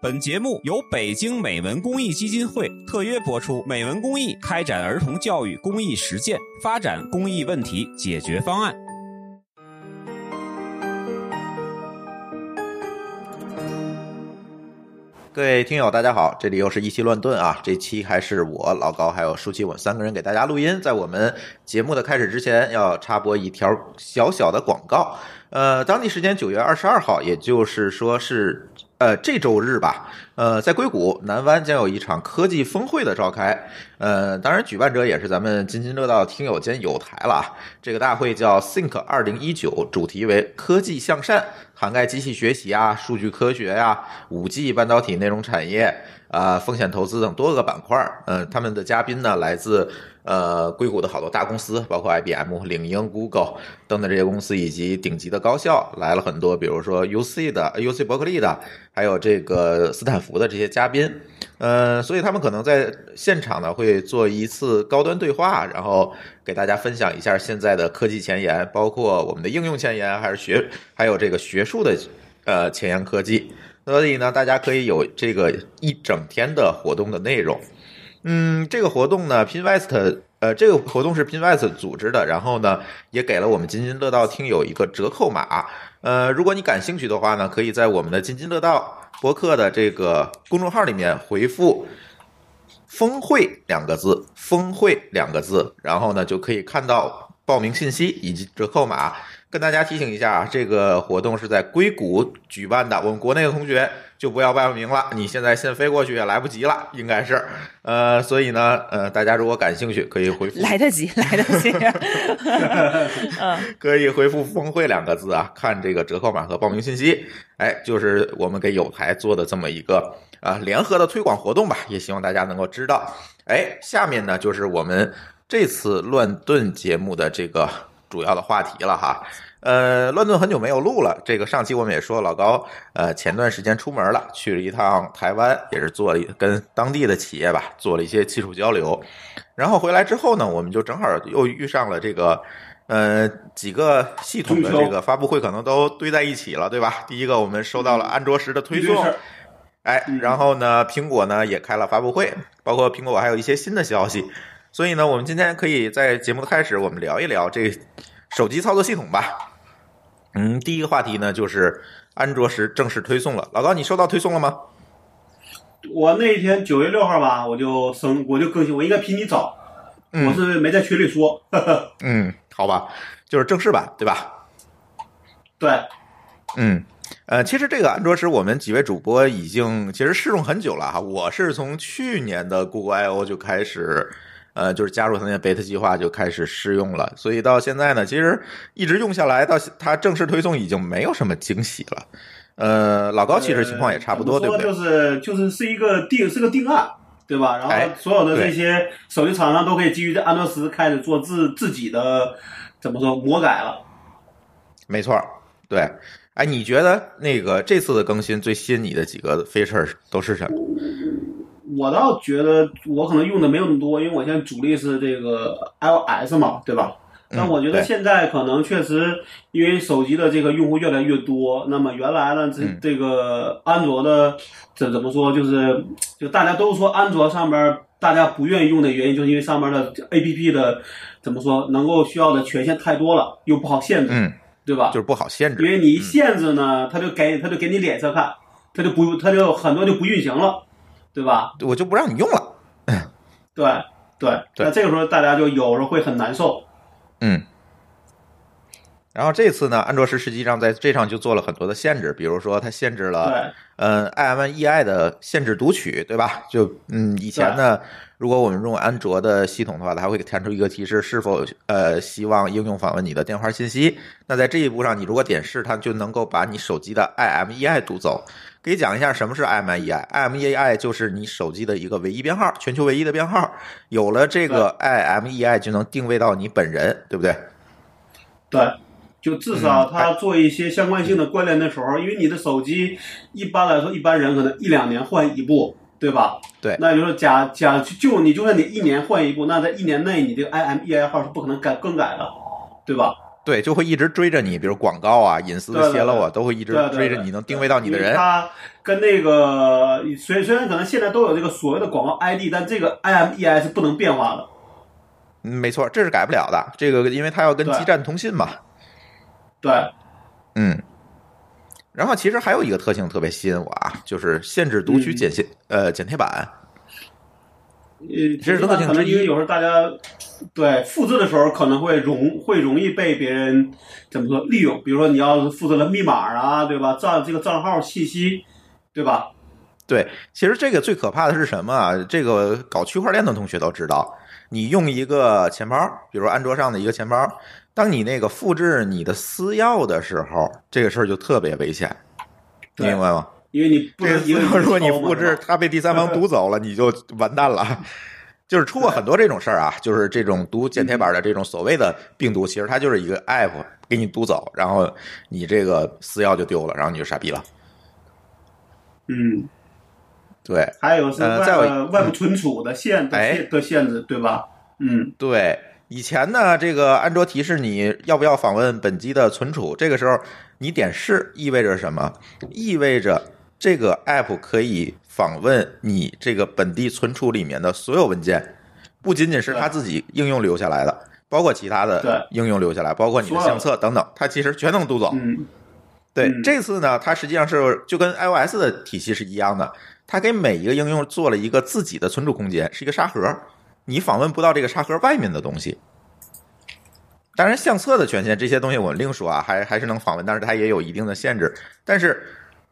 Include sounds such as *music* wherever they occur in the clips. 本节目由北京美文公益基金会特约播出。美文公益开展儿童教育公益实践，发展公益问题解决方案。各位听友，大家好，这里又是一期乱炖啊！这期还是我老高还有舒淇，我们三个人给大家录音。在我们节目的开始之前，要插播一条小小的广告。呃，当地时间九月二十二号，也就是说是呃这周日吧，呃，在硅谷南湾将有一场科技峰会的召开。呃，当然举办者也是咱们津津乐道听友间友台了啊。这个大会叫 Think 二零一九，主题为科技向善。涵盖机器学习啊、数据科学呀、五 G、半导体、内容产业啊、呃、风险投资等多个板块。嗯、呃，他们的嘉宾呢来自呃硅谷的好多大公司，包括 IBM、领英、Google 等等这些公司，以及顶级的高校来了很多，比如说 UC 的、UC 伯克利的，还有这个斯坦福的这些嘉宾。呃，所以他们可能在现场呢会做一次高端对话，然后给大家分享一下现在的科技前沿，包括我们的应用前沿，还是学，还有这个学术的呃前沿科技。所以呢，大家可以有这个一整天的活动的内容。嗯，这个活动呢，Pinwest 呃，这个活动是 Pinwest 组织的，然后呢，也给了我们津津乐道听友一个折扣码。呃，如果你感兴趣的话呢，可以在我们的津津乐道。博客的这个公众号里面回复“峰会”两个字，“峰会”两个字，然后呢就可以看到报名信息以及折扣码。跟大家提醒一下啊，这个活动是在硅谷举办的，我们国内的同学就不要报名了，你现在先飞过去也来不及了，应该是。 *laughs* 呃，所以呢，呃，大家如果感兴趣，可以回复来得 *laughs* 及，来得及。嗯，可以回复“峰会”两个字啊，看这个折扣码和报名信息。哎，就是我们给友台做的这么一个啊、呃、联合的推广活动吧，也希望大家能够知道。哎，下面呢就是我们这次乱炖节目的这个主要的话题了哈。呃，乱炖很久没有录了。这个上期我们也说，老高呃前段时间出门了，去了一趟台湾，也是做了跟当地的企业吧做了一些技术交流。然后回来之后呢，我们就正好又遇上了这个呃几个系统的这个发布会，可能都堆在一起了，对吧？第一个我们收到了安卓十的推送，哎，然后呢，苹果呢也开了发布会，包括苹果还有一些新的消息。所以呢，我们今天可以在节目的开始，我们聊一聊这手机操作系统吧。嗯，第一个话题呢就是安卓十正式推送了。老高，你收到推送了吗？我那天九月六号吧，我就升，我就更新，我应该比你早，嗯我是没在群里说。呵呵嗯，好吧，就是正式版，对吧？对，嗯，呃，其实这个安卓十，我们几位主播已经其实试用很久了哈。我是从去年的 Google I/O 就开始，呃，就是加入他那 beta 计划就开始试用了，所以到现在呢，其实一直用下来，到它正式推送已经没有什么惊喜了。呃，老高其实情况也差不多，呃对不怎对么？说就是就是是一个定是个定案，对吧？然哎后所有的对这些手机厂商都可以基于这安卓十开始做自自己的怎么说魔改了。没错儿，对。哎，你觉得那个这次的更新最吸引你的几个 feature 都是什么？我倒觉得我可能用的没有那么多，因为我现在主力是这个 iOS 嘛，对吧？但我觉嗯对得现在可能确实，因为手机的这个用户越来越多，那么原来呢，这嗯这个安卓的这怎么说，就是就大家都说安卓上面大家不愿意用的原因，就是因为上面的 APP 的怎么说，能够需要的权限太多了，又不好限制，嗯，对吧？就是不嗯好限因制。为你一限制呢，他就给他就给你脸色看，他就不他就很多就不运行了，对吧？我就不让你用了。对对，对那这个时候大家就有时候会很难受。嗯。然后这次呢，安卓十实际上在这上就做了很多的限制，比如说它限制了对嗯 IMEI 的限制读取，对吧？就嗯，以前呢，如果我们用安卓的系统的话，它会弹出一个提示是否呃希望应用访问你的电话信息。那在这一步上，你如果点是，它就能够把你手机的 IMEI E 读走。可以讲一下什么是 IMEI？IMEI E 就是你手机的一个唯一编号，全球唯一的编号。有了这个 IMEI，就能 E 定位到你本人，对不对？对，就至少嗯它做一些相关性的关联的时候，因为你的手机一般来说，一般人可能一两年换一部，对吧？对那也就是假假就 E 你就算你一年换一部，那在一年内你这个 IMEI 号是不可能改更改的，对吧？对，就会一直追着你，比如广告啊、隐私的泄露啊，都会一直对对对追着你，能定位到你的因为人。它跟那个虽虽然可能现在都有这个所谓的广告 ID，但这个 IMEI 是不能变化的。嗯没错，这是改不了的。这个因为它要跟对基站通信嘛，对，嗯。然后其实还有一个特性特别吸引我啊，就是限制读取嗯剪线、呃剪贴板。呃，这是特性可能之一因为有时候大家对复制的时候可能会容会容易被别人怎么说利用，比如说你要是复制了密码啊，对吧？账这个账号信息，对吧？对，其实这个最可怕的是什么啊？这个搞区块链的同学都知道，你用一个钱包，比如安卓上的一个钱包，当你那个复制你的私钥的时候，这个事儿就特别危险，对明白吗？因为你不这能个私一个人钥如果你去抄嘛复制，，它被第三 *laughs* 方读走了，你就完蛋了。 *laughs* 就是出过很多这种事儿啊，就是这种读剪贴板的这种所谓的病毒，其实它就是一个 app 给你读走，然后你这个私钥就丢了，然后你就傻逼了。嗯，对，还有是外、呃再有一外部存储的限的哎限的限制，对吧？嗯，对，以前呢，这个安卓提示你要不要访问本机的存储，这个时候你点是意味着什么？意味着这个 app 可以访问你这个本地存储里面的所有文件，不仅仅是它自己应用留下来的，包括其他的对应用留下来，包括你的所有相册等等，它其实全能读走。嗯，对，嗯这次呢，它实际上是就跟 iOS 的体系是一样的，它给每一个应用做了一个自己的存储空间，是一个沙盒，你访问不到这个沙盒外面的东西。当然，相册的权限这些东西我们另说啊，还还是能访问，但是它也有一定的限制。但是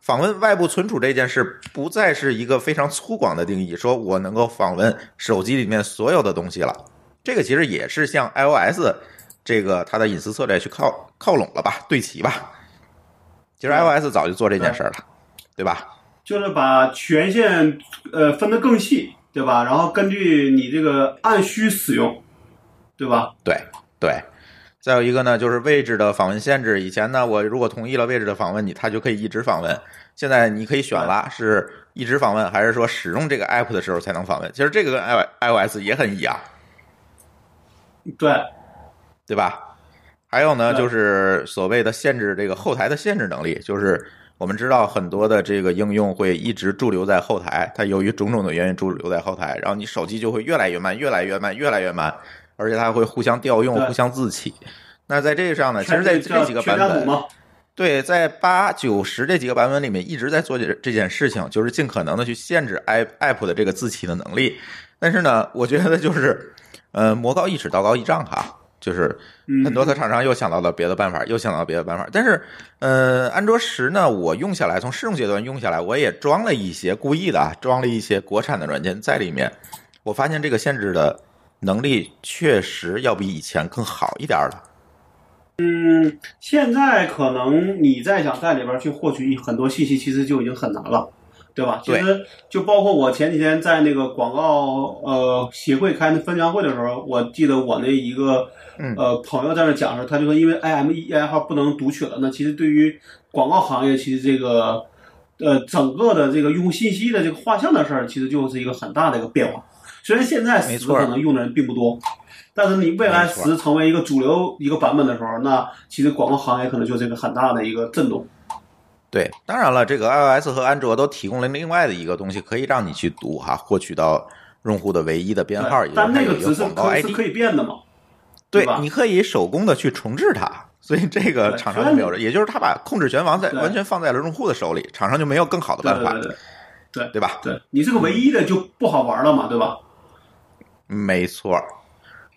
访问外部存储这件事，不再是一个非常粗犷的定义，说我能够访问手机里面所有的东西了。这个其实也是向 iOS 这个它的隐私策略去靠靠拢了吧，对齐吧。其实 iOS 早就做这件事儿了，对吧？就是把权限呃分得更细，对吧？然后根据你这个按需使用，对吧？对对。再有一个呢，就是位置的访问限制。以前呢，我如果同意了位置的访问你，它就可以一直访问。现在你可以选了，是一直访问，还是说使用这个 app 的时候才能访问？其实这个跟 i iOS 也很一样，对，对吧？还有呢，对就是所谓的限制这个后台的限制能力，就是我们知道很多的这个应用会一直驻留在后台，它由于种种的原因驻留在后台，然后你手机就会越来越慢，越来越慢，越来越慢，而且它会互相调用、对互相自启。那在这上呢，其实在这这几个版全家桶本，嘛，对，在八九十这几个版本里面一直在做这这件事情，就是尽可能的去限制 i app 的这个自启的能力。但是呢，我觉得就是，呃，魔高一尺，道高一丈哈，就是嗯很多的厂商又想到了别的办法，又想到了别的办法。但是，呃，安卓十呢，我用下来，从试用阶段用下来，我也装了一些故意的啊，装了一些国产的软件在里面。我发现这个限制的能力确实要比以前更好一点儿了。嗯，现在可能你再想在里边去获取很多信息，其实就已经很难了，对吧？其对实就包括我前几天在那个广告呃协会开那分享会的时候，我记得我那一个嗯呃朋友在那讲的时候，他就说因为 IMEI 号不能读取了，那其实对于广告行业，其实这个呃整个的这个用户信息的这个画像的事儿，其实就是一个很大的一个变化。虽然现在没死错可能用的人并不多，但是你未来没错十成为一个主流一个版本的时候，那其实广告行业可能就是一个很大的一个震动。对，当然了，这个 iOS 和安卓都提供了另外的一个东西，可以让你去读哈，获取到用户的唯一的编号，也就是但它那有个一只是广告可 ID 是。可以变的嘛？对对吧，你可以手工的去重置它，所以这个对厂商就没有了，也就是他把控制权完在对完全放在了用户的手里，厂商就没有更好的对办对法，对对，对吧？对你这个唯一的就不好玩了嘛，对吧？没错。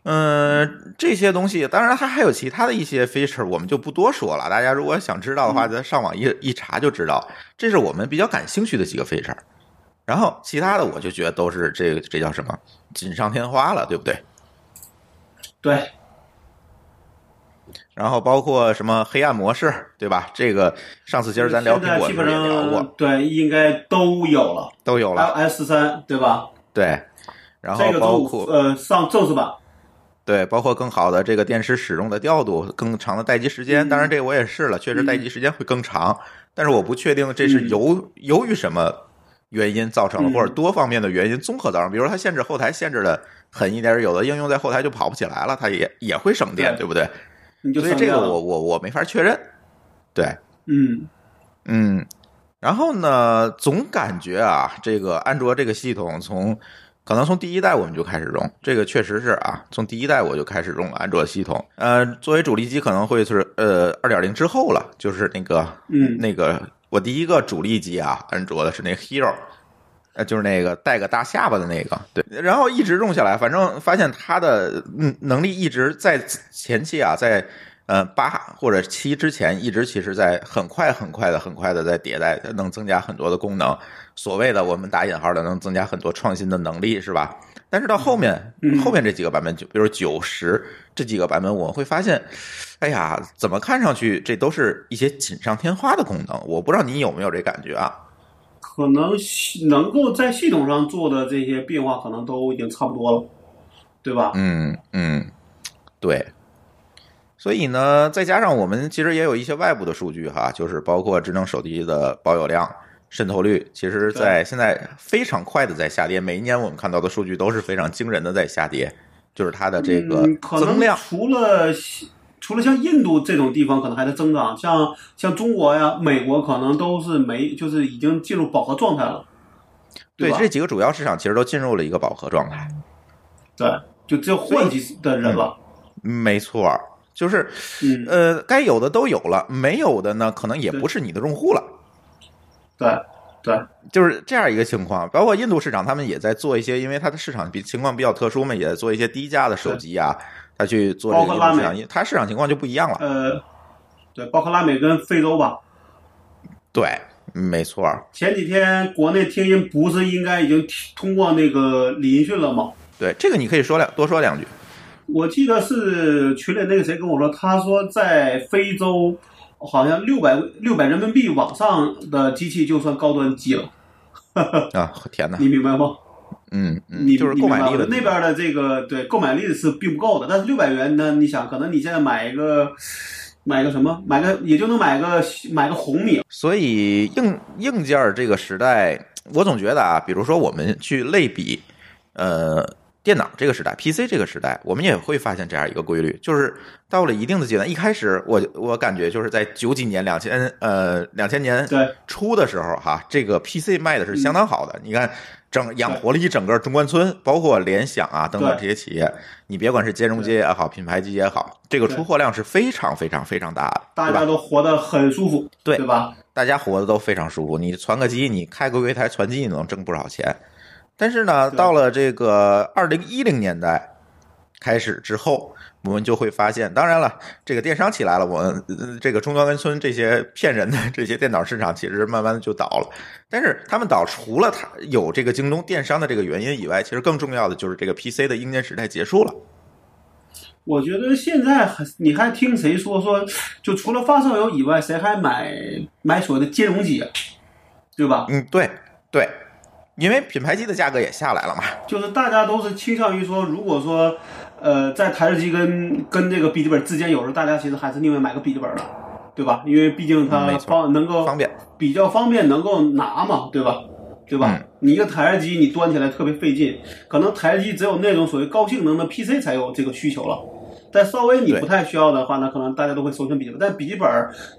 嗯、这些东西，当然它还有其他的一些 feature，我们就不多说了。大家如果想知道的嗯话，咱上网一一查就知道。这是我们比较感兴趣的几个 feature，然后其他的我就觉得都是这这叫什么锦上添花了，对不对？对，然后包括什么黑暗模式，对吧？这个上次其实咱聊现苹在果基的时本候也聊上过，对应该都有了都有了。 ，iOS 三对吧？对，然后这个包周括呃上正式版，对，包括更好的这个电池使用的调度，更长的待机时间。嗯当然，这个我也试了，确实待机时间会更长，但是我不确定这是由、由于什么原因造成的，嗯或者多方面的原因综合造成。比如说它限制后台限制的狠一点，有的应用在后台就跑不起来了，它也也会省电，对对不对？你就所以省这略个了。我我我没法确认。对，嗯嗯，然后呢，总感觉啊，这个安卓这个系统从可能从第一代我们就开始用，这个确实是啊，从第一代我就开始用了安卓系统。呃，作为主力机可能会是呃二点零之后了，就是那个嗯那个我第一个主力机啊，安卓的是那个 Hero。呃，就是那个带个大下巴的那个，对，然后一直用下来，反正发现它的嗯能力一直在前期啊，在呃八或者七之前，一直其实在很快很快的很快的在迭代，能增加很多的功能，所谓的我们打引号的能增加很多创新的能力，是吧？但是到后面嗯后面这几个版本，就比如九十这几个版本，我会发现，哎呀，怎么看上去这都是一些锦上添花的功能，我不知道你有没有这感觉啊？可能系能够在系统上做的这些变化，可能都已经差不多了，对吧？嗯，嗯，对。所以呢，再加上我们其实也有一些外部的数据哈，就是包括智能手机的保有量、渗透率，其实在现在非常快的在下跌。每一年我们看到的数据都是非常惊人的在下跌，就是它的这个嗯、可增能量。除了西除了像印度这种地方可能还在增长，像像中国呀、美国可能都是没就是已经进入饱和状态了，对吧？这几个主要市场其实都进入了一个饱和状态。对，就只有混迹的人了。没错儿，就是嗯，呃，该有的都有了，没有的呢，可能也对不是你的用户了。呃对对，就是这样一个情况，包括印度市场，他们也在做一些，因为它的市场比情况比较特殊嘛，也在做一些低价的手机啊，它去做这个包印括拉度美市场，因为它市场情况就不一样了。呃，对，包括拉美跟非洲吧。对，没错儿，前几天国内听音不是应该已经提通过那个李银训了吗？对这个你可以说两多说两句。我记得是群里那个谁跟我说，他说在非洲好像六百六百人民币往上的机器就算高端机了，啊，天哪，你明白吗？嗯嗯，你就是你购买明力白吗的那边的这个对购买力是并不够的，但是六百元呢，你想可能你现在买一个买个什么，买个也就能买个买个红米，所以硬硬件儿这个时代，我总觉得啊，比如说我们去类比，呃，电脑这个时代、PC 这个时代，我们也会发现这样一个规律，就是到了一定的阶段，一开始我我感觉就是在九几年、两千呃两千年对嗯初的时候哈，这个 PC 卖的是相当好的，你看。整养活了一整个中关村，包括联想啊等等这对些企业，你别管是兼容机也好，品牌机也好，这个对出货量是非常非常非常大的，大对吧家都活得很舒服，对对吧？大家活得都非常舒服。你传个机，你开个柜台传机，你能挣不少钱。但是呢，对到了这个二零一零年代开始之后，我们就会发现，当然了，这个电商起来了，我们、呃这个中关村这些骗人的 *laughs* 这些电脑市场，其实慢慢的就倒了。但是他们倒，除了它有这个京东电商的这个原因以外，其实更重要的就是这个 PC 的硬件时代结束了。我觉得现在还你还听谁说说，就除了发烧友以外，谁还买买所谓的兼容机啊，对吧？嗯，对对，因为品牌机的价格也下来了嘛。就是大家都是倾向于说，如果说，呃，在台式机跟跟这个笔记本之间，有时候大家其实还是宁愿买个笔记本的，对吧？因为毕竟嗯它没错方能够方便比较方便，能够拿嘛，对吧？对吧？嗯你一个台式机你端起来特别费劲，可能台式机只有那种所谓高性能的 PC 才有这个需求了。但稍微你对不太需要的话呢，可能大家都会首选笔记本。但笔记本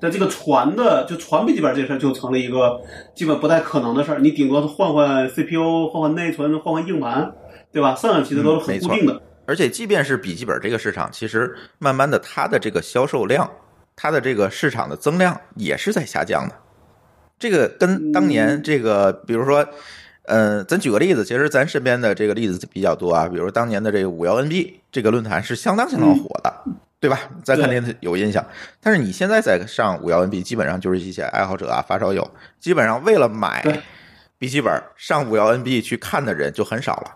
的这个传的，就传笔记本这事儿就成了一个基本不太可能的事儿。你顶多是换换 CPU，换换内存，换换硬盘，对吧？剩下其实都嗯是没很错固定的。而且，即便是笔记本这个市场，其实慢慢的它的这个销售量，它的这个市场的增量也是在下降的。这个跟当年嗯这个，比如说，呃，咱举个例子，其实咱身边的这个例子比较多啊，比如当年的这个五幺 NB 这个论坛是相当相嗯当火的，对吧？咱肯定有印象。但是你现在在上五幺 NB，基本上就是一些爱好者啊、发烧友，基本上为了买对笔记本上五幺 NB 去看的人就很少了。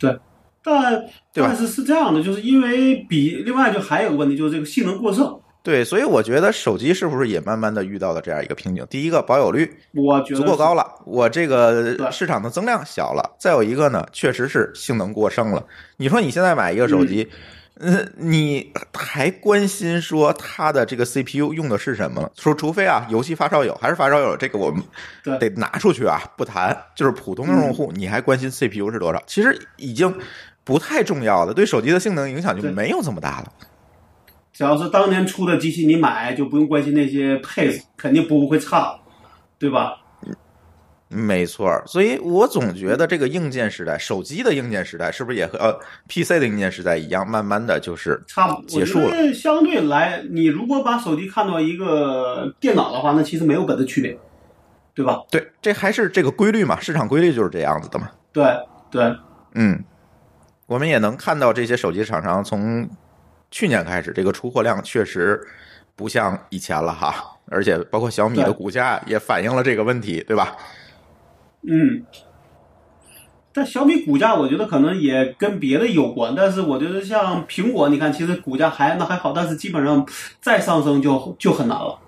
但对吧但是是这样的，就是因为比另外就还有个问题，就是这个性能过剩。对，所以我觉得手机是不是也慢慢的遇到了这样一个瓶颈？第一个保有率我觉得足够是高了，我这个对市场的增量小了；再有一个呢，确实是性能过剩了。你说你现在买一个手机，嗯呃，你还关心说它的这个 CPU 用的是什么？除除非啊，游戏发烧友还是发烧友，这个我们对嗯得拿出去啊，不谈。就是普通用户，你还关心 CPU 是多少？其实已经不太重要了，对手机的性能影响就对没有这么大了。只要是当年出的机器，你买就不用关心那些配置，肯定不会差，对吧？没错儿，所以我总觉得这个硬件时代，手机的硬件时代是不是也和呃 PC 的硬件时代一样，慢慢的就是差不，结束了我觉得相对来，你如果把手机看作一个电脑的话，那其实没有本质区别，对吧？对，这还是这个规律嘛，市场规律就是这样子的嘛。对对，嗯，我们也能看到这些手机厂商从去年开始，这个出货量确实不像以前了哈，而且包括小米的对股价也反映了这个问题，对吧？嗯，但小米股价我觉得可能也跟别的有关，但是我觉得像苹果，你看其实股价还那还好，但是基本上再上升就就很难了，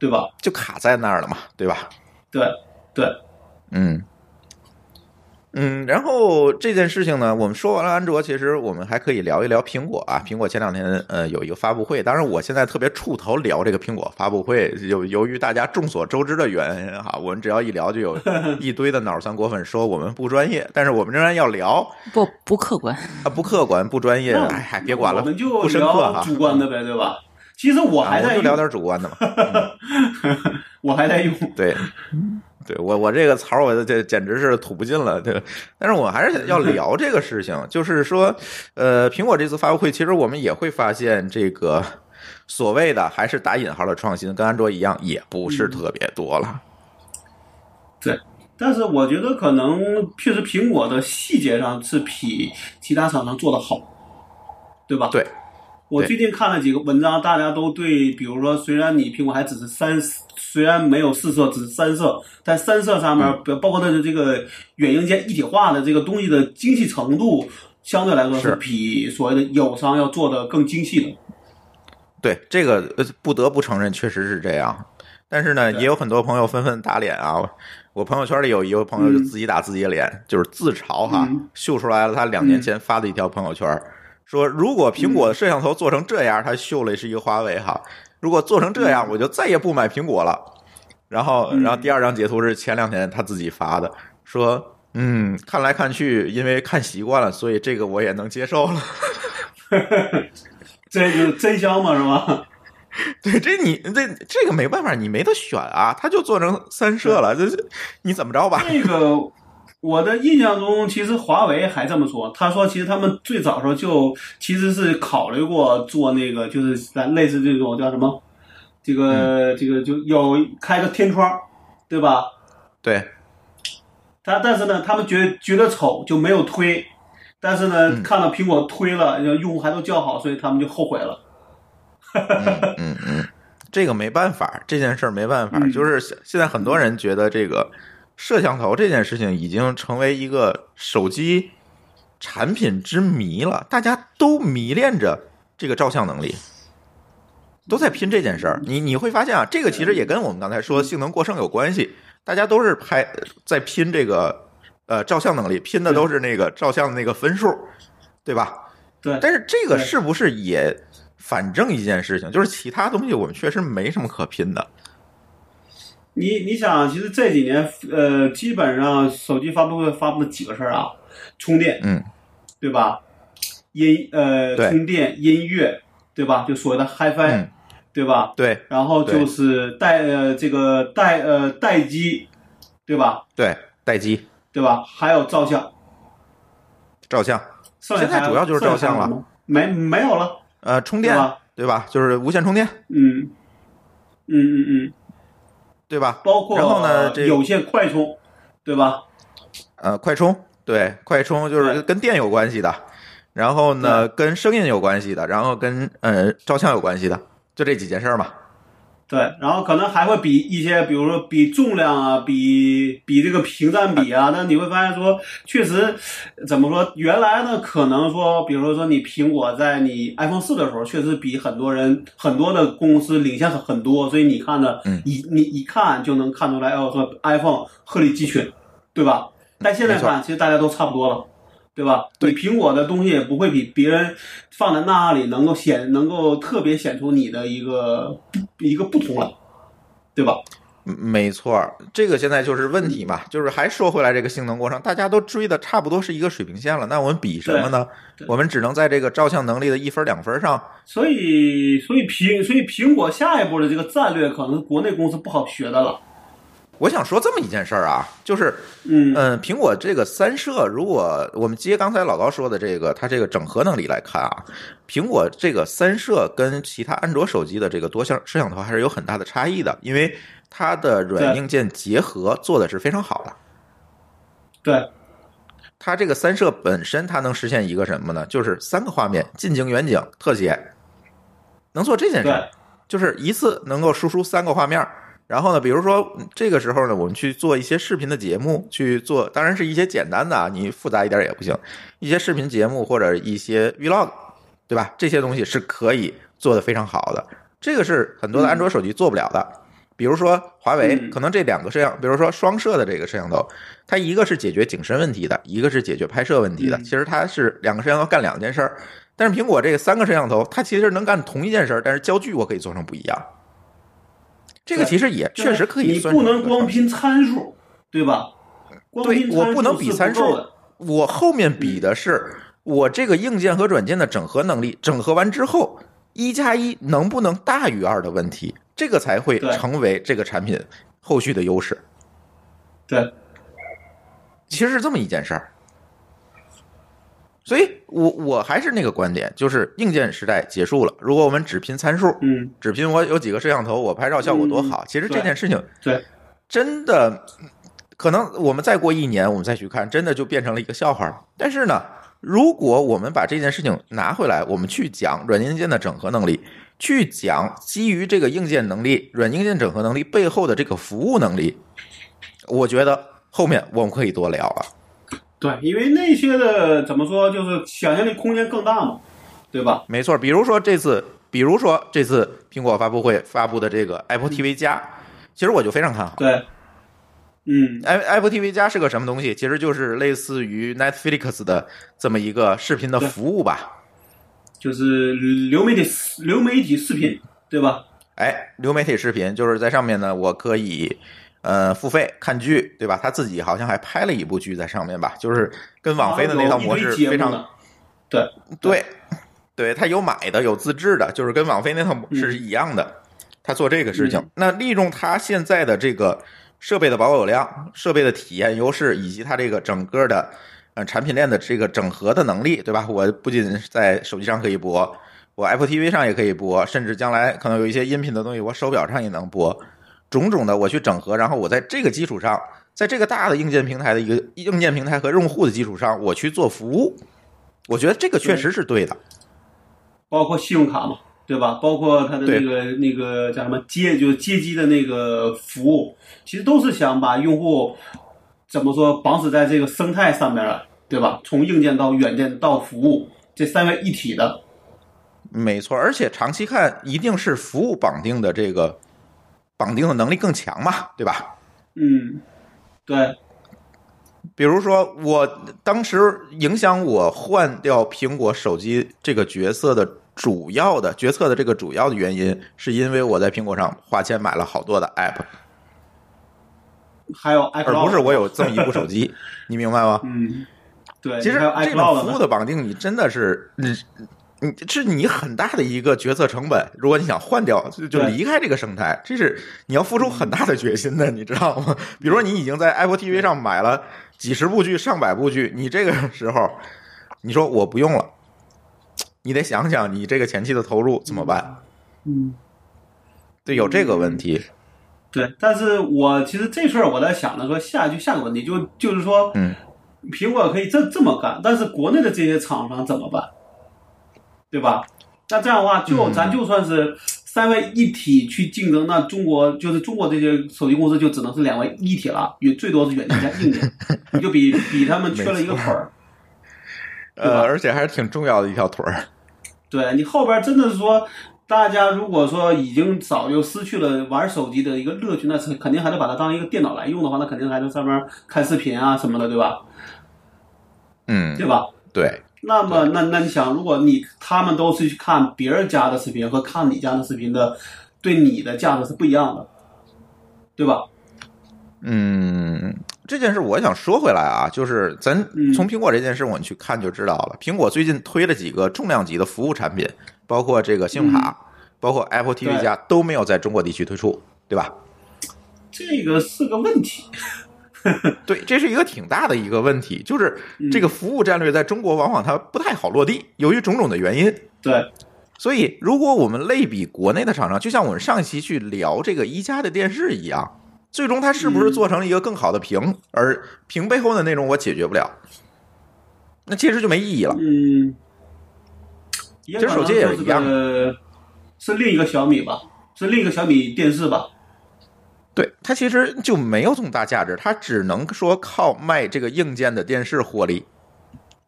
对吧？就卡在那儿了嘛，对吧？对对，嗯，嗯，然后这件事情呢，我们说完了安卓，其实我们还可以聊一聊苹果啊。苹果前两天呃有一个发布会，当然我现在特别怵头聊这个苹果发布会，由由于大家众所周知的原因哈，我们只要一聊就 *laughs* 有一堆的脑残果粉说我们不专业，但是我们仍然要聊不不客观，啊，不客观不专业，那哎嗨，别管了，我们就不深刻聊哈主观的呗，对吧？其实我啊还我在们就用，聊点主观的嘛。我还在用，对，对我我这个槽儿我这简直是吐不尽了。这个，但是我还是要聊这个事情， *laughs* 就是说，呃，苹果这次发布会，其实我们也会发现这个所谓的还是打引号的创新，跟安卓一样，也不是特别多了。但是我觉得可能确实苹果的细节上是比其他厂商做的好，对吧？对，我对最近看了几个文章，大家都对，比如说，虽然你苹果还只是三，虽然没有四色，只是三色，但三色上面嗯包包括它的这个软硬件一体化的这个东西的精细程度，相对来说是是比所谓的友商要做的更精细的。对，这个呃不得不承认，确实是这样。但是呢，对也有很多朋友纷纷打脸啊。我我朋友圈里有一个朋友就嗯自己打自己脸，就是自嘲哈，嗯秀出来了他两年前发的一条朋友圈，说如果苹嗯果的摄像头做成这样，他秀了是一个华为哈，如果做成这样，我就再也不买苹果了。然后，嗯然后第二张截图是前两天他自己发的，说嗯，看来看去，因为看习惯了，所以这个我也能接受了。这就是真香嘛，是吧？ *laughs* 对，这你这这个没办法，你没得选啊，他就做成三摄了，这这你怎么着吧？这个我的印象中，其实华为还这么说，他说其实他们最早时候就其实是考虑过做那个，就是咱类似这种叫什么，这个、这个就有开个天窗，对吧？对，他但是呢，他们觉觉得丑就没有推，但是呢，看到苹果推了，然后用户还都叫好，所以他们就后悔了。嗯嗯嗯，这个没办法，这件事儿没办法，嗯就是现现在很多人觉得这个摄像头这件事情已经成为一个手机产品之谜了，大家都迷恋着这个照相能力。都在拼这件事儿，你你会发现啊，这个其实也跟我们刚才说性能过剩有关系，大家都是拍在拼这个呃照相能力，拼的都是那个照相的那个分数，对吧？ *laughs* 对，但是这个对是不是也反证一件事情，就是其他东西我们确实没什么可拼的。你你想，其实这几年，呃，基本上手机发布会发布了几个事儿啊，充电，嗯，对吧？音呃，对充电、音乐，对吧？就所谓的 HiFi，、嗯对吧？对然后就是待呃这个待呃待机，对吧？对，待机、对吧？还有照相，照相，剩下现在还主要就是照相了剩下还有什么，没没有了。呃，充电对吧对吧？就是无线充电嗯，嗯嗯嗯，对吧？包括然后呢，这有线快充，对吧？呃快充，对快充就是对跟电有关系的，然后呢跟声音有关系的，然后跟呃照相有关系的，就这几件事儿嘛。对，然后可能还会比一些，比如说比重量啊，比比这个屏占比啊，但你会发现说，确实怎么说，原来呢，可能说，比如说你苹果在你 iPhone 四的时候，确实比很多人很多的公司领先很很多，所以你看的，嗯一你一看就能看出来，哦，说 iPhone 鹤立鸡群，对吧？但现在没错看，其实大家都差不多了。对吧？对你苹果的东西也不会比别人放在那里能够显能够特别显出你的一个一个不同来，对吧？嗯没错儿，这个现在就是问题嘛，就是还说回来这个性能过剩，大家都追的差不多是一个水平线了，那我们比什么呢对？对我们只能在这个照相能力的一分儿两分儿上，所以，所以苹，所以苹果下一步的这个战略，可能国内公司不好学的了。我想说这么一件事儿啊，就是嗯，嗯，苹果这个三摄，如果我们接刚才老高说的这个，它这个整合能力来看啊，苹果这个三摄跟其他安卓手机的这个多像摄像头还是有很大的差异的，因为它的软对硬件结合做的是非常好的。对，它这个三摄本身，它能实现一个什么呢？就是三个画面：近景、远景、特写，能做这件事儿对。就是一次能够输出三个画面儿。然后呢，比如说嗯这个时候呢，我们去做一些视频的节目，去做，当然是一些简单的啊，你复杂一点也不行。一些视频节目或者一些 vlog，对吧？这些东西是可以做的非常好的，这个是很多的安卓手机做不了的。比如说华为，嗯可能这两个摄像，比如说双摄的这个摄像头，它一个是解决景深问题的，一个是解决拍摄问题的。嗯其实它是两个摄像头干两件事儿，但是苹果这个三个摄像头，它其实能干同一件事儿，但是焦距我可以做成不一样。这个对其实也确实可以你算是不一个能光创新拼参数，对吧？光对拼我不能是比参够数的我后面比的是我这个硬件和软件的整合能力，整合完之后，一加一能不能大于二的问题，这个才会对成为这个产品后续的优势。对，其实是这么一件事儿。所以我我还是那个观点，就是硬件时代结束了。如果我们只拼参数，嗯，只拼我有几个摄像头，我拍照效果多好，嗯其实这对件事情对，真的，可能我们再过一年，我们再去看，真的就变成了一个笑话了。但是呢，如果我们把这件事情拿回来，我们去讲软硬件的整合能力，去讲基于这个硬件能力、软硬件整合能力背后的这个服务能力，我觉得后面我们可以多聊了。对，因为那些的怎么说，就是想象力空间更大嘛，对吧？没错，比如说这次，比如说这次苹果发布会发布的这个 Apple 嗯 TV 加，其实我就非常看好。对，嗯， i Apple TV 加是个什么东西？其实就是类似于 Netflix 的这么一个视频的服务吧。就是流媒体流媒体视频，对吧？哎，流媒体视频就是在上面呢，我可以呃付费看剧，对吧？他自己好像还拍了一部剧在上面吧，就是跟网飞的那套模式啊然后有一堆节目非常呢对，对，对，他有买的，有自制的，就是跟网飞那套模式是一样的。他做这个事情嗯，那利用他现在的这个设备的保有量、设备的体验优势，以及它这个整个的呃产品链的这个整合的能力，对吧？我不仅是在手机上可以播，我 Apple TV 上也可以播，甚至将来可能有一些音频的东西，我手表上也能播，种种的我去整合，然后我在这个基础上，在这个大的硬件平台的一个硬件平台和用户的基础上，我去做服务。我觉得这个确实是对的，包括信用卡嘛，对吧？包括它的对那个那个叫什么接，就是接机的那个服务，其实都是想把用户怎么说绑死在这个生态上面了，对吧？从硬件到软件到服务这三位一体的，没错。而且长期看，一定是服务绑定的这个绑定的能力更强嘛，对吧？嗯，对，比如说，我当时影响我换掉苹果手机这个角色的主要的决策的这个主要的原因，是因为我在苹果上花钱买了好多的 app，还有而 iCloud，不是我有这么一部手机，你明白吗？嗯，对，其实还有这种 iCloud 服务呢的绑定，你真的是，你你是你很大的一个决策成本。如果你想换掉，就就对离开这个生态，这是你要付出很大的决心的，你知道吗？比如说你已经在 Apple TV 上买了几十部剧、上百部剧，你这个 *laughs* 时候你说我不用了，你得想想你这个前期的投入怎么办？嗯。对，有这个问题。对，但是我其实这事儿我在想着说下就下个问题，就就是说，嗯，苹果可以这这么干，但是国内的这些厂商怎么办？对吧？那这样的话，就、嗯咱就算是三位一体去竞争，那中国就是中国这些手机公司就只能是两位一体了，也最多是软件加硬件，你就比比他们缺了 *laughs* 一个腿儿。对呃，吧而且还是挺重要的一条腿儿。对你后边真的是说，大家如果说已经早就失去了玩手机的一个乐趣，那是肯定还得把它当一个电脑来用的话，那肯定还在上面看视频啊什么的，*laughs* 对吧？嗯，对吧？对，那么，那那你想，如果你他们都是去看别人家的视频和看你家的视频的，对你的价值是不一样的，对吧？嗯，这件事我想说回来啊，就是咱嗯从苹果这件事我们去看就知道了。苹果最近推了几个重量级的服务产品，包括这个信用卡，包括 Apple TV 嗯对加都没有在中国地区推出，对吧？这个是个问题。对，这是一个挺大的一个问题，就是嗯这个服务战略在中国往往它不太好落地，由于种种的原因。对，所以，如果我们类比国内的厂商，就像我们上一期去聊这个一加的电视一样，最终它是不是做成了一个更好的屏，而屏背后的内容我解决不了，那其实就没意义了。嗯，其实手机也是一样是另一个小米吧，是另一个小米电视吧？对，它其实就没有这么大价值，它只能说靠卖这个硬件的电视获利，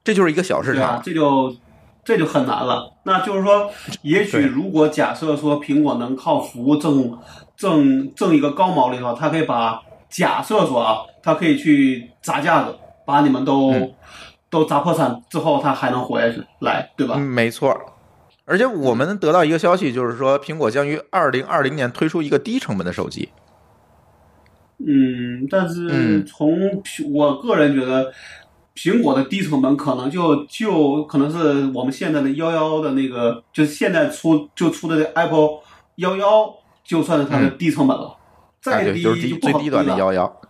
这就是一个小市对啊场，。这就这就很难了。那就是说，也许对如果假设说苹果能靠服务挣挣挣一个高毛利的话，它可以把假设说啊，它可以去砸架子，把你们都、嗯都砸破产之后，它还能活下去来，对吧？嗯，没错。而且我们得到一个消息，就是说苹果将于二零二零年推出一个低成本的手机。嗯，但是嗯从苹我个人觉得，苹果的低成本可能就就可能是我们现在的幺幺的那个，就是现在出就出的这 Apple 幺幺，就算是它的低成本了，啊，嗯再对，低就是低就不最好低端的了。幺幺。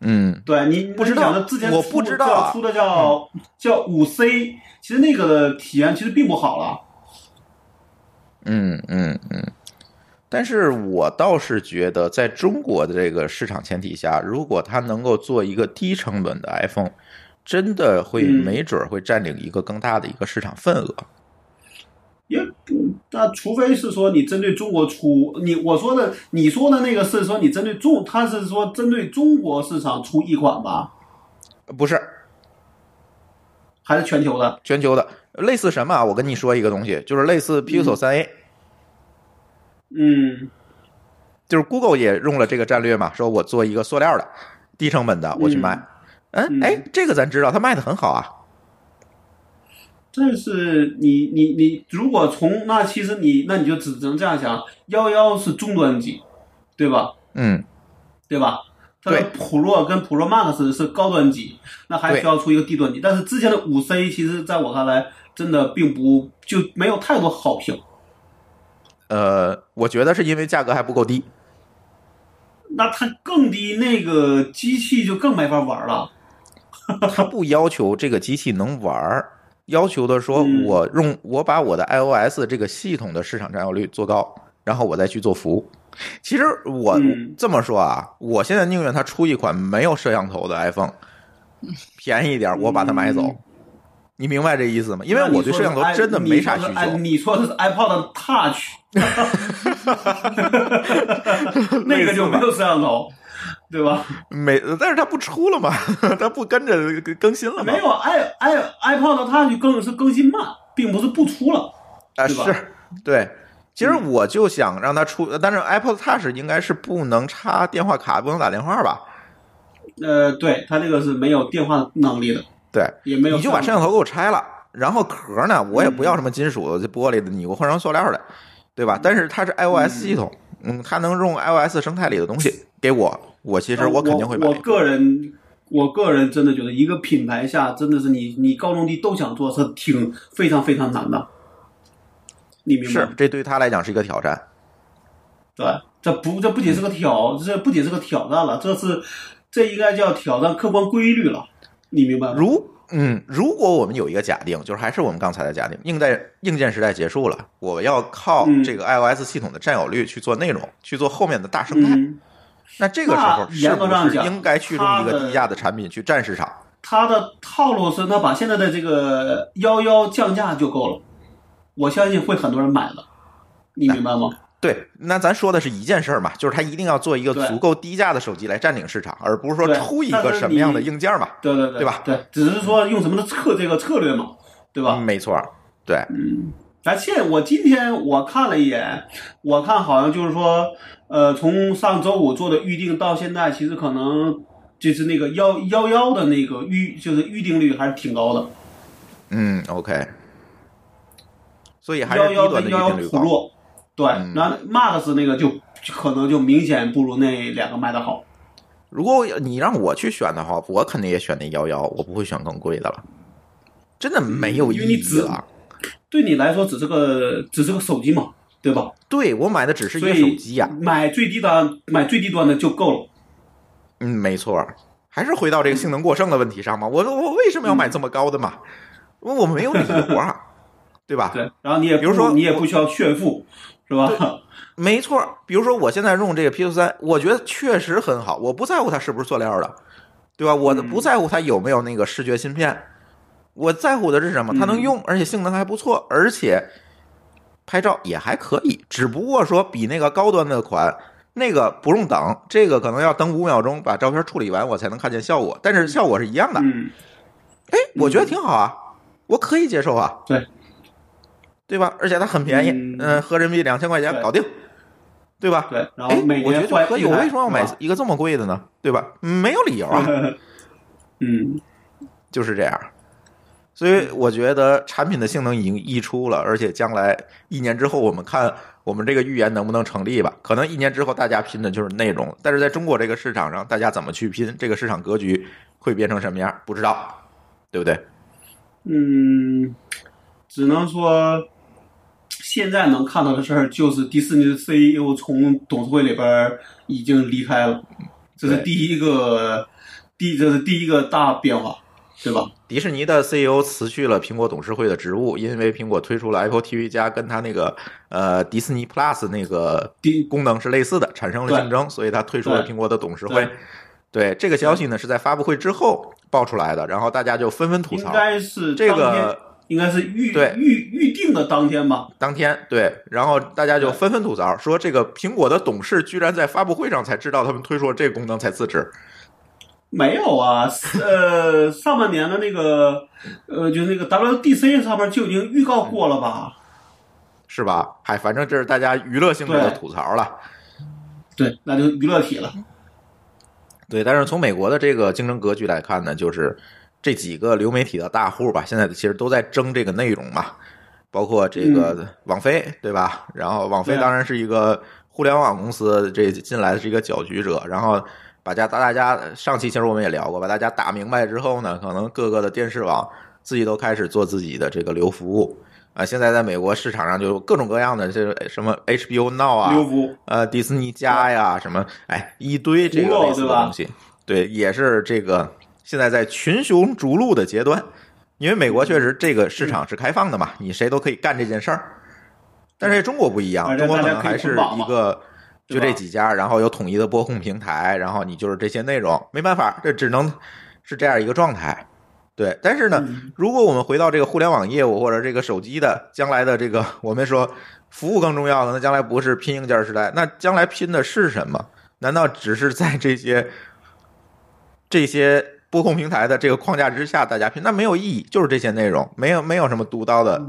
嗯，对你不知道你想的之前我出不知道叫啊出的叫叫五 C，其实那个的体验其实并不好了。嗯嗯嗯，但是我倒是觉得，在中国的这个市场前提下，如果它能够做一个低成本的 iPhone，真的会嗯没准儿会占领一个更大的一个市场份额。也不，那除非是说你针对中国出，你我说的你说的那个是说你针对中，他是说针对中国市场出一款吧，不是还是全球的？全球的，类似什么啊？我跟你说一个东西，就是类似 Pixel 三 A，、嗯就是 Google 也用了这个战略嘛，说我做一个塑料的低成本的，我去卖。嗯，嗯哎，这个咱知道，它卖的很好啊。，但是你你你，如果从那其实你那你就只能这样想，幺幺是终端机，对吧？嗯，对吧？它的对普若跟普若 Max 是高端机，那还对需要出一个低端机。但是之前的五 C 其实在我看来，真的并不就没有太多好评。呃，我觉得是因为价格还不够低。那它更低，那个机器就更没法玩啊了。他不要求这个机器能玩儿，要求的说嗯我用我把我的 iOS 这个系统的市场占有率做高，然后我再去做服务。其实我、嗯这么说啊，我现在宁愿他出一款没有摄像头的 iPhone，便宜一点，我把它买走。嗯你明白这意思吗？因为那你我对摄说像头是 i- 真的没啥需你说是 i- 求。你说的是 iPod Touch，那个就没有摄像头，对吧？没，但是它不出了嘛， *laughs* 它不跟着更新了嘛？没有 i i iPod Touch 更是更新慢，并不是不出了。啊，对吧嗯是，对。其实我就想让它出，但是 Apple Touch 应该是不能插电话卡，不能打电话吧？呃，对，它那个是没有电话能力的，对，也没有。嗯你就把摄像头给我拆了，然后壳呢，我也不要什么金属、这玻璃的，你给我换成塑料的，对吧？但是它是 iOS 系统，嗯，它能用 iOS 生态里的东西给我，我其实呃我肯定会买我。个人，我个人真的觉得，一个品牌下真的是你你高中低都想做，是挺非常非常难的。你明白是吗？，这对他来讲是一个挑战。对，这不这不仅是个挑，嗯这不仅是个挑战了，这是这应该叫挑战客观规律了。你明白吗？如嗯，如果我们有一个假定，就是还是我们刚才的假定，硬在硬件时代结束了，我要靠嗯这个 iOS 系统的占有率去做内容，去做后面的大生态。嗯，那这个时候那是严格上不是讲应该去用一它个的低价的产品去占市场？它的套路是，那把现在的这个幺幺降价就够了，我相信会很多人买的。你明白吗？对，那咱说的是一件事儿嘛，就是它一定要做一个对足够低价的手机来占领市场，而不是说对出一但个是什么样的你硬件嘛。对对对，对吧对，只是说用什么的策这个策略嘛，对吧？嗯没错儿，对，而且我今天我看了一眼，我看好像就是说，呃，从上周五做的预定到现在，其实可能就是那个幺幺幺的那个预就是预定率还是挺高的，嗯，OK。所以还是幺低幺端跟的一幺幺定率普高。洛，对，嗯然后 Max 那个就可能就明显不如那两个卖的好。如果你让我去选的话，我肯定也选那幺幺，我不会选更贵的了。真的没有意嗯因为你义只了。对你来说只是个只是个手机嘛，对吧？对我买的只是一所个以手机呀、买最低端买最低端的就够了。嗯，没错，还是回到这个性能过剩的问题上嘛。我我为什么要买这么高的嗯嘛？我我没有理由啊，对 *laughs* 吧？对，然后你也不比如说你也不需要炫富，是 *laughs* 吧？没错，比如说我现在用这个 P 4三，我觉得确实很好，我不在乎它是不是塑料的，对吧？我不在乎它有没有那个视觉芯片，我在乎的是什么？它能用，而且性能还不错，而且拍照也还可以，只不过说比那个高端的款。那个不用等，这个可能要等五秒钟把照片处理完，我才能看见效果。但是效果是一样的，嗯，哎，我觉得挺好啊，我可以接受啊。对，对吧？而且它很便宜，嗯嗯、合人民币两千块钱对搞定，对吧？对。然哎后每，我觉年得就换可以，一我台为什么要买是吧一个这么贵的呢？对吧？没有理由啊， *laughs* 嗯，就是这样。所以我觉得产品的性能已经溢出了，而且将来一年之后，我们看我们这个预言能不能成立吧？可能一年之后大家拼的就是内容，但是在中国这个市场上，大家怎么去拼这个市场格局会变成什么样？不知道，对不对？嗯，只能说现在能看到的事儿就是迪士尼的 CEO 从董事会里边儿已经离开了，这是对第一个，第这是第一个大变化，对吧？迪士尼的 CEO 辞去了苹果董事会的职务，因为苹果推出了 Apple TV 加跟它那个呃迪士尼 Plus 那个第功能是类似的，产生了对竞争，所以他退出了对苹果的董事会。对这个消息呢是在发布会之后爆出来的，然后大家就纷纷吐应槽。该是这当天个应该是预对预预定的当天吧？当天对，然后大家就对纷纷吐槽说，这个苹果的董事居然在发布会上才知道他们推出了这个功能才辞职。没有啊，呃，上半年的那个，呃，就是那个 WDC 上面就已经预告过了吧？是吧？嗨，反正这是大家娱乐性质的对吐槽了。对，那就娱乐体了。对，但是从美国的这个竞争格局来看呢，就是这几个流媒体的大户吧，现在其实都在争这个内容嘛，包括这个网飞，对吧？然后网飞对啊当然是一个互联网公司，这进来是一个搅局者，然后。把家大大家上期其实我们也聊过，把大家打明白之后呢，可能各个的电视网自己都开始做自己的这个流服务啊、现在在美国市场上就有各种各样的，这什么 HBO Now 啊，刘福，呃，迪士尼家呀，什么，哎，一堆这个葫芦类似对的吧东西，对，也是这个现在在群雄逐鹿的阶段，因为美国嗯确实这个市场是开放的嘛，你谁都可以干这件事儿，但是中国不一样，而且中国可大家能可以还是捆绑一嘛个就对吧这几家，然后有统一的播控平台，然后你就是这些内容，没办法，这只能是这样一个状态。对，但是呢，嗯如果我们回到这个互联网业务或者这个手机的将来的这个，我们说服务更重要的，那将来不是拼硬件时代，那将来拼的是什么？难道只是在这些这些播控平台的这个框架之下大家拼？那没有意义，就是这些内容，没有没有什么独到嗯的、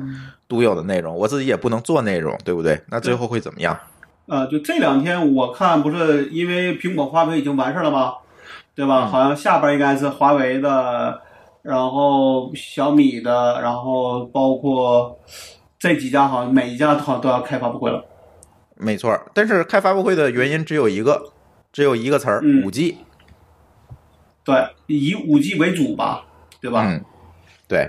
独有的内容，我自己也不能做内容，对不对？那最后会怎么样？呃，就这两天我看不是因为苹果发布已经完事儿了吗？对吧？好像下边应该是华为的，然后小米的，然后包括这几家好像每一家好像都要开发布会了。没错儿，但是开发布会的原因只有一个，只有一个词儿：嗯五 G。对，以五 G 为主吧，对吧？嗯，对。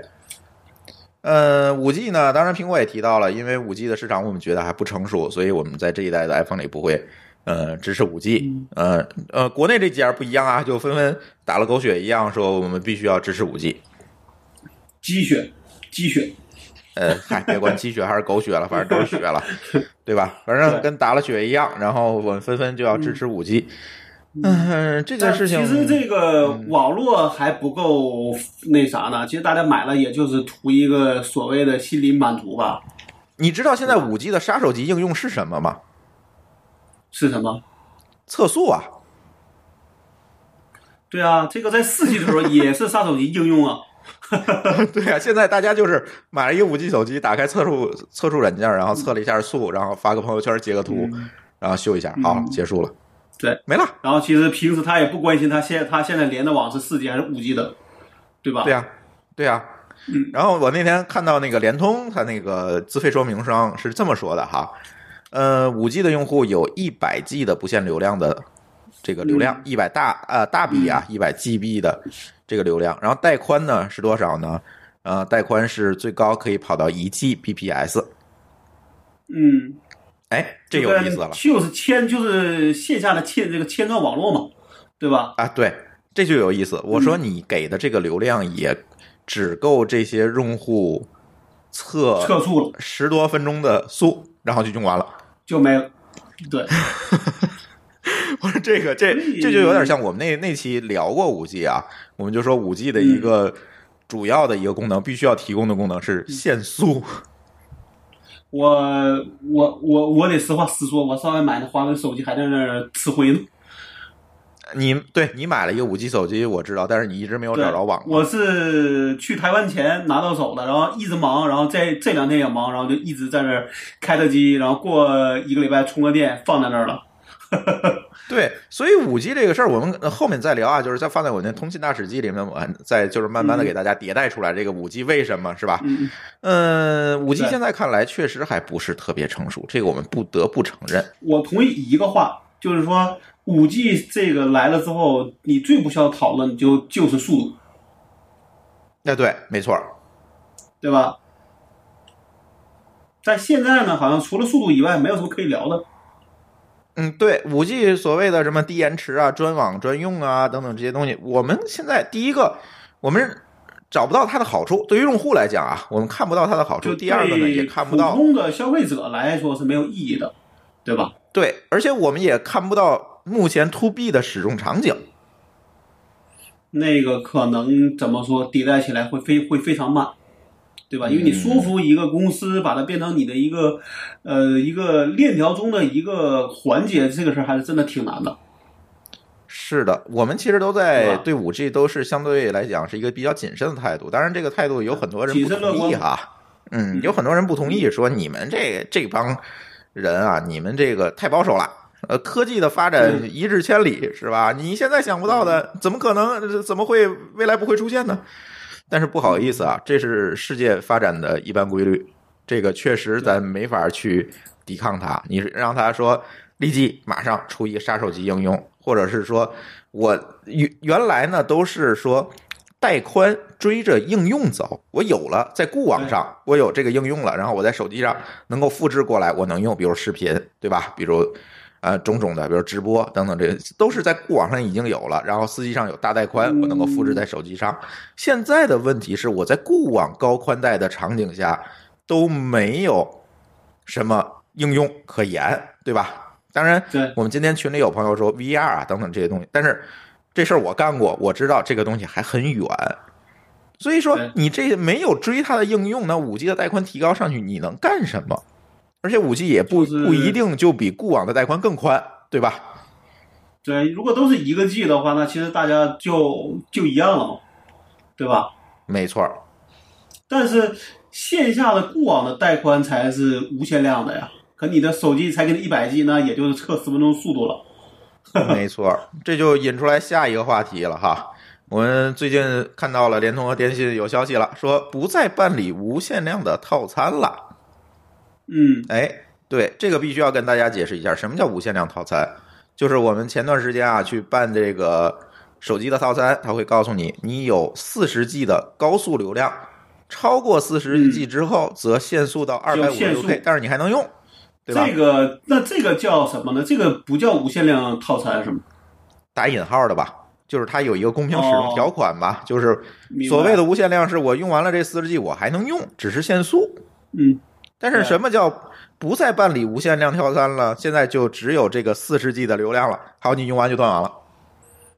呃，五 G 呢，当然苹果也提到了，因为五 G 的市场我们觉得还不成熟，所以我们在这一代的 iPhone 里不会呃支持五 G。呃嗯呃，国内这几家不一样啊，就纷纷打了狗血一样，说我们必须要支持五 G。鸡血，鸡血，呃，嗨，别管鸡血还是狗血了，反正都是血了，对吧？反正对跟打了血一样，然后我们纷纷就要支持五 G。嗯、这件但事其情实这个网络还不够那啥呢。其实大家买了也就是图一个所谓的心理满足吧，你知道现在五 G 的杀手级应用是什么吗？是什么？测速啊。对啊，这个在四 G 的时候也是杀手级应用啊。 *laughs* 对呀、现在大家就是买了一个五 G 手机，打开测速测速软件，然后测了一下速，然后发个朋友圈截个图，然后秀一下，好，结束了，对，没了。然后其实平时他也不关心他现他现在连的网是四 G 还是五 G 的，对吧？对呀、啊对呀、然后我那天看到那个联通，它那个资费说明上是这么说的哈，呃，五 G 的用户有一百 G 的不限流量的这个流量，一百大呃大 B 啊，一百 GB 的这个流量，然后带宽呢是多少呢？呃，带宽是最高可以跑到一 Gbps。嗯，哎，这有意思了就是牵就是线下的牵这个千兆网络嘛，对吧？啊！对，这就有意思。我嗯说你给的这个流量也只够这些用户测测速了十多分钟的速，然后就用完了。 *laughs* 就没了。对，我说这个这这就有点像我们那那期聊过五 G 啊，我们就说五 G 的嗯一个主要的一个功能，必须要提供的功能嗯是限速。我我我我得实话实说，我上回买的华为手机还在那儿吃灰呢。你对你买了一个五 G 手机，我知道，但是你一直没有对找着网。我是去台湾前拿到手的，然后一直忙，然后在这两天也忙，然后就一直在那儿开着机，然后过一个礼拜充个电放在那儿了。 *laughs* 对，所以五 G 这个事儿，我们后面再聊啊，就是再放在我那通信大使记里面，我再就是慢慢的给大家迭代出来这个五 G 为什么是吧？嗯，嗯，五 G 对现在看来确实还不是特别成熟，这个我们不得不承认。我同意一个话，就是说五 G 这个来了之后，你最不需要讨论就就是速度，那哎对，没错儿，对吧？但现在呢，好像除了速度以外，没有什么可以聊的。嗯，对，五 G 所谓的什么低延迟啊、专网专用啊等等这些东西，我们现在第一个我们找不到它的好处，对于用户来讲啊，我们看不到它的好处。就第二个呢，对也看不到普通的消费者来说是没有意义的，对吧？对，而且我们也看不到目前 to B 的使用场景。那个可能怎么说迭代起来会非会非常慢，对吧？因嗯为你说服一个公司把它变成你的一个呃一个链条中的一个环节，这个事儿还是真的挺难的。是的，我们其实都在是吧对五 G 都是相对来讲是一个比较谨慎的态度，当然这个态度有很多人谨不慎乐同意观哈，嗯，有很多人不同意，说你们这这帮人啊，你们这个太保守了。呃，科技的发展一日千里，是吧？你现在想不到嗯的，怎么可能？呃怎么会未来不会出现呢？但是不好意思啊，这是世界发展的一般规律，这个确实咱没法去抵抗它。你让他说立即马上出一个杀手级应用，或者是说我原原来呢都是说带宽追着应用走，我有了在固网上我有这个应用了，然后我在手机上能够复制过来，我能用，比如视频，对吧？比如。呃，种种的，比如直播等等，这都是在固网上已经有了，然后司机上有大带宽，我能够复制在手机上。现在的问题是，我在固网高宽带的场景下都没有什么应用可言，对吧？当然，对，我们今天群里有朋友说 VR 啊等等这些东西，但是这事儿我干过，我知道这个东西还很远。所以说对，你这没有追它的应用呢，五 G 的带宽提高上去，你能干什么？而且五 G 也不就是不一定就比固网的带宽更宽，对吧？对，如果都是一个 G 的话，那其实大家就就一样了嘛，对吧？没错儿，但是线下的固网的带宽才是无限量的呀，可你的手机才给你一百 G 呢，也就是测十分钟速度了。 *laughs* 没错儿，这就引出来下一个话题了哈。我们最近看到了联通和电信有消息了，说不再办理无限量的套餐了。嗯，哎，对，这个必须要跟大家解释一下，什么叫无限量套餐？就是我们前段时间啊去办这个手机的套餐，它会告诉你，你有四十 G 的高速流量，超过四十 G 之后则限速到二百五十嗯限六速 K，但是你还能用，对吧这？个那这个叫什么呢？这个不叫无限量套餐，是吗？打引号的吧，就是它有一个公哦平使用条款吧，就是明白所谓的无限量是我用完了这四十 G 我还能用，只是限速。嗯，但是对什么叫不再办理无限量跳三了？现在就只有这个四十 G 的流量了，好，你用完就断网了。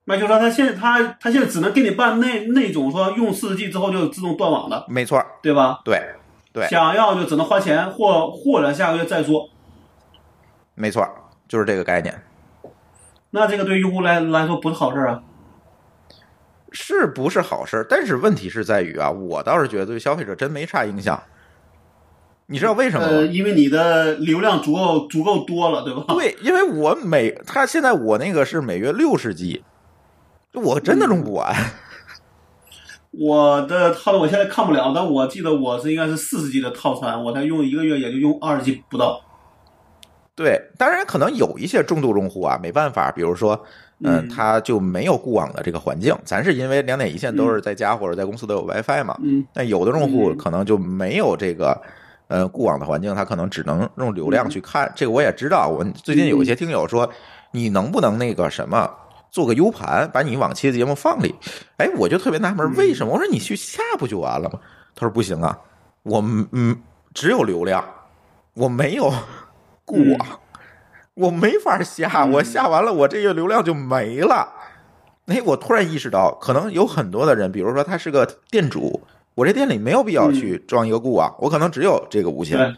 那就是说他现在他他现在只能给你办那那种说用四 G 之后就自动断网的，没错儿，对吧？对，对想要就只能花钱，或或者下个月再说。没错儿，就是这个概念。那这个对用户来来说不是好事啊。是不是好事儿？但是问题是在于啊，我倒是觉得对消费者真没啥影响。你知道为什么吗？呃，因为你的流量足够足够多了，对吧？对，因为我每他现在我那个是每月六十 G，我真嗯的用不完。我的套路我现在看不了，但我记得我是应该是四十 G 的套餐，我才用一个月也就用二十 G 不到。对，当然可能有一些重度用户啊，没办法，比如说，嗯，嗯他就没有固网的这个环境。咱是因为两点一线都是在家或者在公司都有 WiFi 嘛，嗯那有的用户嗯可能就没有这个呃固网的环境，他可能只能用流量去看。这个我也知道，我最近有一些听友说，你能不能那个什么？做个 U 盘，把你往期的节目放里。哎，我就特别纳闷，为什么？我说你去下不就完了吗？他说不行啊，我们嗯只有流量，我没有 *laughs* 固网，我没法下，我下完了，我这个流量就没了。哎，我突然意识到，可能有很多的人，比如说他是个店主，我这店里没有必要去装一个固网，我可能只有这个无线嗯对。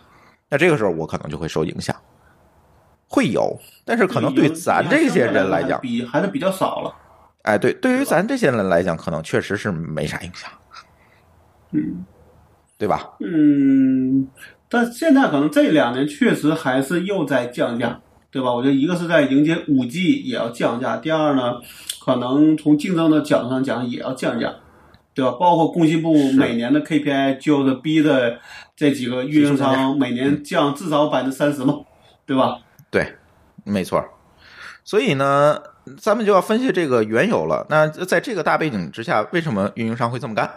那这个时候我可能就会受影响，会有，但是可能对有咱这些人来讲，比还是比较少了。哎，对，对于对吧咱这些人来讲，可能确实是没啥影响，嗯对吧？嗯，但现在可能这两年确实还是又在降价，对吧？我觉得一个是在迎接五 G 也要降价，第二呢，可能从竞争的角度上讲也要降价。对吧？包括工信部是每年的 KPI 就是逼的这几个运营商每年降至少百分之三十嘛，对吧？对，没错儿。所以呢，咱们就要分析这个缘由了。那在这个大背景之下，为什么运营商会这么干？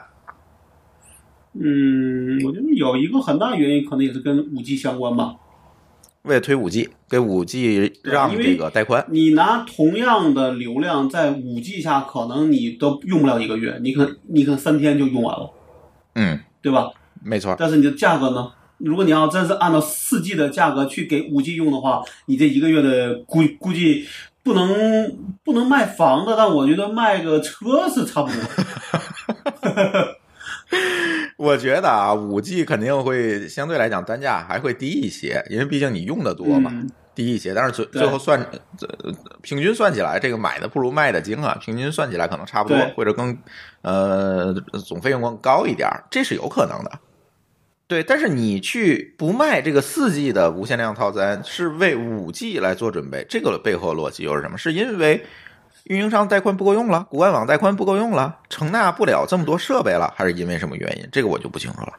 嗯，我觉得有一个很大原因可能也是跟五 G 相关吧。为了推五 G，给五 G 对让因为这个带宽，你拿同样的流量在五 G 下，可能你都用不了一个月，你可你可能三天就用完了，嗯，对吧？没错儿，但是你的价格呢？如果你要真是按照四 G 的价格去给五 G 用的话，你这一个月的估估计不能不能卖房子，但我觉得卖个车是差不多。我觉得啊，五 G 肯定会相对来讲单价还会低一些，因为毕竟你用的多嘛，嗯低一些。但是最对最后算，这平均算起来，这个买的不如卖的精啊，平均算起来可能差不多对，或者更呃总费用更高一点儿，这是有可能的。对，但是你去不卖这个四 G 的无限量套餐，是为五 G 来做准备，这个背后逻辑又是什么？是因为运营商带宽不够用了，骨干网带宽不够用了，承纳不了这么多设备了，还是因为什么原因？这个我就不清楚了。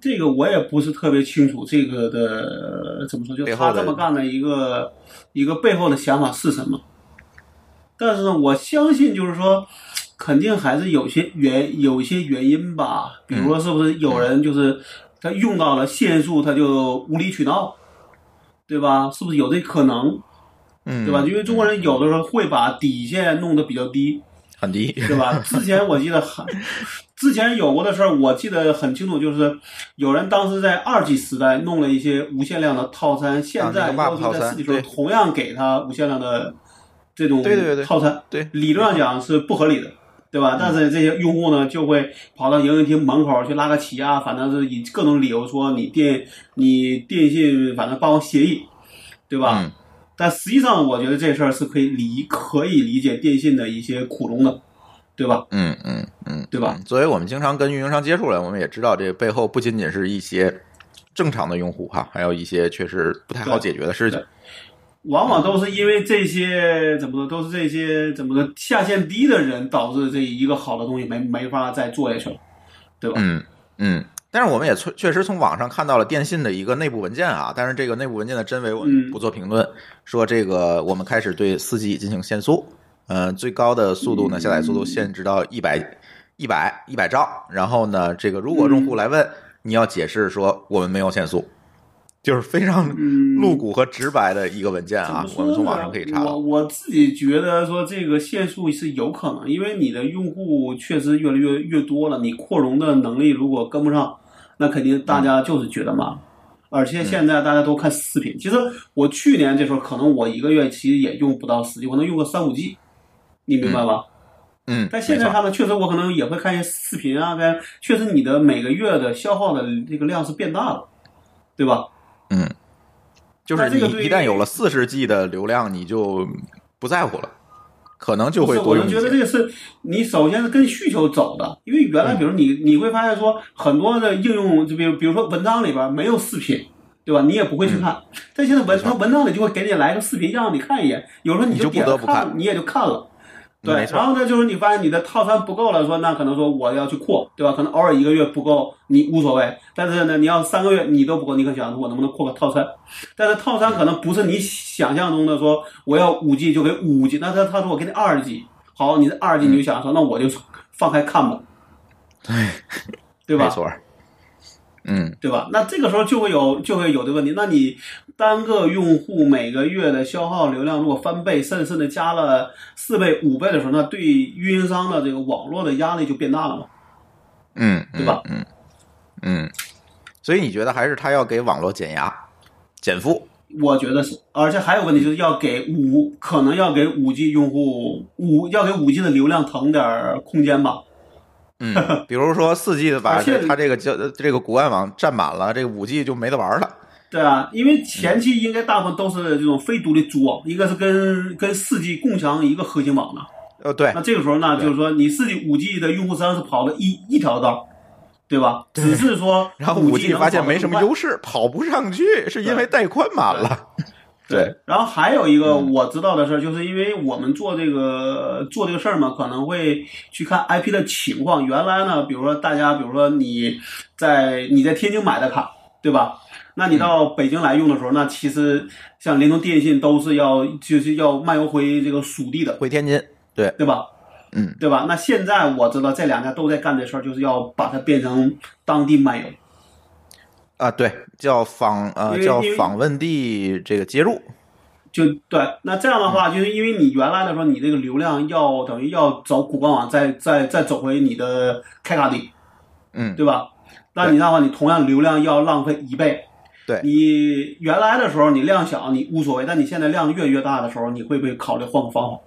这个我也不是特别清楚，这个的呃怎么说，就背后他的这么干的一个一个背后的想法是什么？但是呢，我相信就是说，肯定还是有些原有一些原因吧，比如嗯说是不是有人就是他用到了限速，他就无理取闹，对吧？是不是有这可能，嗯，对吧？因为中国人有的时候会把底线弄得比较低，很低，*laughs* 对吧？之前我记得很，之前有过的事儿，我记得很清楚，就是有人当时在二 G 时代弄了一些无限量的套餐，现在啊那个要 WAP 求在四 G 时候套餐对同样给他无限量的这种对对对套餐，对，嗯理论上讲是不合理的。对吧？但是这些用户呢，就会跑到营业厅门口去拉个旗啊，反正是以各种理由说你电你电信反正帮我协议，对吧？嗯但实际上，我觉得这事儿是可以理可以理解电信的一些苦衷的，对吧？嗯嗯嗯，对吧？作为我们经常跟运营商接触了，我们也知道这背后不仅仅是一些正常的用户哈，还有一些确实不太好解决的事情对。往往都是因为这些怎么说，都是这些怎么说下限低的人导致这一个好的东西没没法再做下去了，对吧？嗯嗯，但是我们也确确实从网上看到了电信的一个内部文件啊，但是这个内部文件的真伪我们嗯不做评论，说这个我们开始对四 G 进行限速，呃，最高的速度呢，下载速度限制到一百一百一百兆，然后呢，这个如果用户来问，你要解释说我们没有限速，就是非常嗯，露骨和直白的一个文件啊，怎么我说呢们从网上可以查我到。我自己觉得说这个限速是有可能，因为你的用户确实越来越越多了，你扩容的能力如果跟不上，那肯定嗯大家就是觉得慢。而且现在大家都看视频，其实我去年这时候可能我一个月其实也用不到十 G，我能用个三五 G，你明白吧？嗯，但现没在错它呢，确实我可能也会看一些视频啊，看确实你的每个月的消耗的这个量是变大了，对吧？嗯，就是但这你个对于一旦有了四十 G 的流量，你就不在乎了，可能就不会是，多我用就一觉得些。嗯这个是你首先是跟需求走的，因为原来比如你、你会发现说很多的应用，就比如比如说文章里边没有视频。对吧？你也不会去嗯看，但现在文它文章里就会给你来个视频，让你看一眼。有时候你你就不点得了不看，看嗯你也就看了，对，没错然后呢，就是你发现你的套餐不够了，说那可能说我要去扩，对吧？可能偶尔一个月不够，你无所谓。但是呢，你要三个月你都不够，你可想我能不能扩个套餐？但是套餐可能不是你想象中的说我要五 G 就给五 G，那他他说我给你二 G，好，你这二 G 你就想说、那我就放开看吧，对吧没？错儿。嗯，对吧？那这个时候就会有就会有的问题。那你单个用户每个月的消耗流量如果翻倍，甚至呢加了四倍、五倍的时候，那对运营商的这个网络的压力就变大了嘛？嗯，对吧嗯嗯，嗯所以你觉得还是他要给网络减压、减负？我觉得是，而且还有个问题就是要给五，可能要给五 G 用户五要给五 G 的流量腾点儿空间吧。 *laughs* 嗯，比如说四 G 的把而且这它这个叫这个国外网占满了，这个五 G 就没得玩了。对啊，因为前期应该大部分都是这种非独立组网，应该是跟跟四 G 共享一个核心网的。呃，对那，这个时候呢，就是说你四 G、五 G 的用户实际上是跑了一一条道，对吧？只是说然后五五 G G 发现没什么优。优势，跑不上去，是因为带宽满了。 *laughs* 对，然后还有一个我知道的事儿，就是因为我们做这个做这个事儿嘛，可能会去看 IP 的情况。原来呢，比如说大家，比如说你在你在天津买的卡，对吧？那你到北京来用的时候，那其实像联通、电信都是要就是要漫游回这个属地的，回天津，对，对吧？嗯，对吧？那现在我知道这两家都在干这事儿，就是要把它变成当地漫游。啊，对，叫访因呃为叫因为访问地这个接入，就对，那这样的话，嗯就是因为你原来的时候，你这个流量要等于要走主官网，再再再走回你的开卡地，嗯，对吧？那你的话，你同样流量要浪费一倍。对你原来的时候，你量小你无所谓，但你现在量越来越大的时候，你会不会考虑换个方法？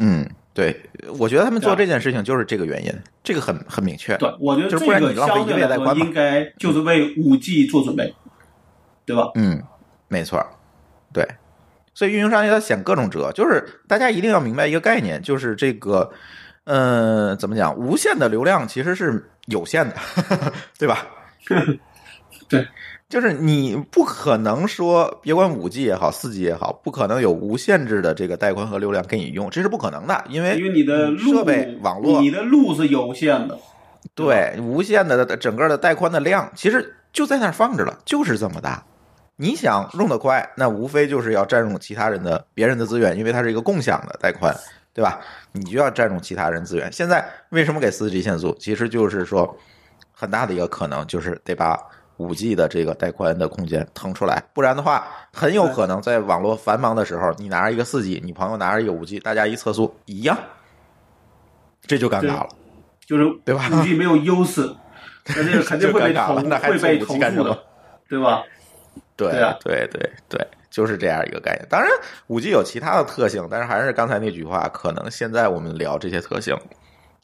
嗯，对，我觉得他们做对这啊件事情就是这个原因，这个很很明确。对，我觉得就这是不然个你浪费相一对倍来带说宽嘛应该就是为五 G 做准备，对吧？嗯，没错儿，对。所以运营商他想各种辙，就是大家一定要明白一个概念，就是这个，呃，怎么讲，无限的流量其实是有限的， *laughs* 对吧？ *laughs* 对，就是你不可能说，别管五 G 也好，四 G 也好，不可能有无限制的这个带宽和流量给你用，这是不可能的，因为因为你的嗯路设备网络你的路是有限的，对，无限的呃整个的带宽的量，其实就在那儿放着了，就是这么大。你想用得快，那无非就是要占用其他人的别人的资源，因为它是一个共享的带宽，对吧？你就要占用其他人资源。现在为什么给四 G 限速？其实就是说，很大的一个可能就是得把五 G 的这个带宽的空间腾出来，不然的话，很有可能在网络繁忙的时候，你拿着一个四 G，你朋友拿着一个五 G，大家一测速一样，这就尴对尬了。就是对吧五 G 没有优 *laughs* 势，那这个肯定会被就尴尬投了那还会被做投武器干什诉么的，对吧？对对啊对对对就是这样一个概念。当然，五 G 有其他的特性，但是还是刚才那句话，可能现在我们聊这些特性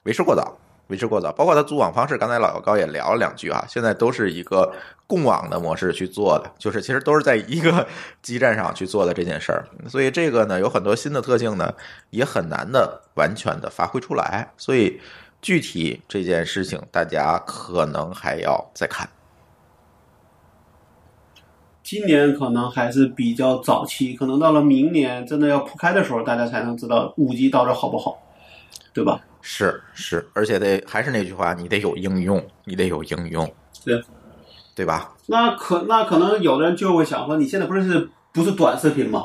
为时过早，为时过早。包括它组网方式，刚才老高也聊了两句啊，现在都是一个共网的模式去做的，就是其实都是在一个 *laughs* 基站上去做的这件事儿。所以这个呢，有很多新的特性呢，也很难的完全的发挥出来。所以具体这件事情，大家可能还要再看。今年可能还是比较早期，可能到了明年真的要铺开的时候，大家才能知道五 G 到底好不好，对吧？是是，而且得还是那句话，你得有应用，你得有应用，对对吧？那可那可能有的人就会想说，你现在不是不是短视频吗？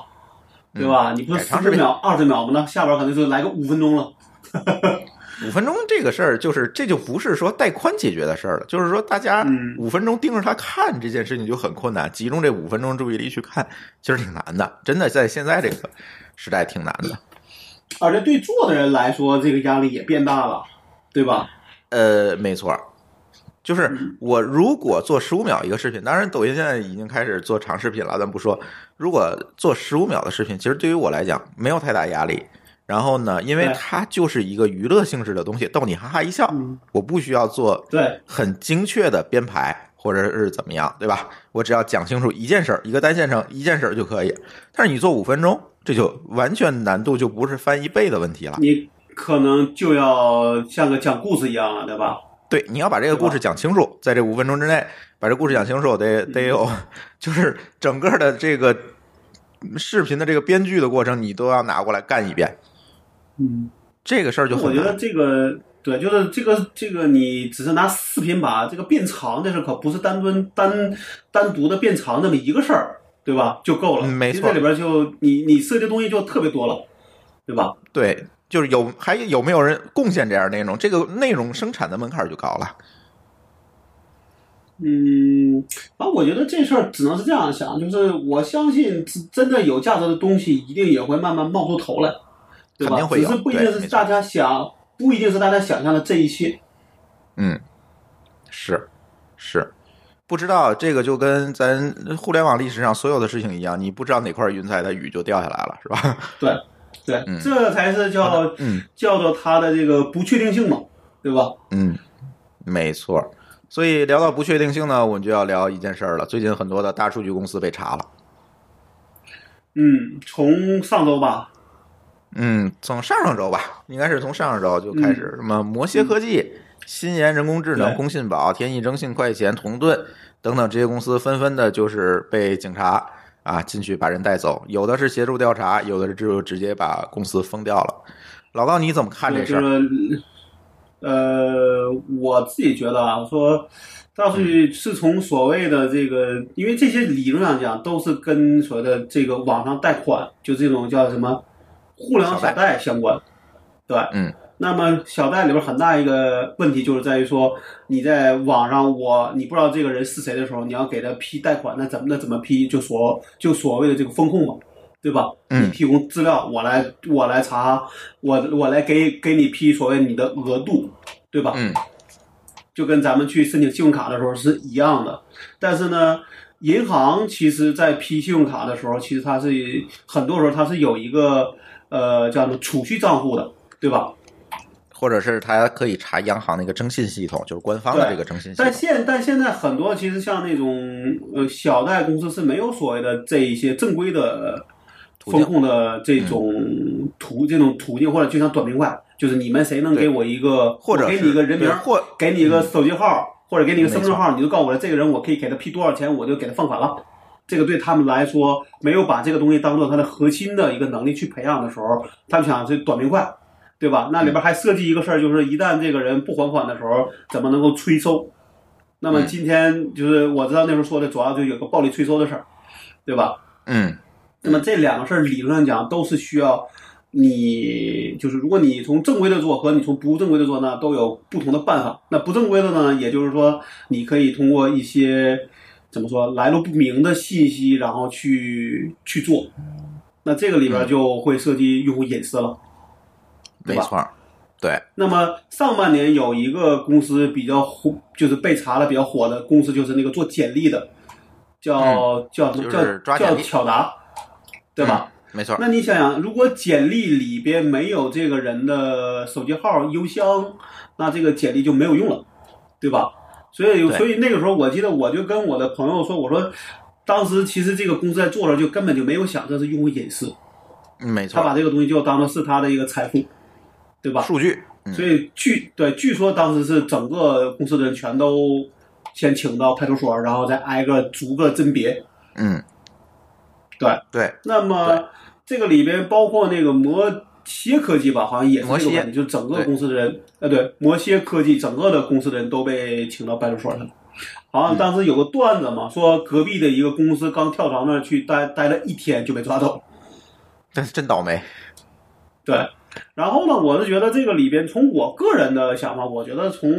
对吧？你不是嗯改十长视五频秒、二十秒吗？那下边可能就来个五分钟了。五分钟这个事儿，就是这就不是说带宽解决的事儿了，就是说大家嗯五分钟盯着它看这件事情就很困难，集中这五分钟注意力去看，其实挺难的，真的在现在这个时代挺难的。而且对做的人来说，这个压力也变大了，对吧？呃，没错儿，就是我如果做十五秒一个视频，当然抖音现在已经开始做长视频了，咱不说。如果做十五秒的视频，其实对于我来讲没有太大压力。然后呢，因为对它就是一个娱乐性质的东西，逗你哈哈一笑，嗯我不需要做对很精确的编排或者是怎么样，对吧？我只要讲清楚一件事儿，一个单线程一件事儿就可以。但是你做五分钟，这就完全难度就不是翻一倍的问题了。你可能就要像个讲故事一样了，对吧？对，你要把这个对吧嗯故事讲清楚，在这五分钟之内把这故事讲清楚，得得有，就是整个的这个视频的这个编剧的过程，你都要拿过来干一遍，嗯，这个事儿就我很觉得难。这个对，就是这个这个，你只是拿视频把这个变长这事儿，可不是单纯单单独的变长那么一个事儿，对吧？就够了。嗯没其实错这里边就你你涉及的东西就特别多了，对吧？对，就是有还有没有人贡献这样内容？这个内容生产的门槛就高了。嗯，啊，我觉得这事儿只能是这样想，就是我相信真的有价值的东西，一定也会慢慢冒出头来，对吧？肯定会有只是不一定对没错是大家想，不一定是大家想象的这一切。嗯，是是，不知道这个就跟咱互联网历史上所有的事情一样，你不知道哪块云彩它雨就掉下来了，是吧？对，嗯这才是叫、嗯叫做它的这个不确定性嘛，对吧？嗯，没错。所以聊到不确定性呢，我们就要聊一件事儿了。最近很多的大数据公司被查了。嗯，从上周吧，嗯，从上上周吧，应该是从上上周就开始，什么摩蝎科技、新研人工智能、嗯对工信宝、天翼征信、快钱、同盾等等这些公司，纷纷的就是被警察啊进去把人带走，有的是协助调查，有的是就直接把公司封掉了。老高，你怎么看这就事儿？是呃，我自己觉得啊，说大数据是从所谓的这个，因为这些理论上讲都是跟所谓的这个网上贷款，就这种叫什么互联网小贷相关，对吧？嗯。那么小贷里边很大一个问题就是在于说，你在网上我你不知道这个人是谁的时候，你要给他批贷款，那怎么那怎么批？就所就所谓的这个风控嘛，对吧？嗯你提供资料，我来我来查，我我来给给你批所谓你的额度，对吧？嗯就跟咱们去申请信用卡的时候是一样的。但是呢，银行其实在批信用卡的时候，其实它是很多时候它是有一个呃叫什么储蓄账户的，对吧？或者是他可以查央行那个征信系统，就是官方的对这个征信系但统。现但现在很多其实像那种呃小贷公司是没有所谓的这一些正规的途径嗯风控的这种途这种途径，或者就像短平快，就是你们谁能对给我一个，或者我给是你一个人对名儿，或给你一个手机号，或者给你一个身份证嗯没错号，你就告诉我了，这个人我可以给他批多少钱，我就给他放款了。这个对他们来说，没有把这个东西当做他的核心的一个能力去培养的时候，他们想这短平快，对吧？那里嗯边还涉及一个事儿，就是一旦这个人不还款的时候，怎么能够催收？那么嗯今天就是我知道那时候说的，主要就有个暴力催收的事儿，对吧？嗯那么这两个事儿理论上讲都是需要你，就是如果你从正规的做和你从不正规的做呢，都有不同的办法。那不正规的呢，也就是说你可以通过一些怎么说来路不明的信息，然后去去做。那这个里边就会涉及用户隐私了。对没吧错儿，对，那么上半年有一个公司比较火，就是被查了比较火的公司，就是那个做简历的，叫、叫什么？嗯就是抓叫简叫历巧达，对吧？嗯？没错儿，那你想想，如果简历里边没有这个人的手机号、邮箱，那这个简历就没有用了，对吧？所以，对所以那个时候，我记得我就跟我的朋友说，我说，当时其实这个公司在做的时候，就根本就没有想这是用户隐私，嗯没错他把儿，这个东西就当做是他的一个财富，对吧？数据，嗯所以据对，据说当时是整个公司的人全都先请到派出所，然后再挨个逐个甄别，嗯，对对，那么这个里边包括那个摩蝎科技吧，好像也是这摩个蝎问题，就整个公司的人，呃，对，摩蝎科技整个的公司的人都被请到派出所嗯去了。好像当时有个段子嘛，说隔壁的一个公司刚跳槽那儿去待待了一天就被抓走。真真倒霉。对，然后呢，我是觉得这个里边，从我个人的想法，我觉得从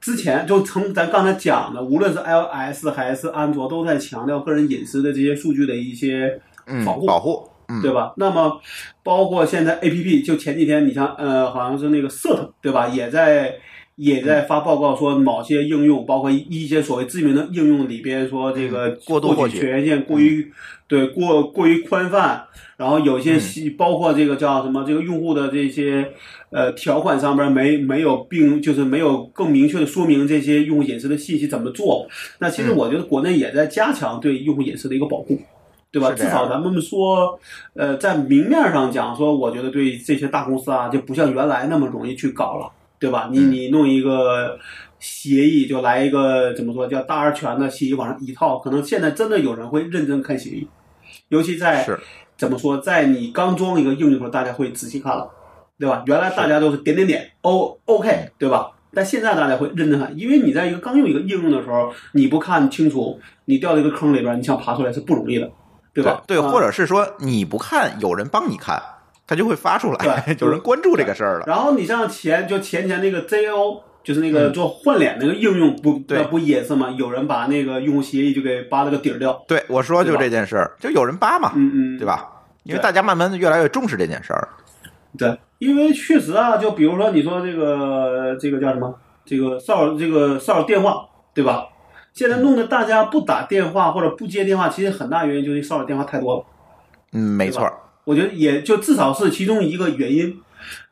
之前就从咱刚才讲的，无论是 iOS 还是安卓，都在强调个人隐私的这些数据的一些嗯，保护保护，嗯，对吧？那么包括现在 A P P，就前几天你像呃，好像是那个 Cert 对吧，也在也嗯在发报告说某些应用，包括一些所谓知名的应用里边说这个嗯过度获取嗯取权限过于对过过于宽泛，然后有嗯些细包括这个叫什么这个用户的这些呃条款上边没没有并就是没有更明确的说明这些用户隐私的信息怎么做。那其实嗯我觉得国内也在加强对用户隐私的一个保护。对吧？是这至样少咱们说，呃，在明面上讲说，我觉得对这些大公司啊，就不像原来那么容易去搞了，对吧？你嗯你弄一个协议，就来一个怎么说叫大而全的协议往上一套，可能现在真的有人会认真看协议，尤其在是怎么说，在你刚装一个应用的时候，大家会仔细看了。对吧？原来大家都是点点点，O OK，对吧？但现在大家会认真看，因为你在一个刚用一个应用的时候，你不看清楚，你掉到一个坑里边，你想爬出来是不容易的，对吧？对，啊或者是说你不看，有人帮你看，它就会发出来，对 *laughs* 有人关注这个事儿了。然后你像前就前年那个 ZO，就是那个做换脸那个应用不，嗯对那不也是吗？有人把那个用户协议就给扒了个底儿掉，对，我说就对吧这件事儿，就有人扒嘛，嗯嗯，对吧？因为对大家慢慢的越来越重视这件事儿。对，因为确实啊，就比如说你说这个这个叫什么，这个骚扰这个骚扰电话，对吧？现在弄得大家不打电话或者不接电话，其实很大原因就是骚扰电话太多了。嗯，没对吧错儿，我觉得也就至少是其中一个原因。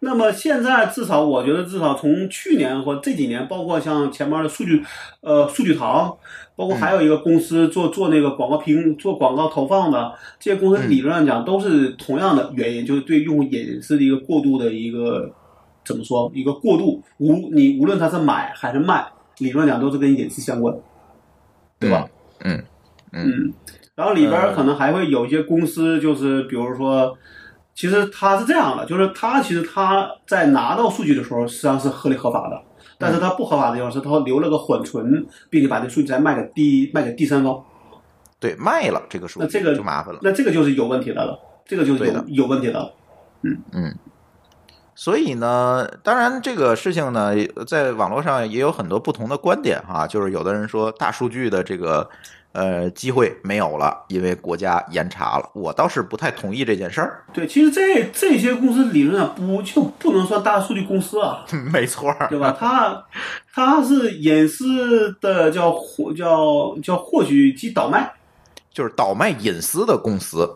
那么现在至少我觉得至少从去年或这几年，包括像前面的数据，呃，数据堂，包括还有一个公司做做那个广告屏做广告投放的，这些公司嗯理论上讲都是同样的原因，就是对用户隐私的一个过度的一个怎么说一个过度，无你无论他是买还是卖，理论讲都是跟隐私相关。对吧？嗯，然后里边儿可能还会有一些公司，就是比如说，其实他是这样的，就是他其实他在拿到数据的时候，实际上是合理合法的，但是他不合法的地方是他留了个缓存，并且把这数据再卖给第卖给第三方，对，卖了这个数那据这个就麻烦了。那这个就是有问题的了，这个就是对有的有问题的了。所以呢，当然这个事情呢，在网络上也有很多不同的观点哈，就是有的人说大数据的这个呃机会没有了，因为国家严查了。我倒是不太同意这件事儿。 *laughs* 对，其实这这些公司理论上不就不能算大数据公司啊，没错儿， *laughs* 对吧？它它是隐私的叫获叫叫获取及倒卖。就是倒卖隐私的公司，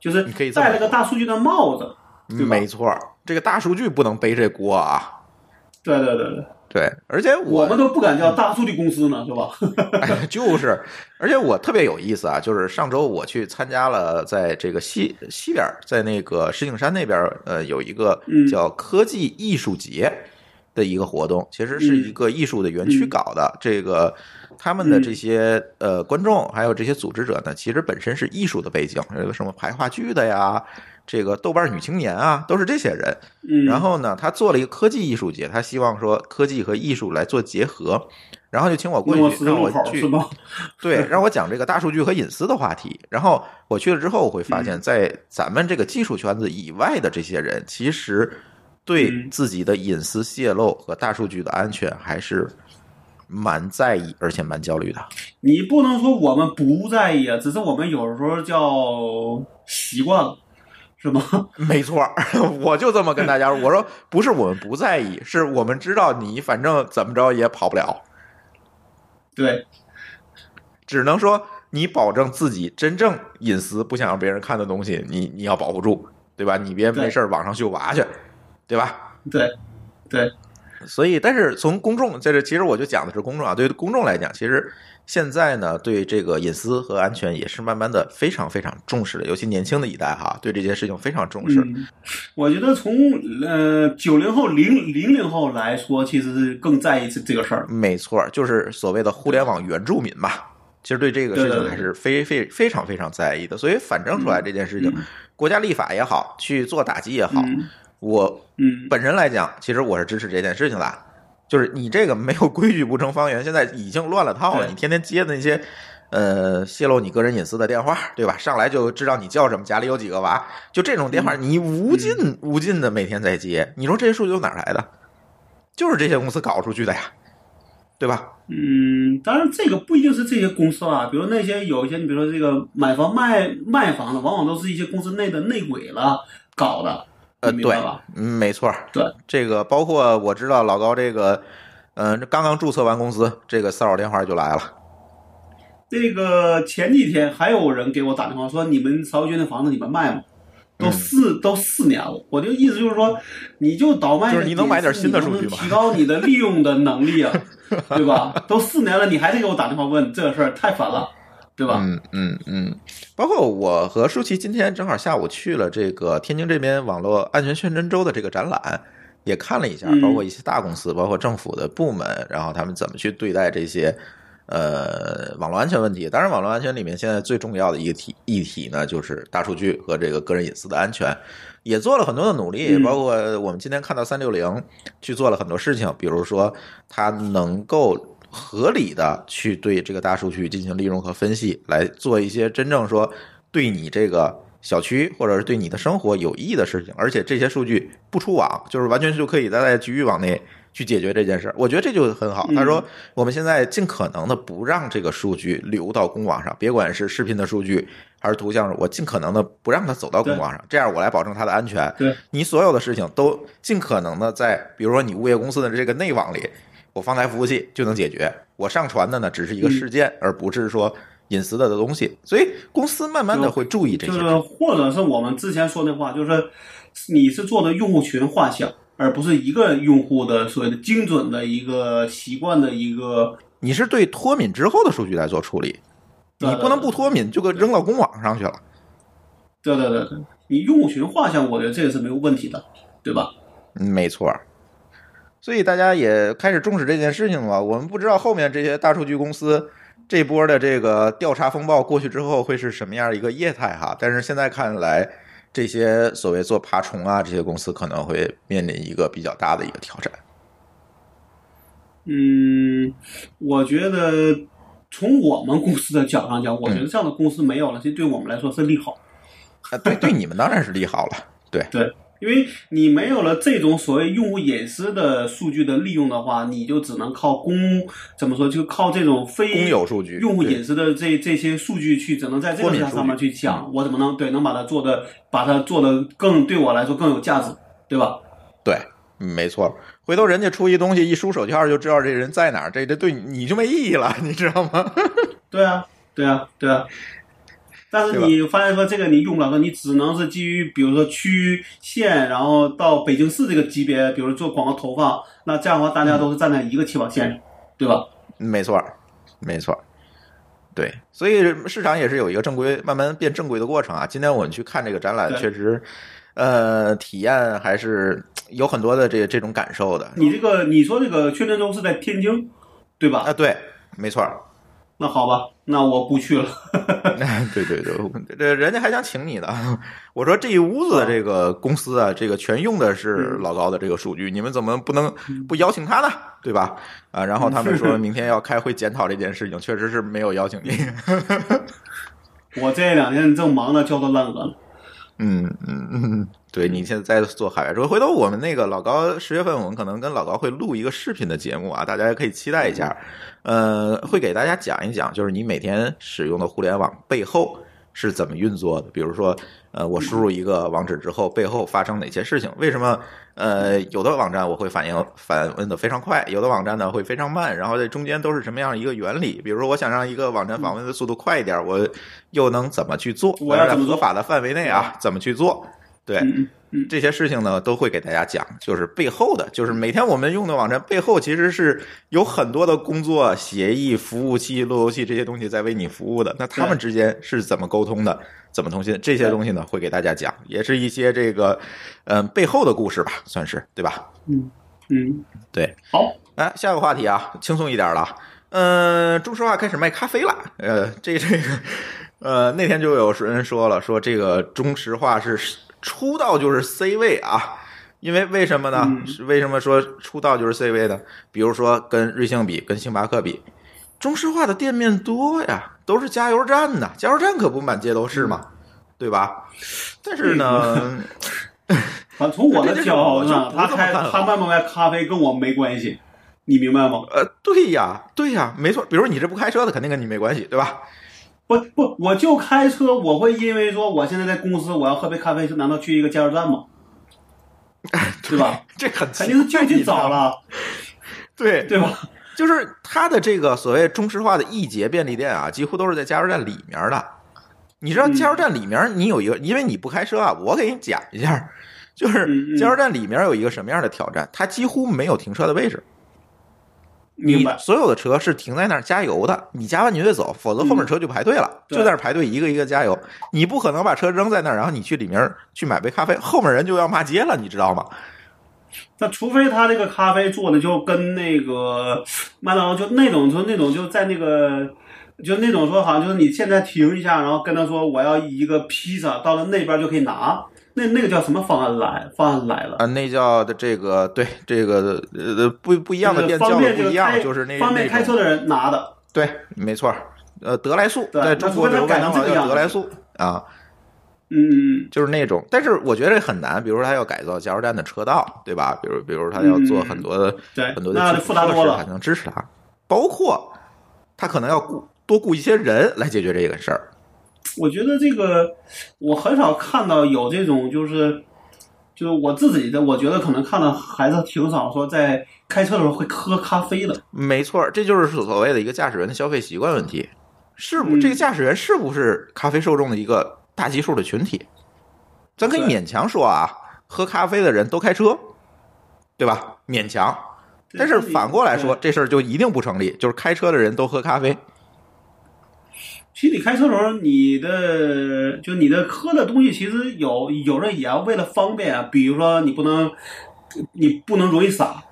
就是你可以这么戴了个大数据的帽子。对吧没错儿，这个大数据不能背这锅啊。对对对对，对，而且我们都不敢叫大数据公司呢，是吧？ *laughs* *laughs* 哎，就是，而且我特别有意思啊，就是上周我去参加了，在这个西西边儿，在那个石景山那边儿，呃，有一个嗯叫科技艺术节的一个活动，其实是一个艺术的园区嗯搞的。这个他们的这嗯些呃观众还有这些组织者呢，其实本身是艺术的背景，有什么排话剧的呀，这个豆瓣女青年啊，都是这些人。嗯，然后呢，他做了一个科技艺术节，他希望说科技和艺术来做结合，然后就请我过弄个去十字让路我口去是吧？对， *laughs* 让我讲这个大数据和隐私的话题。然后我去了之后，我会发现，在咱们这个技术圈子以外的这些人，其实对嗯自己的隐私泄露和大数据的安全还是蛮在意，而且蛮焦虑的。你不能说我们不在意啊，只是我们有时候叫习惯了，是吗？ *laughs* 没错儿， *laughs* 我就这么跟大家说，我说不是我们不在意，是我们知道你反正怎么着也跑不了， *laughs* 对，只能说你保证自己真正隐私不想让别人看的东西，你你要保护住，对吧？你别没对事儿网上秀娃去，对吧？对，对，所以，但是从公众在这，其实我就讲的是公众啊。对于公众来讲，其实现在呢，对这个隐私和安全也是慢慢的非常非常重视的，尤其年轻的一代哈，对这件事情非常重视。嗯，我觉得从呃九零后、零零零后来说，其实是更在意这这个事儿。没错，就是所谓的互联网原住民吧。其实对这个事情还是非非非常非常在意的。所以反正出来这件事情，国家立法也好，去做打击也好，嗯我嗯，本人来讲，其实我是支持这件事情的。就是你这个没有规矩不成方圆，现在已经乱了套了。对你天天接的那些，呃，泄露你个人隐私的电话，对吧？上来就知道你叫什么，家里有几个娃，就这种电嗯话，你无尽、无尽的每天在接。你说这些数据由哪儿来的？就是这些公司搞出去的呀，对吧？嗯，当然这个不一定是这些公司啊啦，比如那些有一些，你比如说这个买房卖卖房的，往往都是一些公司内的内鬼了搞的，呃，你明白对吧？，嗯，没错儿，对这个包括我知道老高这个，嗯、这刚刚注册完公司，这个骚扰电话就来了。这个前几天还有人给我打电话说，你们曹军的房子你们卖吗？都嗯四、都四年了，我就意思就是说，你就倒卖，就是你能买点新的数据吗你能不能提高你的利用的能 *laughs* 力啊，对吧？都四年了，你还得给我打电话问这事儿，太烦了，对吧？嗯嗯嗯，包括我和舒淇今天正好下午去了这个天津这边网络安全宣传周的这个展览，也看了一下，嗯包括一些大公司，包括政府的部门，然后他们怎么去对待这些呃网络安全问题。当然，网络安全里面现在最重要的一个题议题呢，就是大数据和这个个人隐私的安全，也做了很多的努力，嗯包括我们今天看到三六零去做了很多事情，比如说它能够。合理的去对这个大数据进行利用和分析，来做一些真正说对你这个小区或者是对你的生活有益的事情，而且这些数据不出网，就是完全就可以在局域网内去解决这件事儿。我觉得这就很好。嗯他说，我们现在尽可能的不让这个数据流到公网上，别管是视频的数据还是图像，我尽可能的不让它走到公网上，这样我来保证它的安全。对，你所有的事情都尽可能的在，比如说你物业公司的这个内网里，我放台服务器就能解决。我上传的呢，只是一个嗯事件，而不是说隐私的东西。所以公司慢慢的会注意这就些。是或者是我们之前说那话，就是你是做的用户群画像，而不是一个用户的所谓的精准的一个习惯的一个。你是对脱敏之后的数据来做处理，对你不能对不脱敏就给扔到公网上去了。对对对对，你用户群画像，我觉得这个是没有问题的，对吧？嗯，没错儿。所以大家也开始重视这件事情了。我们不知道后面这些大数据公司这波的这个调查风暴过去之后会是什么样一个业态哈，但是现在看来，这些所谓做爬虫啊这些公司可能会面临一个比较大的一个挑战。嗯，我觉得从我们公司的角度上讲，我嗯觉得这样的公司没有了，这对我们来说是利好。啊，对，对你们当然是利好了。对，因为你没有了这种所谓用户隐私的数据的利用的话，你就只能靠公怎么说，就靠这种非公有数据，用户对隐私的这这些数据去，只能在这个上上面去脱敏讲，我怎么能对能把它做的把它做的更对我来说更有价值，对吧？对，嗯没错。回头人家出一东西，一输手机号就知道这人在哪儿，这这对你你就没意义了，你知道吗？对啊，对啊，对啊。但是你发现说这个你用不了，说你只能是基于比如说区县，然后到北京市这个级别，比如做广告投放，那这样的话大家都是站在一个起跑线上，嗯对吧？没错儿，没错儿，对，所以市场也是有一个正规慢慢变正规的过程啊。今天我们去看这个展览，对确实，呃，体验还是有很多的这这种感受的你这个你说这个确认中是在天津，对吧？啊。对，没错 *laughs* 儿，那好吧，那我不去了。对对对，这人家还想请你呢。我说这一屋子的这个公司啊，这个全用的嗯是老高的这个数据，你们怎么不能不邀请他呢？对吧？啊，然后他们嗯说明天要开会检讨这件事情，确实是没有邀请 *laughs* 你。我这两天正忙着焦头烂额呢。嗯嗯嗯，对你现在在做海外说，回头我们那个老高十月份，我们可能跟老高会录一个视频的节目啊，大家也可以期待一下。嗯呃，会给大家讲一讲，就是你每天使用的互联网背后是怎么运作的。比如说，呃，我输入一个网址之后，背后发生哪些事情？为什么？呃，有的网站我会反应反问的非常快，有的网站呢会非常慢，然后这中间都是什么样一个原理？比如说，我想让一个网站访问的速度快一点，我又能怎么去做？嗯我要在怎么合做法的范围内啊，怎么去做？对，嗯嗯嗯，这些事情呢，都会给大家讲，就是背后的，就是每天我们用的网站背后其实是有很多的工作协议、服务器、路由器这些东西在为你服务的。那他们之间是怎么沟通的？怎么通信？这些东西呢，会给大家讲，也是一些这个嗯、背后的故事吧，算是对吧？嗯，对，好，哎，下个话题啊，轻松一点了。嗯、中石化开始卖咖啡了。呃，这这个，呃，那天就有人说了，说这个中石化是出道就是 C 位啊。因为为什么呢？嗯是为什么说出道就是 C 位呢？比如说跟瑞幸比，跟星巴克比，中石化的店面多呀，都是加油站呐，加油站可不满街都是嘛，对吧？但是呢，反正从我的角度这就上，是我他就不这么开看了他卖不卖咖啡跟我没关系，你明白吗？呃，对呀，对呀，没错。比如你这不开车的，肯定跟你没关系，对吧？不不，我就开车，我会因为说我现在在公司，我要喝杯咖啡，难道去一个加油 *laughs* 站吗？对吧？这很肯定是就近了。找了，对，对吧？就是它的这个所谓中石化的一节便利店啊，几乎都是在加油站里面的。你知道嗯加油站里面你有一个，因为你不开车啊，我给你讲一下，就嗯是嗯加油站里面有一个什么样的挑战，它几乎没有停车的位置。明你白？所有的车是停在那儿加油的，你加完你就得走，否则后面车就排队了，嗯对就在那儿排队一个一个加油。你不可能把车扔在那儿，然后你去里面去买杯咖啡，后面人就要骂街了，你知道吗？那除非他这个咖啡做的就跟那个麦当劳就那种就那种就在那个。就那种说，好像就是你现在停一下，然后跟他说我要一个披萨，到了那边就可以拿。那那个叫什么方案来？方案来了啊，那叫的这个对这个呃不不一样的就店是方叫的便不一开样，就是那方便那开种车的人拿的。对，没错儿，呃德来速对在那中除国非他德麦改当成劳这个叫样德来子速啊，嗯，就是那种，但是我觉得很难，比如说他要改造加油站的车道，对吧？比如比如他要做嗯很多的对很多，的那基础复杂设多施才了。能支持他，包括他可能要雇多雇一些人来解决这个事儿。我觉得这个我很少看到有这种就是。就是我自己的，我觉得可能看到孩子挺少说在开车的时候会喝咖啡的。没错，这就是所谓的一个驾驶员的消费习惯问题，是不？嗯这个驾驶员是不是咖啡受众的一个大基数的群体？咱可以对勉强说啊，喝咖啡的人都开车，对吧？勉强。但是反过来说，对，这事儿就一定不成立，就是开车的人都喝咖啡。其实你开车的时候，你的就你的喝的东西，其实有有人也要为了方便啊，比如说你不能，你不能容易洒，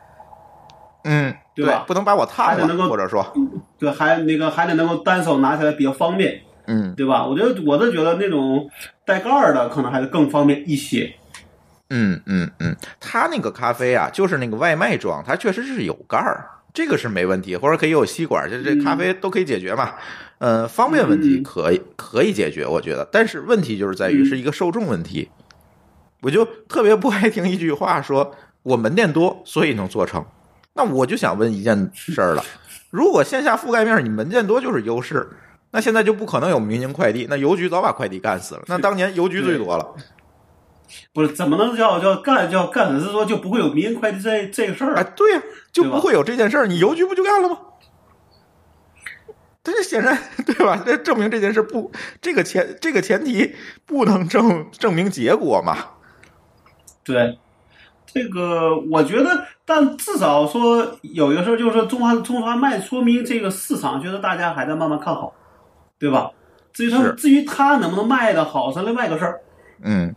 嗯，对吧不能把我烫还得能了，够或者说，对，还那个还得能够单手拿起来比较方便，嗯对吧？我觉得我是觉得那种带盖儿的可能还是更方便一些。嗯嗯嗯，他那个咖啡啊，就是那个外卖装，它确实是有盖儿，这个是没问题，或者可以有吸管，就是这嗯咖啡都可以解决嘛。嗯、呃，方便问题嗯可以可以解决，我觉得，但是问题就是在于嗯是一个受众问题。我就特别不爱听一句话说，我门店多，所以能做成。那我就想问一件事儿了：如果线下覆盖面你门店多就是优势，那现在就不可能有民营快递，那邮局早把快递干死了。那当年邮局最多了，不是怎么能叫叫干叫干死？是说就不会有民营快递这这个事儿哎啊？，对呀、就对不吧会有这件事儿，你邮局不就干了吗？但是显然，对吧？这证明这件事不，这个前这个前提不能证证明结果嘛。对，这个我觉得，但至少说有一个事儿，就是说中华中华麦说明这个市场，觉得大家还在慢慢看好，对吧？至于是他至于他能不能卖的好是另外一个事儿。嗯，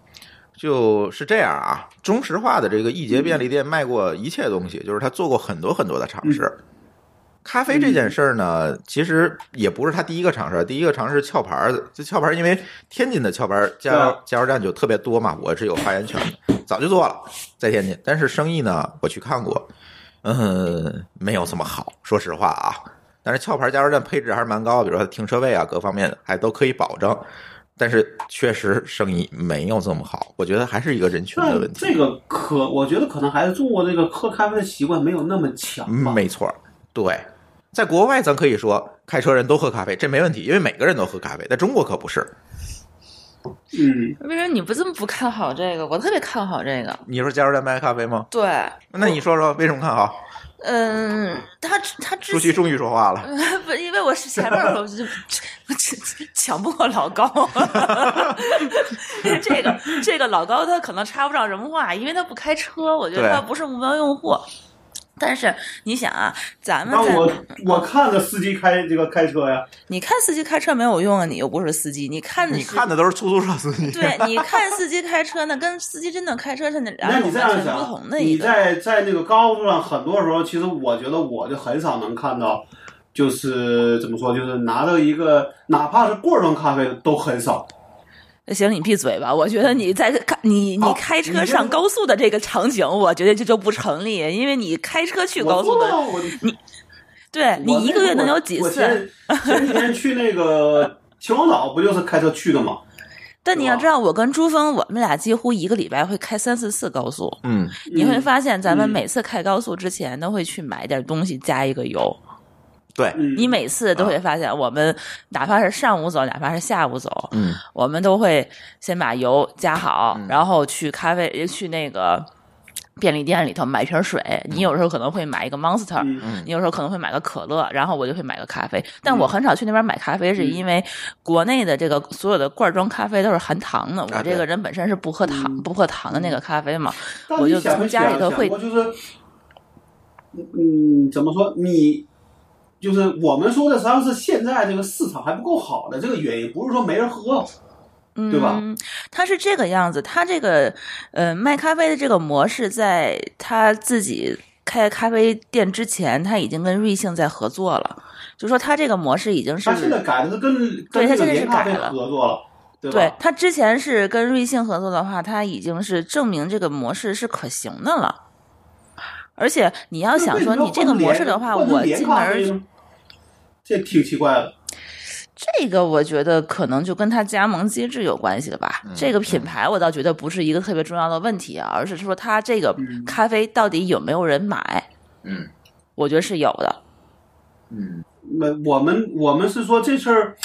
就是这样啊。中石化的这个易捷便利店卖过一切东西，就是他做过很多很多的尝试。咖啡这件事儿呢，其实也不是他第一个尝试，第一个尝试壳牌儿的，这壳牌儿因为天津的壳牌儿加对油啊加油站就特别多嘛，我是有发言权的，早就做了在天津，但是生意呢，我去看过，嗯，没有这么好，说实话啊。但是壳牌加油站配置还是蛮高的，比如说它停车位啊，各方面还都可以保证。但是确实生意没有这么好，我觉得还是一个人群的但问题。这个可，我觉得可能还是中国这个喝咖啡的习惯没有那么强吧。嗯没错儿，对，在国外咱可以说开车人都喝咖啡，这没问题，因为每个人都喝咖啡。在中国可不是。嗯，为什么你不这么不看好这个？我特别看好这个。你说加油站卖咖啡吗？对，那你说说为什么看好？嗯，他他之舒淇前终于说话了。不，因为我是前面儿我就我就抢不过老 *laughs* 高，这个这个老高他可能插不上什么话，因为他不开车，我觉得对他不是目标用户。但是你想啊，咱们那在我我看着司机开这个开车呀，你看司机开车没有用啊，你又不是司机，你 *laughs* 看你是看的都是出租车司机。 *laughs* 对，你看司机开车那跟司机真正开车是那那两你种这完样全不同想，的你一个。在在那个高速上，很多时候其实我觉得我就很少能看到，就是怎么说，就是拿着一个哪怕是罐装咖啡都很少。行，你闭嘴吧！我觉得你在看你你好开哦你车这上高速的这个场景，我觉得这就不成立，因为你开车去我高做速的，到我对我你一那个会月儿能有几我次？ *laughs* 前前几天去那个秦皇岛，不就是开车去的吗？但你要对吧知道，我跟朱峰，我们俩几乎一个礼拜会开三四次高速。嗯，你会发现，咱们嗯每次开高速之前都会去买点东西加一个油。对，嗯，你每次都会发现，我们哪怕是上午走，哪怕是下午走，嗯，我们都会先把油加好嗯，然后去咖啡去那个便利店里头买瓶水。你有时候可能会买一个 Monster，嗯你有时候可能会买个可乐，然后我就会买个咖啡。但我很少去那边买咖啡，是嗯因为国内的这个所有的罐装咖啡都是含糖的，我对这个人本身是不喝糖、不喝糖的那个咖啡嘛。但我你就想从没家里想头想会过就是，嗯，怎么说？你就是我们说的，实际上是现在这个市场还不够好的这个原因，不是说没人喝，对吧嗯，它是这个样子，它这个呃卖咖啡的这个模式，在他自己开咖啡店之前，他已经跟瑞幸在合作了，就说他这个模式已经是他现在改的是跟对跟他那现个在是联咖啡改了合作了，对吧？对他之前是跟瑞幸合作的话，他已经是证明这个模式是可行的了。而且你要想说你这个模式的话，那为什么我换成进连咖啡门呢这挺奇怪的。这个我觉得可能就跟他加盟机制有关系了嗯吧。这个品牌我倒觉得不是一个特别重要的问题啊，而是说他这个嗯咖啡到底有没有人买，嗯我觉得是有的。嗯那我们我们是说这事儿，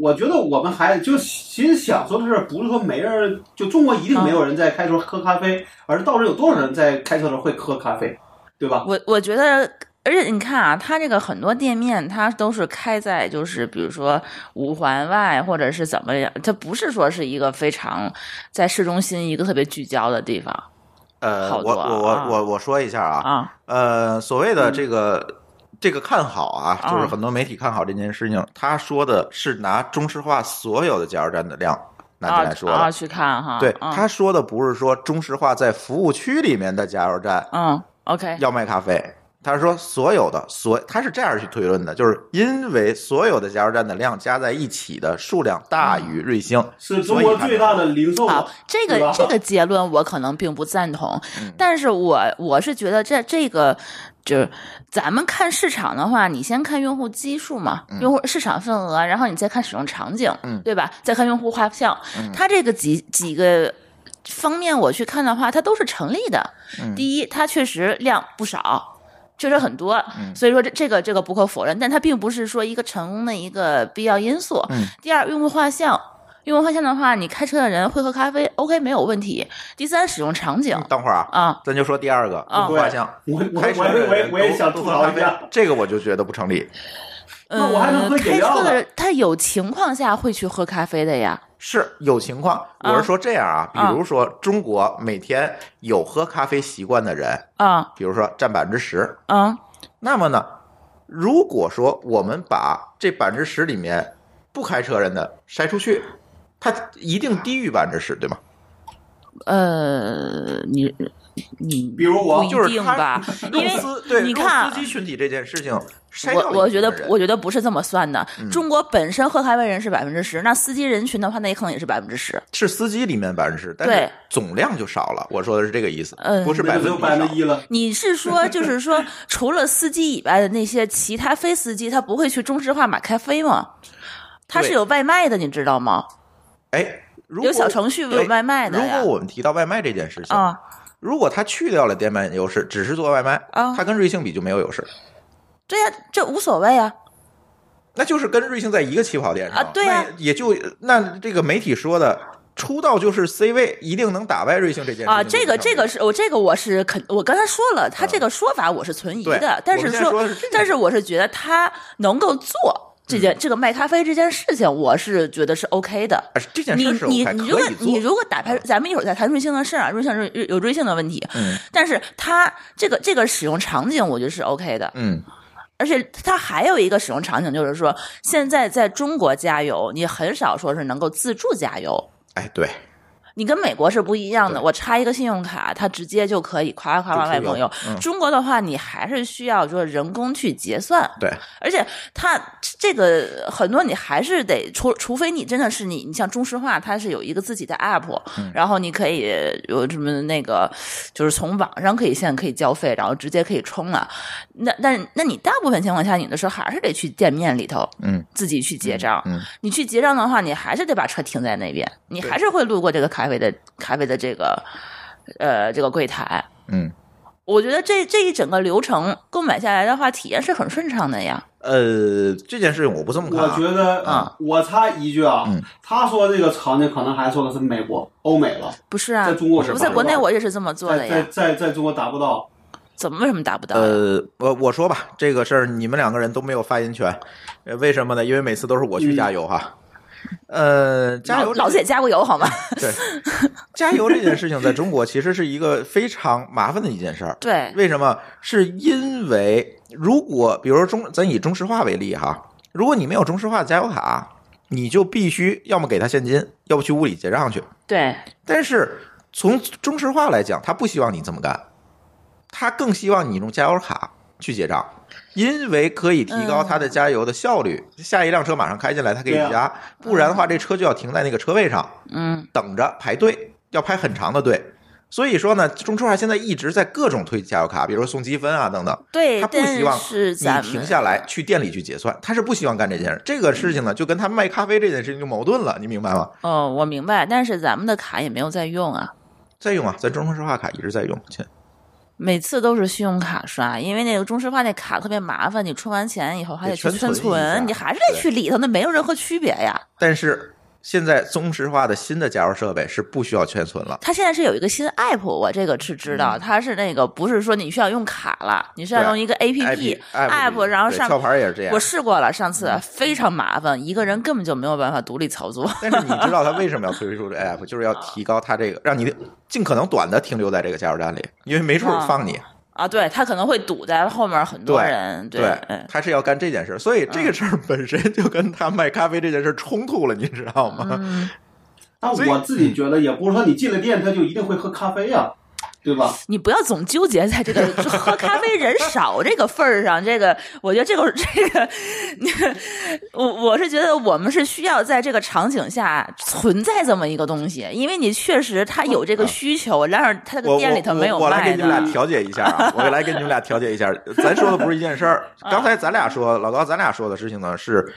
我觉得我们还就其实想说的是，不是说没人就中国一定啊没有人在开车喝咖啡，而是到底有多少人在开车的时候会喝咖啡，对吧？我我觉得。而且你看啊，他这个很多店面，它都是开在就是比如说五环外或者是怎么样，它不是说是一个非常在市中心一个特别聚焦的地方呃，好我多啊我我我我说一下啊，啊。呃，所谓的这个这个看好啊，嗯啊就是很多媒体看好这件事情，他说的是拿中石化所有的加油站的量拿啊进来说啊，的，去看哈，对，嗯他说的不是说中石化在服务区里面的加油站嗯，OK，要卖咖啡。他是说所有的所，他是这样去推论的，就是因为所有的加油站的量加在一起的数量啊大于瑞幸，是中国最大的零售好，这对个吧这个结论我可能并不赞同， *laughs* 但是我我是觉得这这个就是咱们看市场的话，你先看用户基数嘛，用户市场份额，然后你再看使用场景，嗯对吧？再看用户画像，它这个几几个。方面我去看的话，它都是成立的。第一，它确实量不少，确实很多，所以说这这个这个不可否认，但它并不是说一个成功的一个必要因素。嗯第二，用户画像，用户画像的话，你开车的人会喝咖啡，OK 没有问题。第三，使用场景等会儿啊，啊，咱就说第二个啊用户画像，我我开车我的也我也人我也都想都吐喝槽咖一啡下，这个我就觉得不成立。那我还能嗯，喝饮开料车的呢人他有情况下会去喝咖啡的呀。是有情况，啊我是说这样啊，比啊如说中国每天有喝咖啡习惯的人，啊比如说占百分之十，啊那么呢，如果说我们把这百分之十里面不开车人的筛出去，它一定低于百分之十，对吗？呃，你你比如我不就是一定他吧，因用为司对你用看啊司机群体这件事情，筛掉我了我一觉部得分人嗯我觉得不是这么算的。中国本身喝咖啡人是百分之十，那司机人群的话，那也可能也是百分之十。是司机里面百分之十，但对是总量就少了。我说的是这个意思，嗯不是那百就分只之有百分之一一了。你是 *laughs* 说，就是说，除了司机以外的那些其他非司机，他不会去中石化买咖啡吗？他是对有外卖的，你知道吗？哎，如果有小程序有对外卖的如呀果。我们提到外卖这件事情，啊，如果他去掉了电鳗优势，只是做外卖，啊他跟瑞幸比就没有优势，对呀、这无所谓啊。那就是跟瑞幸在一个起跑点上啊对呀那也就那这个媒体说的出道就是 C 位，一定能打败瑞幸这件事情啊，这个这个是是我这个我是肯，我刚才说了，他这个说法我是存疑的，嗯对但我是们现在说的是这个嗯但是我是觉得他能够做这件、这个卖咖啡这件事情，我是觉得是 OK 的。哎这件你事是你我还可你如果以做你如果打开，咱们一会儿再谈瑞幸的事儿啊，瑞幸瑞有瑞幸的问题，嗯但是它这个这个使用场景我觉得是 OK 的，嗯而且它还有一个使用场景就是说，现在在中国加油，你很少说是能够自助加油。哎对你跟美国是不一样的，对我插一个信用卡，它直接就可以夸夸夸往外就出朋油友。嗯中国的话，你还是需要说人工去结算，对而且它这个很多你还是得除除非你真的是你，你像中石化，它是有一个自己的 app，、嗯然后你可以有什么那个，就是从网上可以现在可以交费，然后直接可以充了。那但那你大部分情况下，你的时候还是得去店面里头嗯自己去结账。嗯你去结账的话，你还是得把车停在那边，你还是会路过这个咖啡的咖啡的这个呃这个柜台。嗯我觉得这这一整个流程购买下来的话，体验是很顺畅的呀。呃这件事情我不这么看、我啊，觉得，啊我插一句啊，嗯他说这个场景可能还说的是美国、欧美了，不是啊，在中国我是在吧国内我也是这么做的在在呀，在在中国达不到。怎么为什么达不到呀？呃，我我说吧，这个事儿你们两个人都没有发言权，呃，为什么呢？因为每次都是嗯我去加油哈。呃，加油老老这子也加过油好吗？ *laughs* 对，加油这件事情在中国其实是一个非常麻烦的一件事儿。对，为什么？是因为如果比如说中，咱以中石化为例哈，如果你没有中石化的加油卡，你就必须要么给他现金，要不去屋里结账去。对，但是从中石化来讲，他不希望你这么干，他更希望你用加油卡去结账，因为可以提高它的加油的效率。下一辆车马上开进来，他可以嗯对啊加；不然的话，这车就要停在那个车位上嗯，等着排队，要排很长的队。所以说呢，中石化现在一直在各种推加油卡，比如说送积分啊等等。对，他不希望但是咱你们停下来去店里去结算，他是不希望干这件事。这个事情呢，就跟他卖咖啡这件事情就矛盾了，你明白吗？哦，我明白，但是咱们的卡也没有在用啊，在用啊，咱中石化卡一直在用，亲每次都是信用卡刷，因为那个中石化那卡特别麻烦，你充完钱以后还得得去圈圈存一下存，你还是得对去里头，那没有任何区别呀。但是现在中石化的新的加油设备是不需要圈存了，它现在是有一个新 app，我这个是知道，它是那个不是说你需要用卡了，你是嗯要对用一个 app app app，然后对上壳牌也是这样我。试过了，上嗯次非常麻烦，一个人根本就没有办法独立操作。 *laughs* 但是你知道他为什么要推出这 app，就是要提高它这个，让你尽可能短的停留在这个加油站里，因为没处啊放你。啊，对他可能会堵在后面很多对人，对，嗯对，他是要干这件事儿，所以这个事儿本身就跟他卖咖啡这件事儿冲突了，你知道吗？嗯，但所以我自己觉得，也不是说你进了店他就一定会喝咖啡呀、对吧？你不要总纠结在 *laughs* 这个喝咖啡人少这个份儿上，这个我觉得这个 *laughs* 这个，我我是觉得我们是需要在这个场景下存在这么一个东西，因为你确实他有这个需求，然而他嗯我的店里头没有我我。我来给卖你们俩的。调解一下啊，我来给你们俩调解一 *laughs* 下。咱说的不是一件事儿，刚才咱俩说，老高，咱俩说的事情呢是，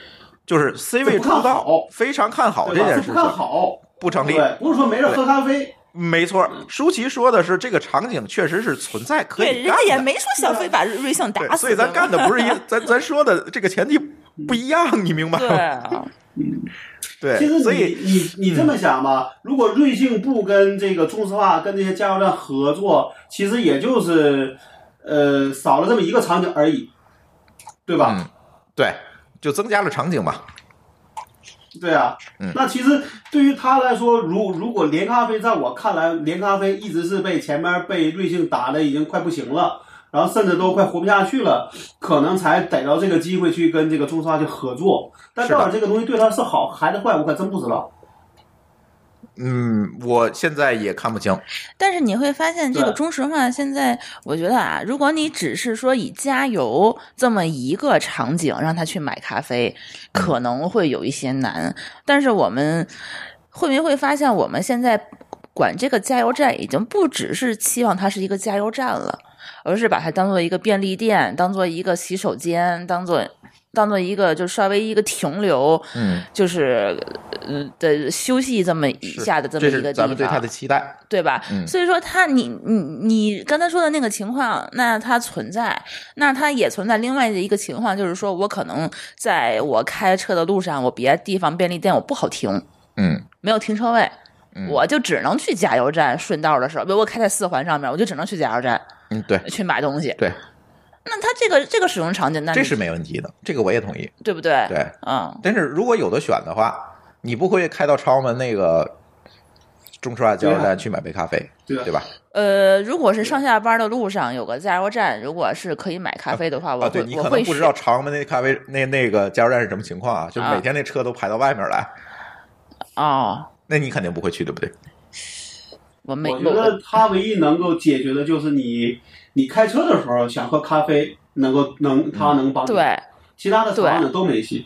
就是 C 位不出看道好非常看好嗯对这吧？件是事不看情，好，不成立。对，不是说没人喝咖啡，没错，舒淇说的是这个场景确实是存在，可对，以人干家也的。没说小飞把瑞幸打对，死，所以咱干的不 *laughs* 是一，咱咱说的这个前提不一样，你明白对吗？啊，其对，实所你以嗯你你这么想吧，如果瑞幸不跟这个中石化跟这些加油站合作，其实也就是呃少了这么一个场景而已，对吧？嗯对，就增加了场景嘛。对啊，嗯那其实对于他来说，如如果连咖啡在我看来，连咖啡一直是被前面被瑞幸打的已经快不行了，然后甚至都快活不下去了，可能才逮到这个机会去跟这个中沙去合作。但是的到底这个东西对他是好还是坏，我可真不知道。嗯，我现在也看不清。但是你会发现，这个对中石化现在，我觉得啊，如果你只是说以加油这么一个场景让他去买咖啡，嗯可能会有一些难。但是我们会不会发现，我们现在管这个加油站已经不只是期望它是一个加油站了，而是把它当做一个便利店，当做一个洗手间，当做当做一个就稍微一个停留，嗯，就是呃的休息这么一是下的这么这一个是地方。咱们对他的期待。对吧？嗯所以说他你你你刚才说的那个情况，那它存在，那它也存在另外的一个情况，就是说我可能在我开车的路上，我别的地方便利店我不好停，嗯，没有停车位，嗯我就只能去加油站顺道的时候，比如我开在四环上面，我就只能去加油站嗯，对去买东西。对，那它这个这个使用场景，那这你是没问题的，这个我也同意。对不对？对，嗯，但是如果有的选的话，你不会开到超门那个中石化加油啊站去买杯咖啡，对啊对吧？呃，如果是上下班的路上有个加油站，如果是可以买咖啡的话，我啊，会、对你我可能会不知选道朝阳门那咖啡那那个加油站是什么情况啊？就是啊每天那车都排到外面来，哦，那你肯定不会去，对不对？我没我觉得他唯一能够解决的就是你你开车的时候想喝咖啡，能够能他能帮你，对。其他的场景都没戏，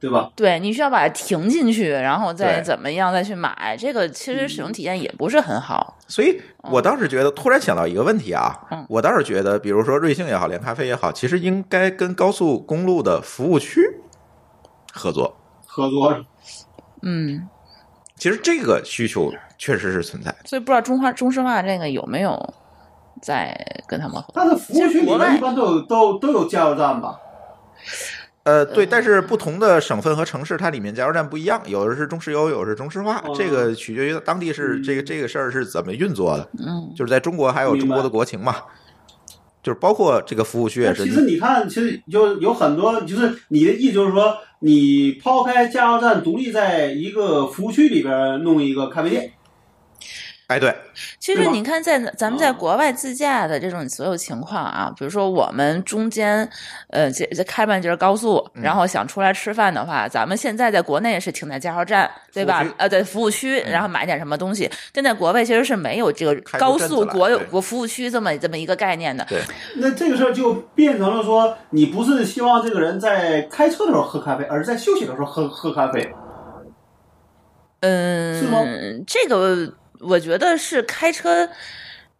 对吧？对，你需要把它停进去，然后再对怎么样再去买。这个其实使用体验也不是很好。所以嗯我倒是觉得，突然想到一个问题啊，嗯我倒是觉得，比如说瑞幸也好，连咖啡也好，其实应该跟高速公路的服务区合作。合作嗯，其实这个需求确实是存在。所以不知道中华中石化这个有没有在跟他们合作？但是服务区里国外面一般都有都都有加油站吧？呃，嗯对，但是不同的省份和城市，它里面加油站不一样，有的是中石油，有的是中石化，哦这个取决于当地是嗯这个这个事儿是怎么运作的。嗯，就是在中国还有中国的国情嘛，就是包括这个服务区也那是其。实你看，其实就有很多，就是你的意思就是说，你抛开加油站，独立在一个服务区里边弄一个咖啡店，哎，对，嗯其对实吧你看在，咱们在国外自驾的这种所有情况啊，比如说我们中间，呃，这这开半截高速，嗯然后想出来吃饭的话，咱们现在在国内也是停在加油站，对吧服务区？嗯呃，对，服务区，然后买点什么东西。但在国外其实是没有这个开出高镇子速来国有对国服务区这么这么一个概念的。对，那这个事儿就变成了说，你不是希望这个人在开车的时候喝咖啡，而是在休息的时候喝喝咖啡。是吗嗯，这个我觉得是开车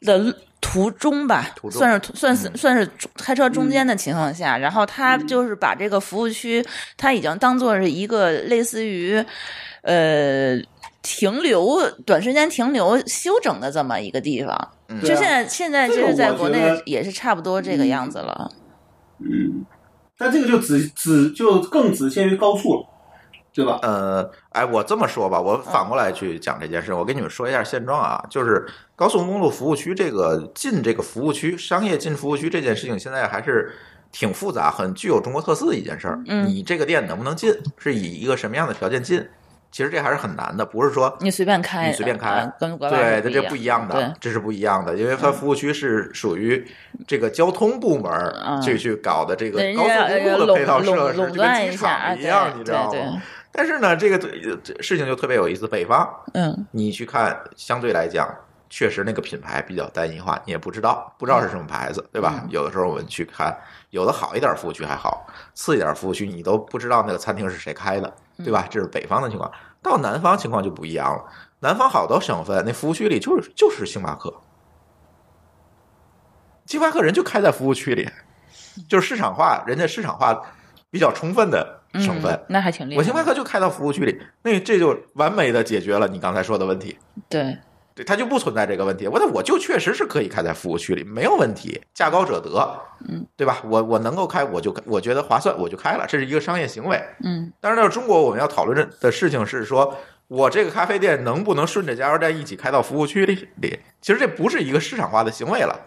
的路途中吧，途中算是算是、嗯算是中开车中间的情况下，然后他就是把这个服务区，他已经当做是一个类似于，呃。停留短时间停留休整的这么一个地方，嗯就对啊现在现在就这个是在我国觉内得也是差不多这个样子了。嗯，但这个就只只就更只限于高速了，对吧？呃，哎，我这么说吧，我反过嗯来去讲这件事，我跟你们说一下现状啊，就是高速公路服务区这个进这个服务区，商业进服务区这件事情，现在还是挺复杂，很具有中国特色的一件事儿。嗯你这个店能不能进，是以一个什么样的条件进？其实这还是很难的，不是说你随便开，你随便开呃跟国外对，是它这不一样对嗯的，，这是不一样的，因为它服务区是属于这个交通部门儿嗯去去搞的这个人高家速公路的配套垄设垄施，垄就跟断机一下啊，场一对样，你知道对对吗？但是呢，这个这这事情就特别有意思。北方，嗯你去看，相对来讲，确实那个品牌比较单一化，你也不知道，不知道是什么牌子，对吧？有的时候我们去看，有的好一点服务区还好，次一点服务区你都不知道那个餐厅是谁开的，对吧？这是北方的情况。到南方情况就不一样了，南方好多省份那服务区里就是就是星巴克，星巴克人就开在服务区里，就是市场化，人家市场化比较充分的省份。嗯，那还挺厉害。我星巴克就开到服务区里，那这就完美的解决了你刚才说的问题。对，对，它就不存在这个问题。我那我就确实是可以开在服务区里，没有问题，价高者得，嗯，对吧？我我能够开，我就我觉得划算，我就开了，这是一个商业行为。嗯但是到中国，我们要讨论的事情是说，我这个咖啡店能不能顺着加油站一起开到服务区里里？其实这不是一个市场化的行为了。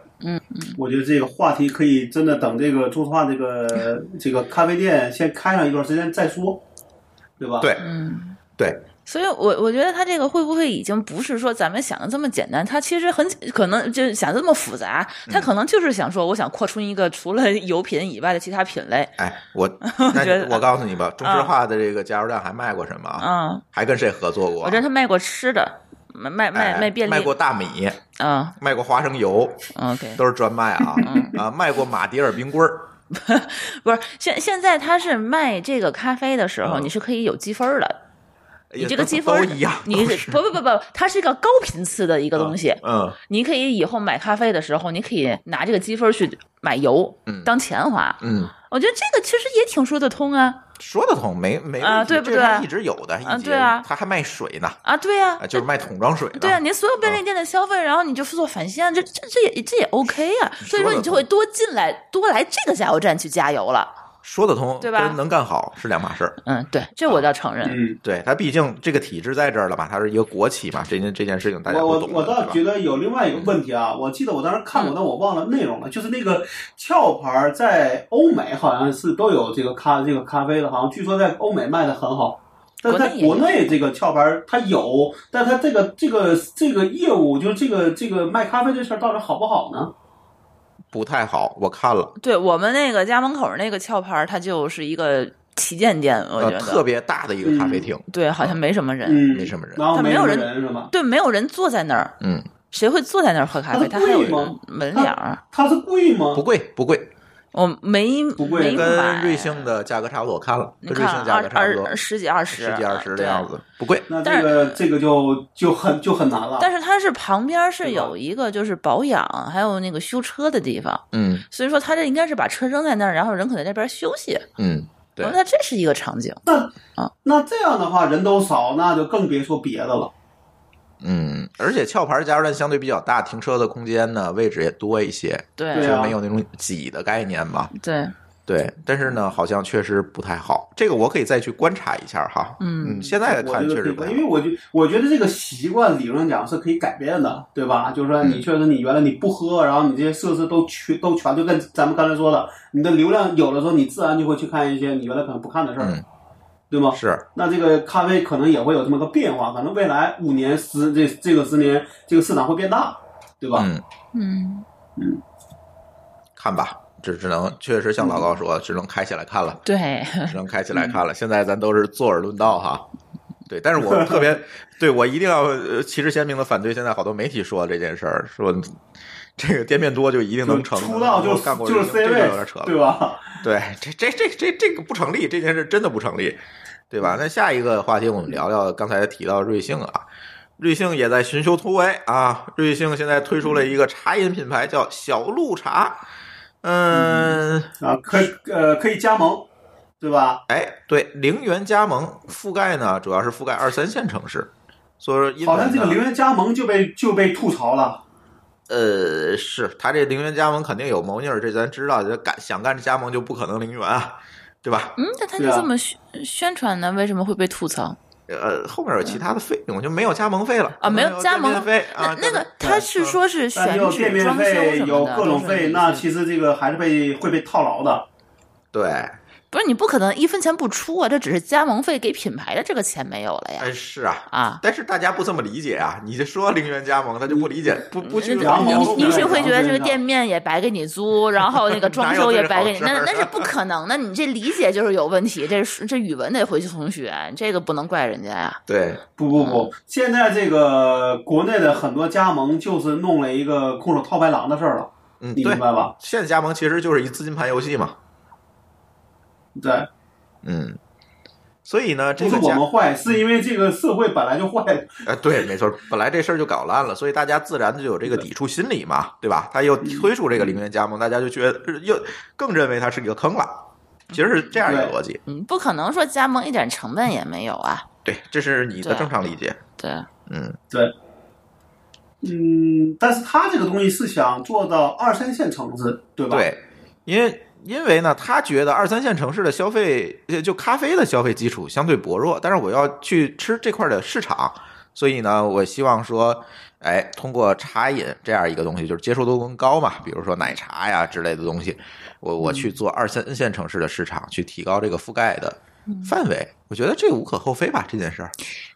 我觉得这个话题可以真的等这个中石化这个这个咖啡店先开上一段时间再说，对吧？对嗯。对，所以我，我觉得他这个会不会已经不是说咱们想的这么简单？他其实很可能就是想这么复杂，嗯他可能就是想说，我想扩充一个除了油品以外的其他品类。哎， *laughs* 我那觉得我告诉你吧，中石化的这个加油站还卖过什么啊？嗯，还跟谁合作过啊？我知道他卖过吃的，卖卖卖哎卖便利，卖过大米，嗯卖过花生油， ，OK，都是专卖啊嗯啊，卖过马迭尔冰棍儿。不是现现在他是卖这个咖啡的时候，嗯你是可以有积分儿的，你也这个都积分儿都一样，你都是不不不不，它是一个高频次的一个东西， *laughs* 嗯，你可以以后买咖啡的时候，你可以拿这个积分去买油，嗯当钱花。嗯，我觉得这个其实也挺说得通啊说得通，没没啊问题对不这还对一直有的，啊一节对啊他还卖水呢，啊，对啊，啊，就是卖桶装水呢。对啊，您所有便利店的消费，然后你就做返现，这这这也这也 OK 啊，所以说你就会多进来多来这个加油站去加油了。说得通，对吧跟能干好是两码事儿。嗯，对，这我倒承认。嗯，对他，毕竟这个体制在这儿了嘛，他是一个国企嘛，这件这件事情大家我都我懂我的，倒对觉吧？得有另外嗯一个问题啊，我记得我当时看过，但我忘了内容了。就是那个壳牌儿在欧美好像是都有这个咖这个咖啡的，好像据说在欧美卖的很好。但在国国内内这个壳牌儿它有，但它这个这个这个业务，就是这个这个卖咖啡这事儿到底好不好呢？不太好，我看了，对我们那个家门口那个壳牌儿，它就是一个旗舰店，我觉呃，得、特别大的一个咖啡厅，对，好像没什么人，嗯，没什么人然后但没没有什么人人是吧？对，没有人坐在那儿，嗯，谁会坐在那儿喝咖啡？它它还有贵吗人门脸儿。啊它是贵吗？不贵不贵，我哦没不贵没买哎跟瑞幸的价格差不多，我看了，你跟瑞看幸价二格差不二多，十几二十十几二十的对样子，不贵。那但这是个这个就就很就很难了。嗯但是它是旁边是对吧有一个就是保养还有那个修车的地方，嗯所以说它这应该是把车扔在那儿，然后人可能在这边休息。嗯，对我说它这是一个场景，那这样的话，人都少，那就更别说别的了。嗯，而且壳牌加油站相对比较大，停车的空间呢，位置也多一些，对对就啊没有那种挤的概念嘛。对，对，但是呢，好像确实不太好。这个我可以再去观察一下哈。嗯现在我觉看得确可实以不吧，太因为好。我觉我觉得这个习惯理论讲是可以改变的，对吧？就是说，嗯你确实你原来你不喝，然后你这些设施都全都全，就跟咱们刚才说的，你的流量有的时候，你自然就会去看一些你原来可能不看的事儿。嗯对吗？是那这个咖啡可能也会有这么个变化，可能未来五年、十这这个十年，这个市场会变大，对吧？嗯，嗯，看吧，只只能确实像老高说，只能开起来看了。对，只能开起嗯来看了。现在咱都是坐而论道哈。对，但是 *laughs* 我特别对我一定要呃旗帜鲜明的反对现在好多媒体说这件事儿，说这个店面多就一定能就成，出道就能干过就是这 C 个位有点扯，了。对吧？对，这这这这这个不成立，这件事真的不成立，对吧？那下一个话题我们聊聊刚才提到瑞幸啊，瑞幸也在寻求突围啊，瑞幸现在推出了一个茶饮品牌叫小鹿茶，嗯，啊，可以呃可以加盟，对吧？哎，对，零元加盟覆盖呢，主要是覆盖二三线城市，所以说因为好像这个呢零元加盟就被就被吐槽了，呃，是他这零元加盟肯定有谋逆儿，这咱知道，这干想干加盟就不可能零元啊，对吧？嗯，但他就对啊这么宣宣传呢，为什么会被吐槽？呃，后面有其他的费用，就没有加盟费了啊没有有加盟店面费啊，那那个对他是说是但选有店址、面装修费什有么的，各种都是费，那其实这个还是被会被套牢的。对，不是你不可能一分钱不出啊，这只是加盟费给品牌的这个钱没有了呀哎，是啊。啊。但是大家不这么理解啊！你就说零元加盟，他就不理解，嗯不不去你加盟不你你理解是会觉得这加个盟店面也白给你租，然后那个装修也白给 *laughs* 你，哪有那这种事儿那是不可能的。你这理解就是有问题，这是这语文得回去重学，你这个不能怪人家呀。对，不不嗯不，现在这个国内的很多加盟就是弄了一个空手套白狼的事儿了，嗯，你对明，白吧？现加盟其实就是一资金盘游戏嘛，对，嗯，所以呢，这不个是加我们坏，是因为这个社会本来就坏了。呃，对，没错，本来这事儿就搞烂了，所以大家自然就有这个抵触心理嘛，对吧？他又推出这个零元加盟，大家就觉得又更认为它是一个坑了，其实是这样一个逻辑。嗯，不可能说加盟一点成本也没有啊。对，这是你的正常理解。对，嗯，嗯，但是他这个东西是想做到二三线城市，对吧？对，因为因为呢，他觉得二三线城市的消费，呃就咖啡的消费基础相对薄弱，但是我要去吃这块的市场，所以呢，我希望说，哎，通过茶饮这样一个东西，就是接受度更高嘛，比如说奶茶呀之类的东西，我我嗯去做二三线城市的市场，去提高这个覆盖的嗯范围，我觉得这无可厚非吧，这件事儿。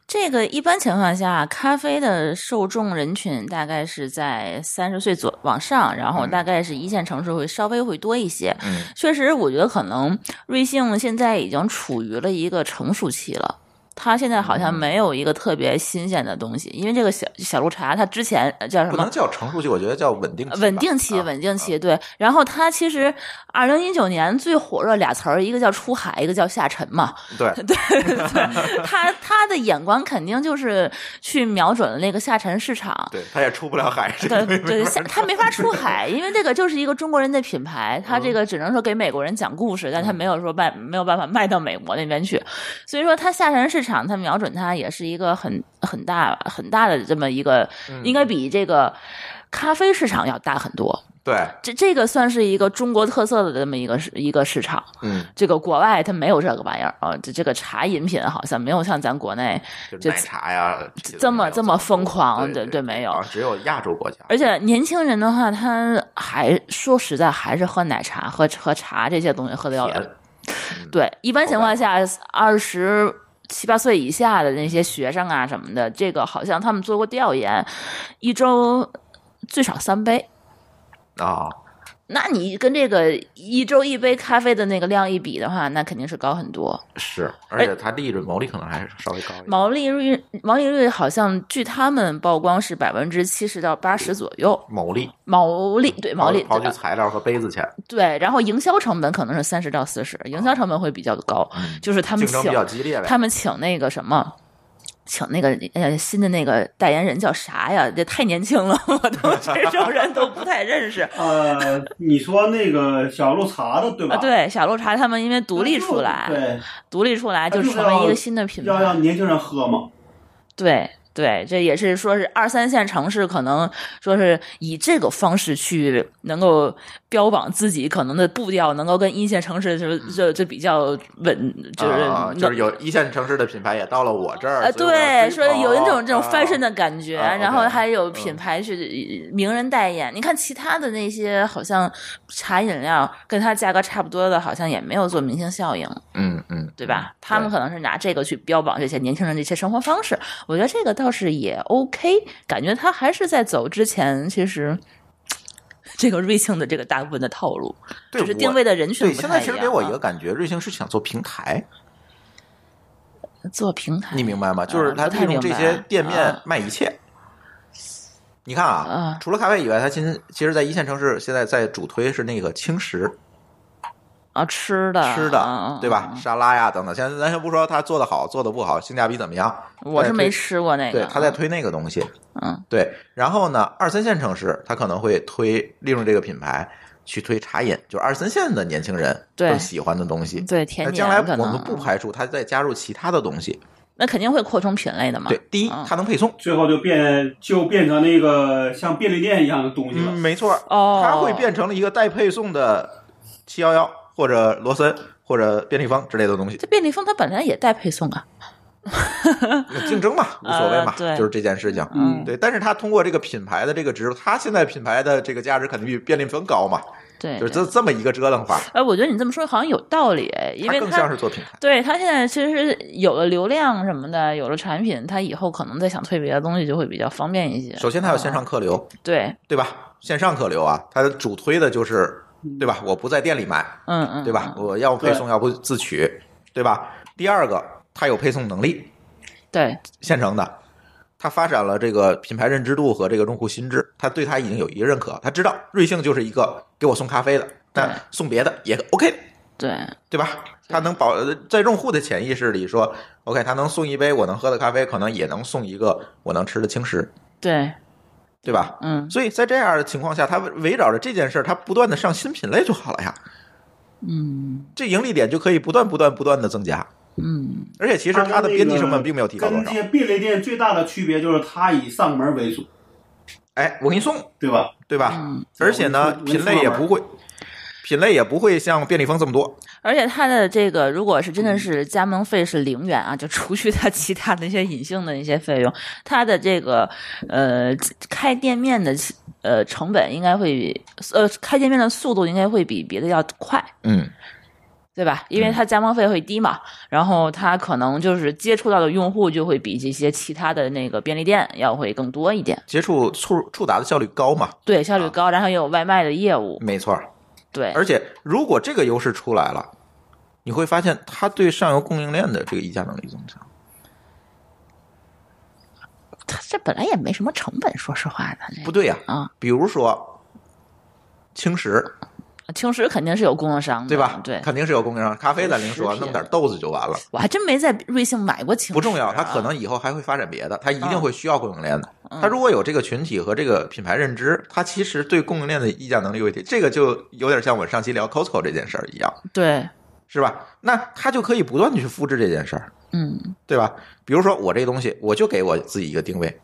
这个一般情况下，咖啡的受众人群大概是在三十岁左往上，然后大概是一线城市会稍微会多一些。嗯，确实，我觉得可能瑞幸现在已经处于了一个成熟期了。它现在好嗯像没有一个特别新鲜的东西，因为这个小小鹿茶，它之前呃叫什嗯不么呃能叫成熟期，我觉得叫稳定期吧。稳定期，啊稳定期，对。然后它其实二零一九年最火热俩词儿，一个叫出海，一个叫下沉 *laughs* 嘛。对， *laughs* 对，对他他的眼光肯定就是去瞄准了那个下沉市场。对，他也出不了海，这个 *laughs* 对没对，法下他没法出海，因为这个就是一个中国人的品牌，他嗯这个只能说给美国人讲故事，但他没有说卖没有办法卖到美国那边去，所以说他下沉市场，他瞄准它也是一个很很大很大的这么一个，嗯应该比这个咖啡市场要大很多。对，这这个算是一个中国特色的这么一个市一个市场，嗯，这个国外它没有这个玩意儿啊，这这个茶饮品好像没有像咱国内就奶茶呀，些这么东西这么疯狂，对对对对，没有好。像只有亚洲国家，而且年轻人的话，他还说实在还是喝奶茶、喝喝茶这些东西喝的要甜，对。一般情况下，二十七八岁以下的那些学生啊什么的，这个好像他们做过调研，一周最少三杯。呃啊，那你跟这个一周一杯咖啡的那个量一比的话，那肯定是高很多。是，而哎且它利润毛利可能还是稍微高一点。毛利率毛利率好像据他们曝光是百分之七十到八十左右，毛利，毛利对毛利刨刨呃去对啊材料和杯子钱，对，然后营销成本可能是三十到四十，营销成本会比较高，啊嗯，就是他们竞争比请较激烈呗。他们请那个什么。请那个呃新的那个代言人叫啥呀？这太年轻了， *laughs* 我都 *laughs* 这种人都不太认识呃，你说那个小鹿茶的对吧？啊。对，小鹿茶他们因为独立出来，对，独立出来他就就是成了一要个新的品牌，要让年轻人喝嘛。对对，这也是说是二三线城市可能说是以这个方式去能够标榜自己可能的步调能够跟一线城市就就就比较稳，就是、嗯啊就是有一线城市的品牌也到了我这儿，呃，所以我要对，追说有那种捧这种啊 fashion 的感觉，啊然后 OK，还有品牌是名人代言。你看其他的那些，好像茶饮料跟它价格差不多的，好像也没有做明星效应，嗯嗯，对吧？他们可能是拿这个去标榜这些年轻人的一些生活方式，我觉得这个倒是也 OK，感觉他还是在走之前，其实这个瑞幸的这个大部分的套路，嗯对只是我定位的人群对，不现太在一样啊。其实给我一个感觉，瑞幸是想做平台，做平台，你明白吗？就是嗯它不太利明用这些白店面啊卖一切。你看啊啊，除了咖啡以外，它今其实，在一线城市现在在主推是那个轻食啊，吃的吃嗯的嗯，对吧？嗯沙拉呀等等。现在咱先不说它做的好，做的不好，性价比怎么样，我在是没推吃过那个。哎对，他在推那个东西。哎嗯，对。然后呢，二三线城市，他可能会推利用这个品牌去推茶饮，就是二三线的年轻人对更喜欢的东西。对甜那点，将来可我们能不排除他再加入其他的东西。那肯定会扩充品类的嘛。对，第一，嗯它能配送。最后就变就变成那个像便利店一样的东西了嗯，。没错，哦它会变成了一个带配送的七幺幺或者罗森或者便利坊之类的 *laughs* 东西这，便利蜂它本来也带配送啊，那竞争嘛，无所谓嘛，呃对就是这件事情。嗯对，但是它通过这个品牌的这个植入，它现在品牌的这个价值肯定比便利蜂高嘛，对。就是对这这么一个折腾法，哎，我觉得你这么说好像有道理，哎因它为更像它是做品牌。对它现在其实有了流量什么的，有了产品，它以后可能再想推别的东西就会比较方便一些。嗯首先，它有线上客流，对，对吧？线上客流啊，它主推的就是，对吧？我不在店里买，嗯嗯，对吧？嗯？我要不配对送，要不自取，对吧？第二个，它有配送能力，对，现成的。他发展了这个品牌认知度和这个用户心智，他对他已经有一个认可，他知道瑞幸就是一个给我送咖啡的，但对送别的也 OK 的，对，对吧？他能保在用户的潜意识里说，OK，他能送一杯我能喝的咖啡，可能也能送一个我能吃的轻食，对，对吧？嗯所以在这样的情况下，他围绕着这件事儿，他不断的上新品类就好了呀，嗯这盈利点就可以不断不断不断的增加，嗯，而且其实它的边际成本并没有提高多跟少这。些便利店最大的区别就是它以上门为主，哎，我给你送，对吧？对吧？嗯而且呢，文字品类也不会，品类也不会像便利蜂这么多。而且它的这个，如果是真的是加盟费是零元啊，就除去它其他的一些隐性的一些费用，它的这个呃开店面的呃成本应该会比呃开店面的速度应该会比别的要快，嗯，对吧？因为它加盟费会低嘛，然后它可能就是接触到的用户就会比这些其他的那个便利店要会更多一点，接触触触达的效率高嘛，对，效率高，然后也有外卖的业务，没错儿。对，啊而且如果这个优势出来了，你会发现它对上游供应链的这个议价能力增强。它这本来也没什么成本，说实话的，这不对呀、啊，比如说轻食，青石肯定是有供应商的，嗯对吧？对。肯定是有供应商。咖啡咱另说，食品弄点豆子就完了，我还真没在瑞幸买过啊青、不啊嗯重要。它它可能以后还会发展别的，它一定会需要供应链的。嗯它如果有这个群体和这个品牌认知，它其实对供应链的议价能力会提。这个就有点像我上期聊 Costco 这件事儿一样。对，是吧？那他就可以不断的去复制这件事儿，嗯，对吧？比如说我这东西，我就给我自己一个定位，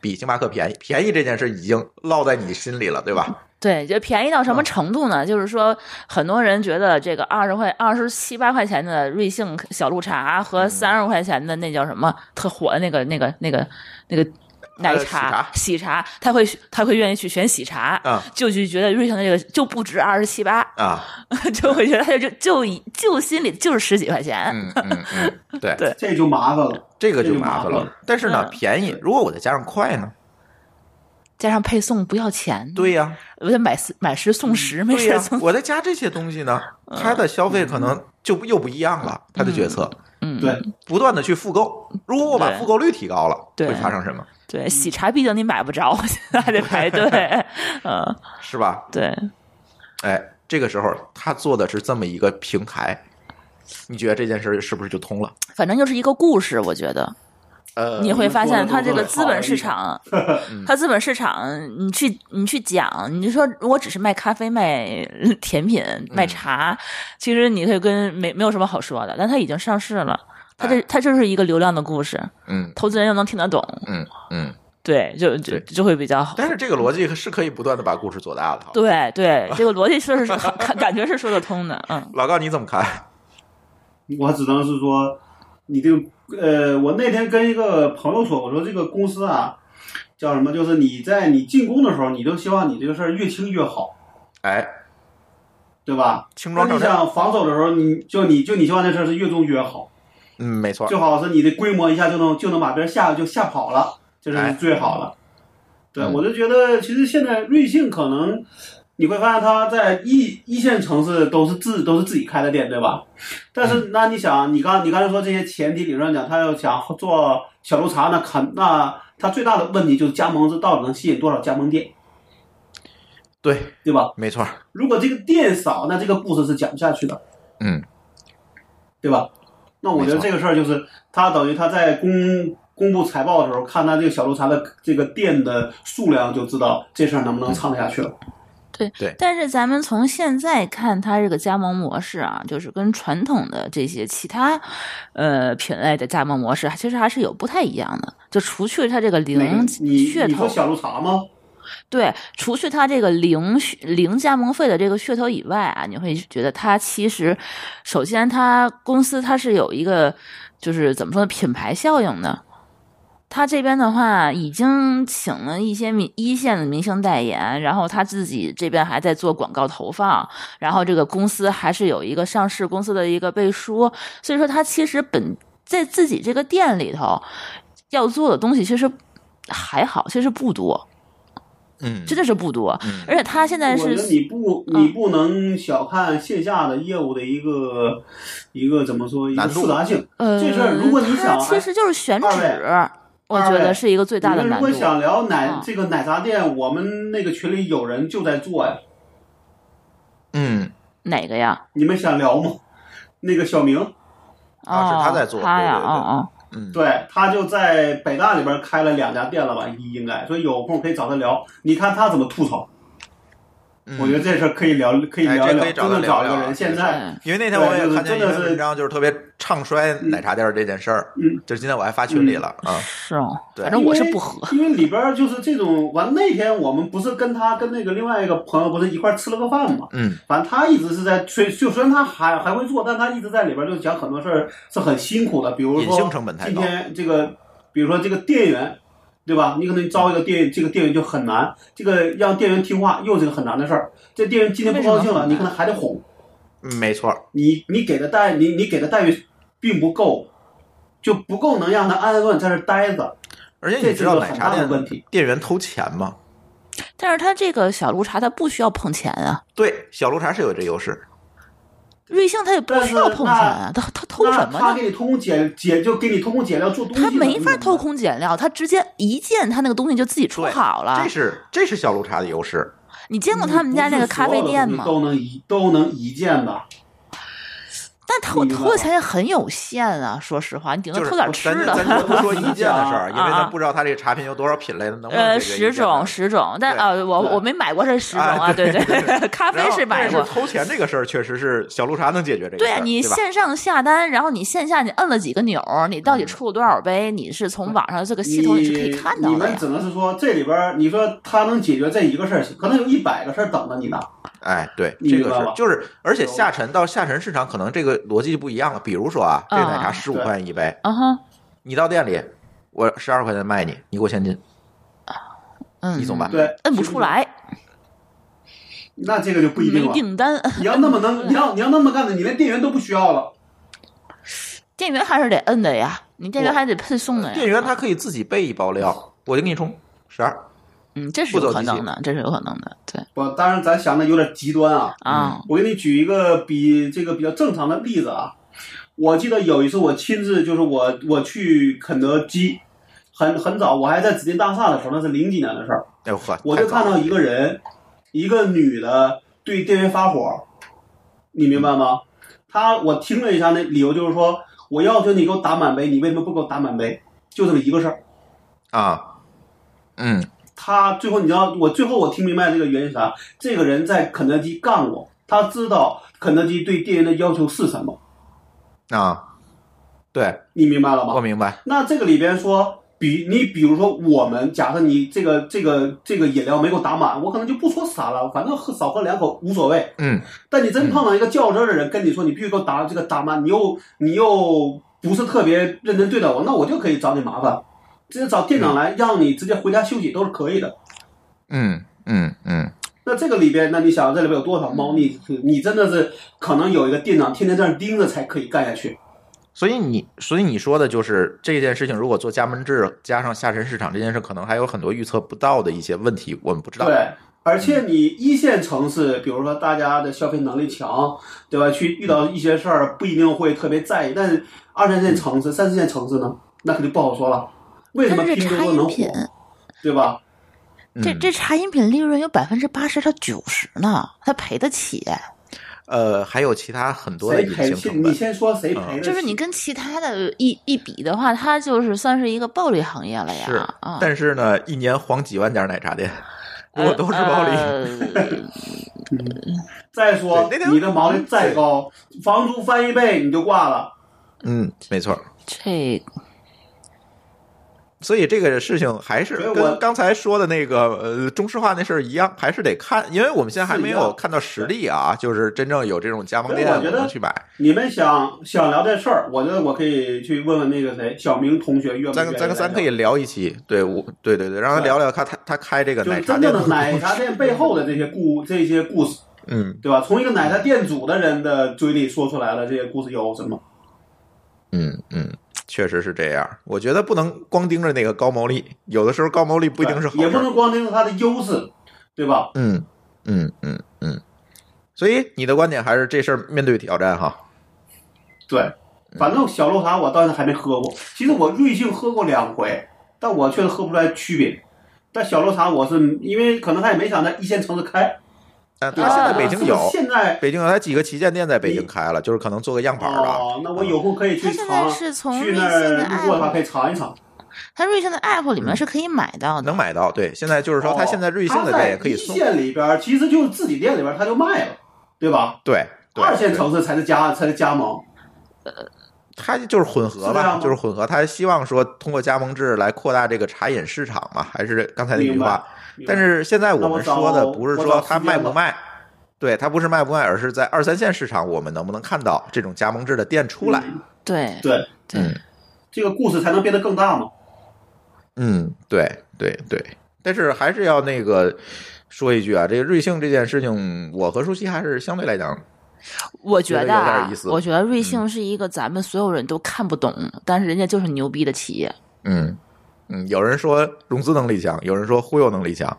比星巴克便宜，便宜这件事已经烙在你心里了，对吧？对，就便宜到嗯什么程度呢？就是说，很多人觉得这个二十块、二十七八块钱的瑞幸小绿茶嗯和三十块钱的那叫什么特火的那个、那个、那个、那个奶茶、呃喜茶，他会他会愿意去选喜茶。啊就就觉得瑞幸的这个就不值二十七八， *laughs* 啊，就会觉得他就就以就心里就是十几块钱，嗯嗯嗯，对，对这就麻烦了。这个就麻烦这就麻烦了了。但是呢，嗯便宜，如果我再加上快呢？加上配送不要钱，，对呀，我得买十买十送十，没对 *laughs* 事呀送，我再加这些东西呢，它的消费可能就不又不一样了，它的决策嗯，对，不断的去复购。如果我把对复购率提高了，对会发生什么？对，喜茶毕竟你买不着， *laughs* 现在还得排队。嗯，是吧？对，哎，这个时候他做的是这么一个平台，你觉得这件事是不是就通了？反正就是一个故事，我觉得呃，你会发现我们做得它这个更好资本了市一场，它资本市场，你去你去讲，你就说我只是卖咖啡、卖 *laughs* 甜品、卖茶，其实你可以跟没没有什么好说的，但它已经上市了。它这它就是一个流量的故事，嗯投资人又能听得懂，嗯嗯，对，就就对就会比较好。但是这个逻辑是可以不断的把故事做大的哈。对对，这个逻辑说是感感觉是说得通的，嗯，老高你怎么看？我只能是说，你这个呃，我那天跟一个朋友说，我说这个公司啊，叫什么？就是你在你进攻的时候，你都希望你这个事儿越轻越好，哎，对吧？轻那装你上阵，想防守的时候，你就你就你希望这事儿是越重越好，嗯，没错，最好是你的规模一下就能就能把别人吓就吓跑了，这是最好了。对，嗯我就觉得其实现在瑞幸可能你会发现它在一一线城市都是自都是自己开的店，对吧？但是那你想，你刚你刚才说这些前提理论上讲，他要想做小楼茶，那肯那他最大的问题就是加盟制到底能吸引多少加盟店，对，对吧？没错，如果这个店少，那这个故事是讲不下去的。嗯，对吧？那我觉得没错这个事儿就是他等于他在公公布财报的时候，看他这个小鹿茶的这个店的数量，就知道这事儿能不能唱得下去了。对对但是咱们从现在看它这个加盟模式啊，就是跟传统的这些其他呃品类的加盟模式，其实还是有不太一样的。就除去它这个零那个你噱你头说，小鹿茶吗？对，除去它这个零噱零加盟费的这个噱头以外啊，你会觉得它其实，首先它公司它是有一个就是怎么说呢品牌效应的。它这边的话，已经请了一些明一线的明星代言，然后他自己这边还在做广告投放，然后这个公司还是有一个上市公司的一个背书，所以说它其实本在自己这个店里头要做的东西其实还好，其实不多。嗯，真的是不多。嗯而且他现在我觉得是嗯你不你不能小看线下的业务的一个一个怎么说一个难度复杂性。呃，这事儿如果你他想哎其实就是选址二位，我觉二得位是一个最大的你们难如度果。想聊奶、嗯这个奶茶店，我们那个群里有人就在做呀，嗯，哪个呀？你们想聊吗？那个小明，哦，啊是他在做他呀，对对对哦对，他就在北大里边开了两家店了吧，应应该，所以有空可以找他聊。你看他怎么吐槽，嗯我觉得这事儿可以聊，可以哎聊这一可以找真他的聊找一聊个啊人。现哦，在，嗯 *laughs* 因为那天我也看见对一篇就是真的是文章，就是特别唱衰奶茶店这件事儿，嗯，就是今天我还发群里了啊，是哦，对反正我是不喝。因为因为里边就是这种。完那天我们不是跟他跟那个另外一个朋友不是一块儿吃了个饭嘛，嗯反正他一直是在虽就虽然他还还会做，但他一直在里边就讲很多事儿是很辛苦的，比如隐性说成本太今高天这个，比如说这个店员，对吧？你可能招一个店，这个店员就很难，这个让店员听话又是个很难的事儿。这店员今天不高兴为什么了，很难你可能还得哄嗯，没错，你，你给的待你你给的待遇并不够，就不够能让他安安稳稳在这儿待着。而且这你是知道个奶很茶大的店问题店员偷钱吗？但是他这个小鹿茶，他不需要碰钱啊。对，小鹿茶是有这优势，瑞幸他也不需要碰钱啊，他他偷那什么他呢？给你偷工减减，就给你偷工减料做东西了。他没你法怎么偷办工减料，他直接一件他那个东西就自己出对好了这。是这是小鹿茶的优势，你见过他们家那个咖啡店吗不是？所有的东西都能一都能一见吧？但偷你明白偷的吗钱也很有限啊，说实话，你顶多就是偷点吃咱的。咱就不说一件的事儿，因为 *laughs* 啊啊咱不知道它这个茶品有多少品类，能不能呃，解决一十件的种，十种，但对啊，我对我没买过这十种啊啊，对对， *laughs* 咖然啡后是买但过是。偷钱这个事儿，确实是小鹿茶能解决这个事对儿，啊，你对吧？线上下单，然后你线下你摁了几个钮儿，你嗯到底出了多少杯？你是从网上这个系统你是可以看到你的们呀。只能是说这里边儿，你说他能解决这一个事儿，可能有一百个事儿等着你呢。哎，对，你这明个白是吧就是，而且下沉到下沉市场，可能这个逻辑就不一样了。比如说啊，这个奶茶啊十五对块钱一杯，啊哈，你到店里，我十二块钱卖你，你给我现金，嗯，你总吧，对，摁不出，来，那这个就不一定啊没嗯了。订单，你要那么能，你要你要那么干的，你连店员都不需要了。店员还是得摁的呀，你店员还得配送的哎呀。店员他可以自己备一包料，我就给你充十二。嗯，这是不走有可机器能的，这是有可能的，对我当然咱想的有点极端啊。嗯啊，我给你举一个比这个比较正常的例子啊。我记得有一次我亲自就是我我去肯德基，很很早，我还在紫金大厦的时候，那是零几年的事儿。哎呦呵，我太就早看了到一个人，一个女的对店员发火，你明白吗？她我听了一下，那理由就是说，我要求你给我打满杯，你为什么不给我打满杯？就这么一个事儿。啊，嗯，她最后你知道，我最后我听明白这个原因是啥？这个人在肯德基干过，他知道肯德基对店员的要求是什么，啊，对，你明白了我吗？明白，那这个里边说。比你比如说我们，假设你这个这个这个饮料没给我打满，我可能就不说啥了，反正喝少喝两口无所谓。嗯，但你真碰到一个较真儿的人跟你说你必须给我打这个打满，你又你又不是特别认真对待我，那我就可以找你麻烦，直接找店长来让你直接回家休息都是可以的。嗯嗯嗯，那这个里边，那你想这里边有多少猫腻？你真的是可能有一个店长天天在那盯着才可以干下去。所以你所以你说的就是这件事情，如果做加盟制加上下沉市场这件事，可能还有很多预测不到的一些问题，我们不知道。对，而且你一线城市，比如说大家的消费能力强，对吧？去嗯遇到一些事儿不一定会特别在意，但是二三线城市、三四线城市呢，那肯定不好说了。为什但么是拼这多茶多饮能火品，，对吧？这嗯这茶饮品利润有百分之八十到九十呢，他赔得起。呃，还有其他很多的谁隐赔形得起？成你本。嗯先说谁赔得起？就是你跟其他的一一比的话，它就是算是一个暴利行业了呀。是啊，，但是呢，一年黄几万家奶茶店，呃如果都是暴利，利。再说嗯对那个你的毛利再高，房租翻一倍你就挂了。嗯，没错。 *laughs* 这所以这个事情还是所以我跟刚才说的那个呃中石化那事儿一样，还是得看，因为我们现在还没是一有样看到实力啊，就是真正有这种加盟店所以我我觉得能去买。你们想想聊这事儿，我觉得我可以去问问那个谁，小明同学愿不愿咱意来咱聊？咱可以聊一期，对我对对对，让他对聊聊看他他开这个就奶是茶真店正的的故事奶茶店背后的这些故这些故事，嗯对吧？从一个奶茶店主的人的嘴里说出来的这些故事有什么？嗯嗯，确实是这样。我觉得不能光盯着那个高毛利，有的时候高毛利不一定是好也事不儿。能光盯着它的优势，对吧？嗯嗯嗯嗯，所以你的观点还是这事儿面对挑战哈。对，嗯反正小肉茶我到现在还没喝过。其实我瑞幸喝过两回，但我确实喝不出来区别。但小肉茶我是因为可能他也没想在一线城市开，但他啊现在北京是不是有，啊现在北京有他几个旗舰店在北京你开了，就是可能做个样板儿的。嗯哦，那我有空可以去他现在尝，是从去瑞那幸的儿路过的话可 app，以尝一尝。它瑞幸的 app 里面是可以买到的。嗯啊能买到，对，现在就是说，他现在瑞幸的店也可以哦它在送一，线里边儿其实就是自己店里边儿他就卖了，对吧？对，对二线城市才是加才是加盟，他就是混合是这样吧，吗就是混合，他希望说通过加盟制来扩大这个茶饮市场嘛，还是刚才那句话。明白但是现在我们说的那我找不是我找说时他间卖不吧卖，对他不是卖不卖，而是在二三线市场我们能不能看到这种加盟制的店出来？对对嗯对，这个故事才能变得更大嘛。嗯，对对对，但是还是要那个说一句啊，这个瑞幸这件事情，我和舒淇还是相对来讲，我觉觉得得有点啊意，思嗯我觉得瑞幸是一个咱们所有人都看不懂，但是人家就是牛逼的企业。嗯嗯，有人说融资能力强，有人说忽悠能力强。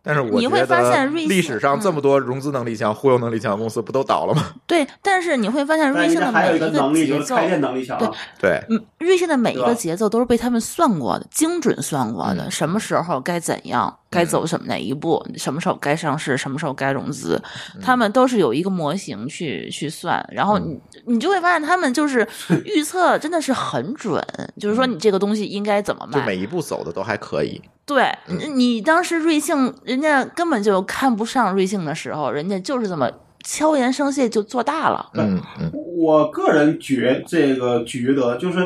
但是我你觉会发得现瑞幸历史上这嗯么多融资能力强、忽悠能力强的公司不都倒了吗？ *laughs* 对，但是你会发现瑞但幸人的家还有每一个能力就节是奏，开店能力强啊，对对，嗯，瑞幸的每一对个吧节奏都是被他们算过的，精准算过的，嗯什么时候该怎样，该走什么哪一步，什么时候该上市，什么时候该融资，嗯他们都是有一个模型去去算，然后你、你就会发现他们就是预测真的是很准，就是说你这个东西应该怎么嗯就卖每，嗯一步走的都还可以。对、你当时瑞幸人家根本就看不上瑞幸的时候，人家就是这么悄然生气就做大了，嗯嗯我个人觉这个觉得就是，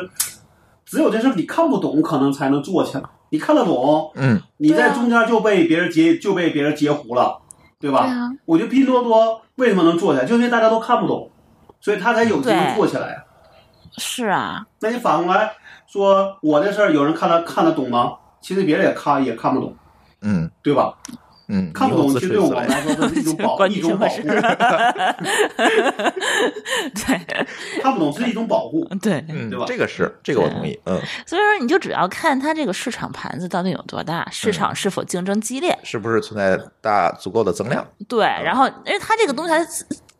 只有这事儿你看不懂，可能才能做起来。你看得懂，嗯，你对在啊中间就被别人截就被别人截胡了，对吧？对啊我觉得拼多多为什么能做起来，就是因为大家都看不懂，所以他才有机会对做起来。是啊，那你反过来说，我这事儿有人看得看得懂吗？其实别人也看也看不懂，嗯对吧？嗯，看不以懂，后自其实吹对我自们 *laughs* 擂。来说都 *laughs* 是一种保关你一种什保么护事， *laughs* 儿？对。看不懂是一种保护。对，嗯对吧，这个是这个我同意。嗯，所以说你就主要看它这个市场盘子到底有多大，市场是否竞争激烈，是不是存在大足够的增量？对，嗯然后因为它这个东西还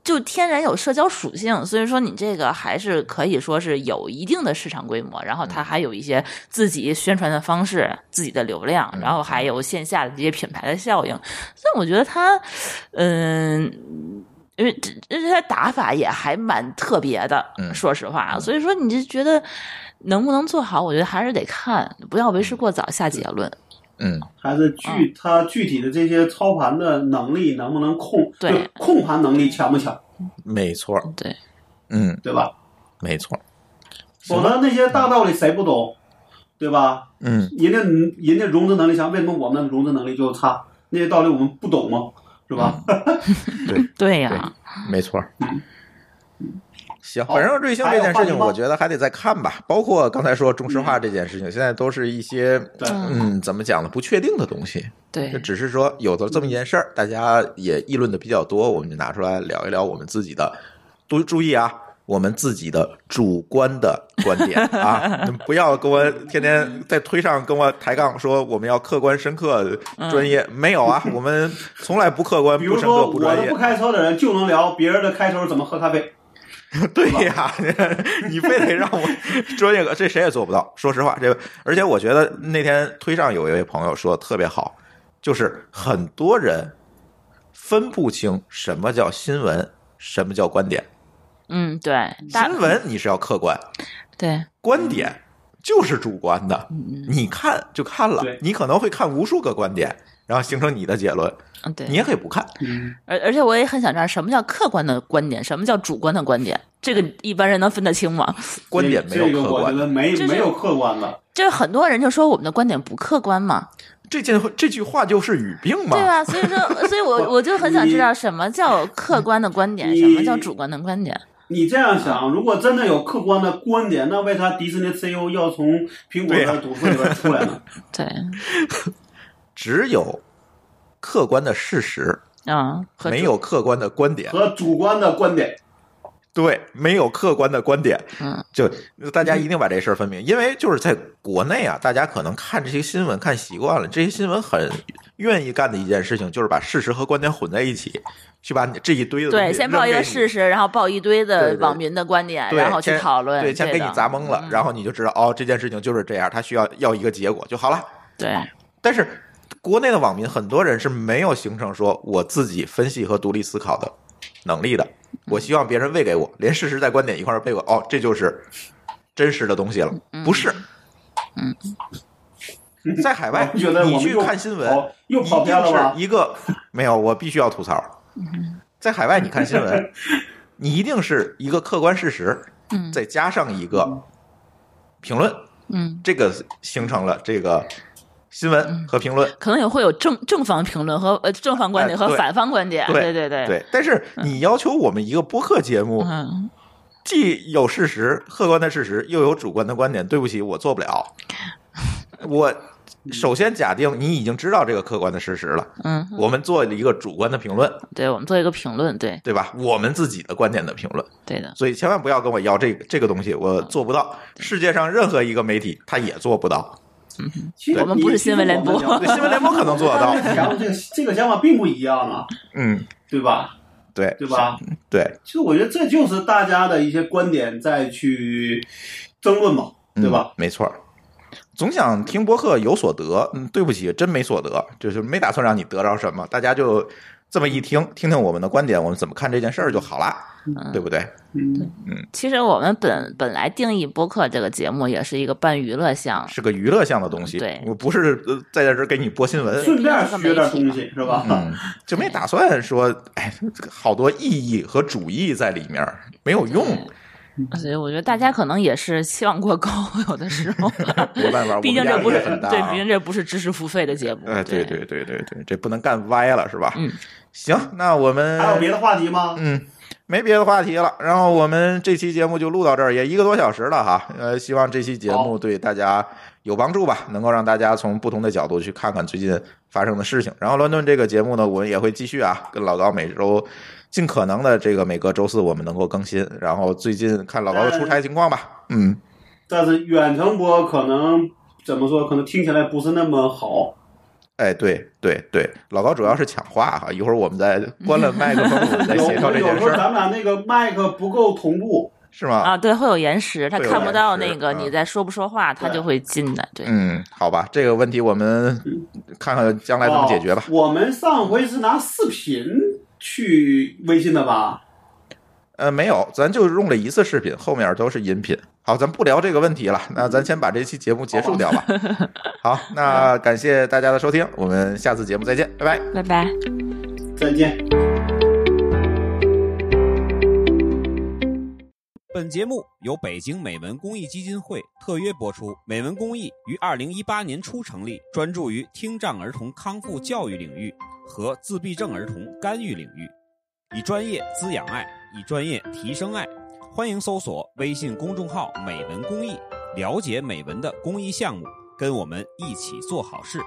就天然有社交属性，所以说你这个还是可以说是有一定的市场规模，然后嗯它还有一些自己宣传的方式、自己的流嗯量，然后还有线下的这些品牌的效应，所以我觉得它，嗯。因为这这这它打法也还蛮特别的，嗯说实话，所以说你就觉得能不能做好，我觉得还是得看，不要为时过早下结论。嗯还是具他具体的这些操盘的能力能不能控，对就控盘能力强不强，没错儿。对，嗯，对吧？没错儿。否则那些大道理谁不懂，对吧？嗯，人家人家融资能力强，为什么我们融资能力就差？那些道理我们不懂吗？是吧？嗯对呀、没错儿。行，嗯好反正瑞幸这件事还有话题情，吗嗯我觉得还得再看吧。包括刚才说中石化这件事情，现在都是一些对嗯怎么讲呢，不确定的东西。对就，只是说有的这么一件事儿，大家也议论的比较多，我们就拿出来聊一聊我们自己的。注注意啊，我们自己的主观的观点啊，你们不要跟我天天在推上跟我抬杠，说我们要客观、深刻、专业。没有啊，我们从来不客观、比如不深刻、说不我专们业不。开车的人就能聊别人的开车怎么喝咖啡，对呀、 *laughs* 你非得让 *laughs* 我专业个，这谁也做不到。说实话，这个而且我觉得那天推上有一位朋友说的特别好，就是很多人分不清什么叫新闻，什么叫观点。嗯，对，大新闻你是要客观，对，观点就是主观的，嗯你看就看了对，你可能会看无数个观点，然后形成你的结论。嗯对你，也可以不看，嗯，而而且我也很想知道什么叫客观的观点，什么叫主观的观点，这个一般人能分得清吗？观点没有这个客我观觉。得没就是没有客观的，就是很多人就说我们的观点不客观嘛，这件这句话就是语病嘛？对啊吧？所以 *laughs* 说，所以我不我就很想知道你什么叫客观的观点，你什么叫主观的观点。你这样想，如果真的有客观的观点，那为啥迪士尼 CEO 要从苹果对呀的董事会里边出来 *laughs* 呢？对，只有客观的事实，啊，和没主有客观的观点。和主观的观点，对，没有客观的观点。嗯，就大家一定把这事儿分明，因为就是在国内啊，大家可能看这些新闻看习惯了，这些新闻很愿意干的一件事情就是把事实和观点混在一起，去把你这一堆的对，先报一个事实。实，然后报一堆对的对网民的观点，对然后去先讨论，嗯对，先给你的砸懵了，然后你就知道哦，这件事情就是这样，它需要要一个结果就好了。对，但是国内的网民很多人是没有形成说我自己分析和独立思考的能力的。我希望别人喂给我，连事实带观点一块儿喂我，哦，这就是真实的东西了，嗯不是。嗯，在海 *laughs* 外，我觉得我你们去又看新闻，跑又跑一定偏了吧是？一个没有，我必须要吐槽。在海外，你看新闻，你一定是一个客观事实，再加上一嗯个评论，嗯，这个形成了这个新闻和评论。可能也会有正正方评论和呃正方观点哎和对反方观点，对对对，对，但是你要求我们一个播客节目嗯，既有事实、客观的事实，又有主观的观点，对不起，我做不 *laughs* 了。我首先假定你已经知道这个客观的事实了，嗯，我们做了一个主观的评论，对，我们做一个评论，对对吧？我们自己的观点的评论，对的，所以千万不要跟我要这个这个东西，嗯我做不到。世界上任何一个媒体他也做不到， *laughs* 其实我们不是新闻联播你其实我们对新闻联播可能做得到聊。 *laughs* 想这个这个想法并不一样啊，嗯，对吧？对对吧？对，其实我觉得这就是大家的一些观点在去争论嘛，对嗯？吧？没错儿，总想听播客有所得，嗯，对不起，真没所得，就是没打算让你得着什么，大家就这么一听，听听我们的观点，我们怎么看这件事儿就好啦，对不对？嗯，其实我们本本来定义播客这个节目也是一个半娱乐项，是个娱乐向的东西，嗯对我不是呃在这儿给你播新闻。顺便学点东西是吧？嗯，就没打算说，哎，这个好多意义和主义在里面儿没有用，所以我觉得大家可能也是期望过高，有的时候，没办 *laughs* 法，毕竟 *laughs* 我这们压力不是也很大啊对，毕竟这不是知识付费的节目，呃，对对对对对对，这不能干歪了，是吧？嗯，行，那我们还有别的话题吗？嗯，没别的话题了。然后我们这期节目就录到这儿，也一个多小时了哈。呃，希望这期节目好对大家有帮助吧，能够让大家从不同的角度去看看最近发生的事情。然后乱炖这个节目呢，我们也会继续啊，跟老高每周尽可能的这个每个周四我们能够更新。然后最近看老高的出差情况吧。嗯，但是远程播可能怎么说？可能听起来不是那么好。哎，对对对，老高主要是抢话哈，一会儿我们再关了麦克风，我 *laughs* 们再有协调这有件时事候儿，咱俩那个麦克不够同步，是吗？啊，对，会有延时，他会有看不到延时那个嗯你在说不说话，他对就会进的，对，嗯，好吧，这个问题我们看看将来怎么解决吧哦。我们上回是拿视频去微信的吧？呃，没有，咱就用了一次视频，后面都是音频。好，咱不聊这个问题了，那咱先把这期节目结束掉吧。好，那感谢大家的收听，我们下次节目再见，拜拜。拜拜。再见。本节目由北京美文公益基金会特约播出。美文公益于二零一八年初成立，专注于听障儿童康复教育领域和自闭症儿童干预领域，以专业滋养爱，以专业提升爱。欢迎搜索微信公众号“美文公益”，了解美文的公益项目，跟我们一起做好事。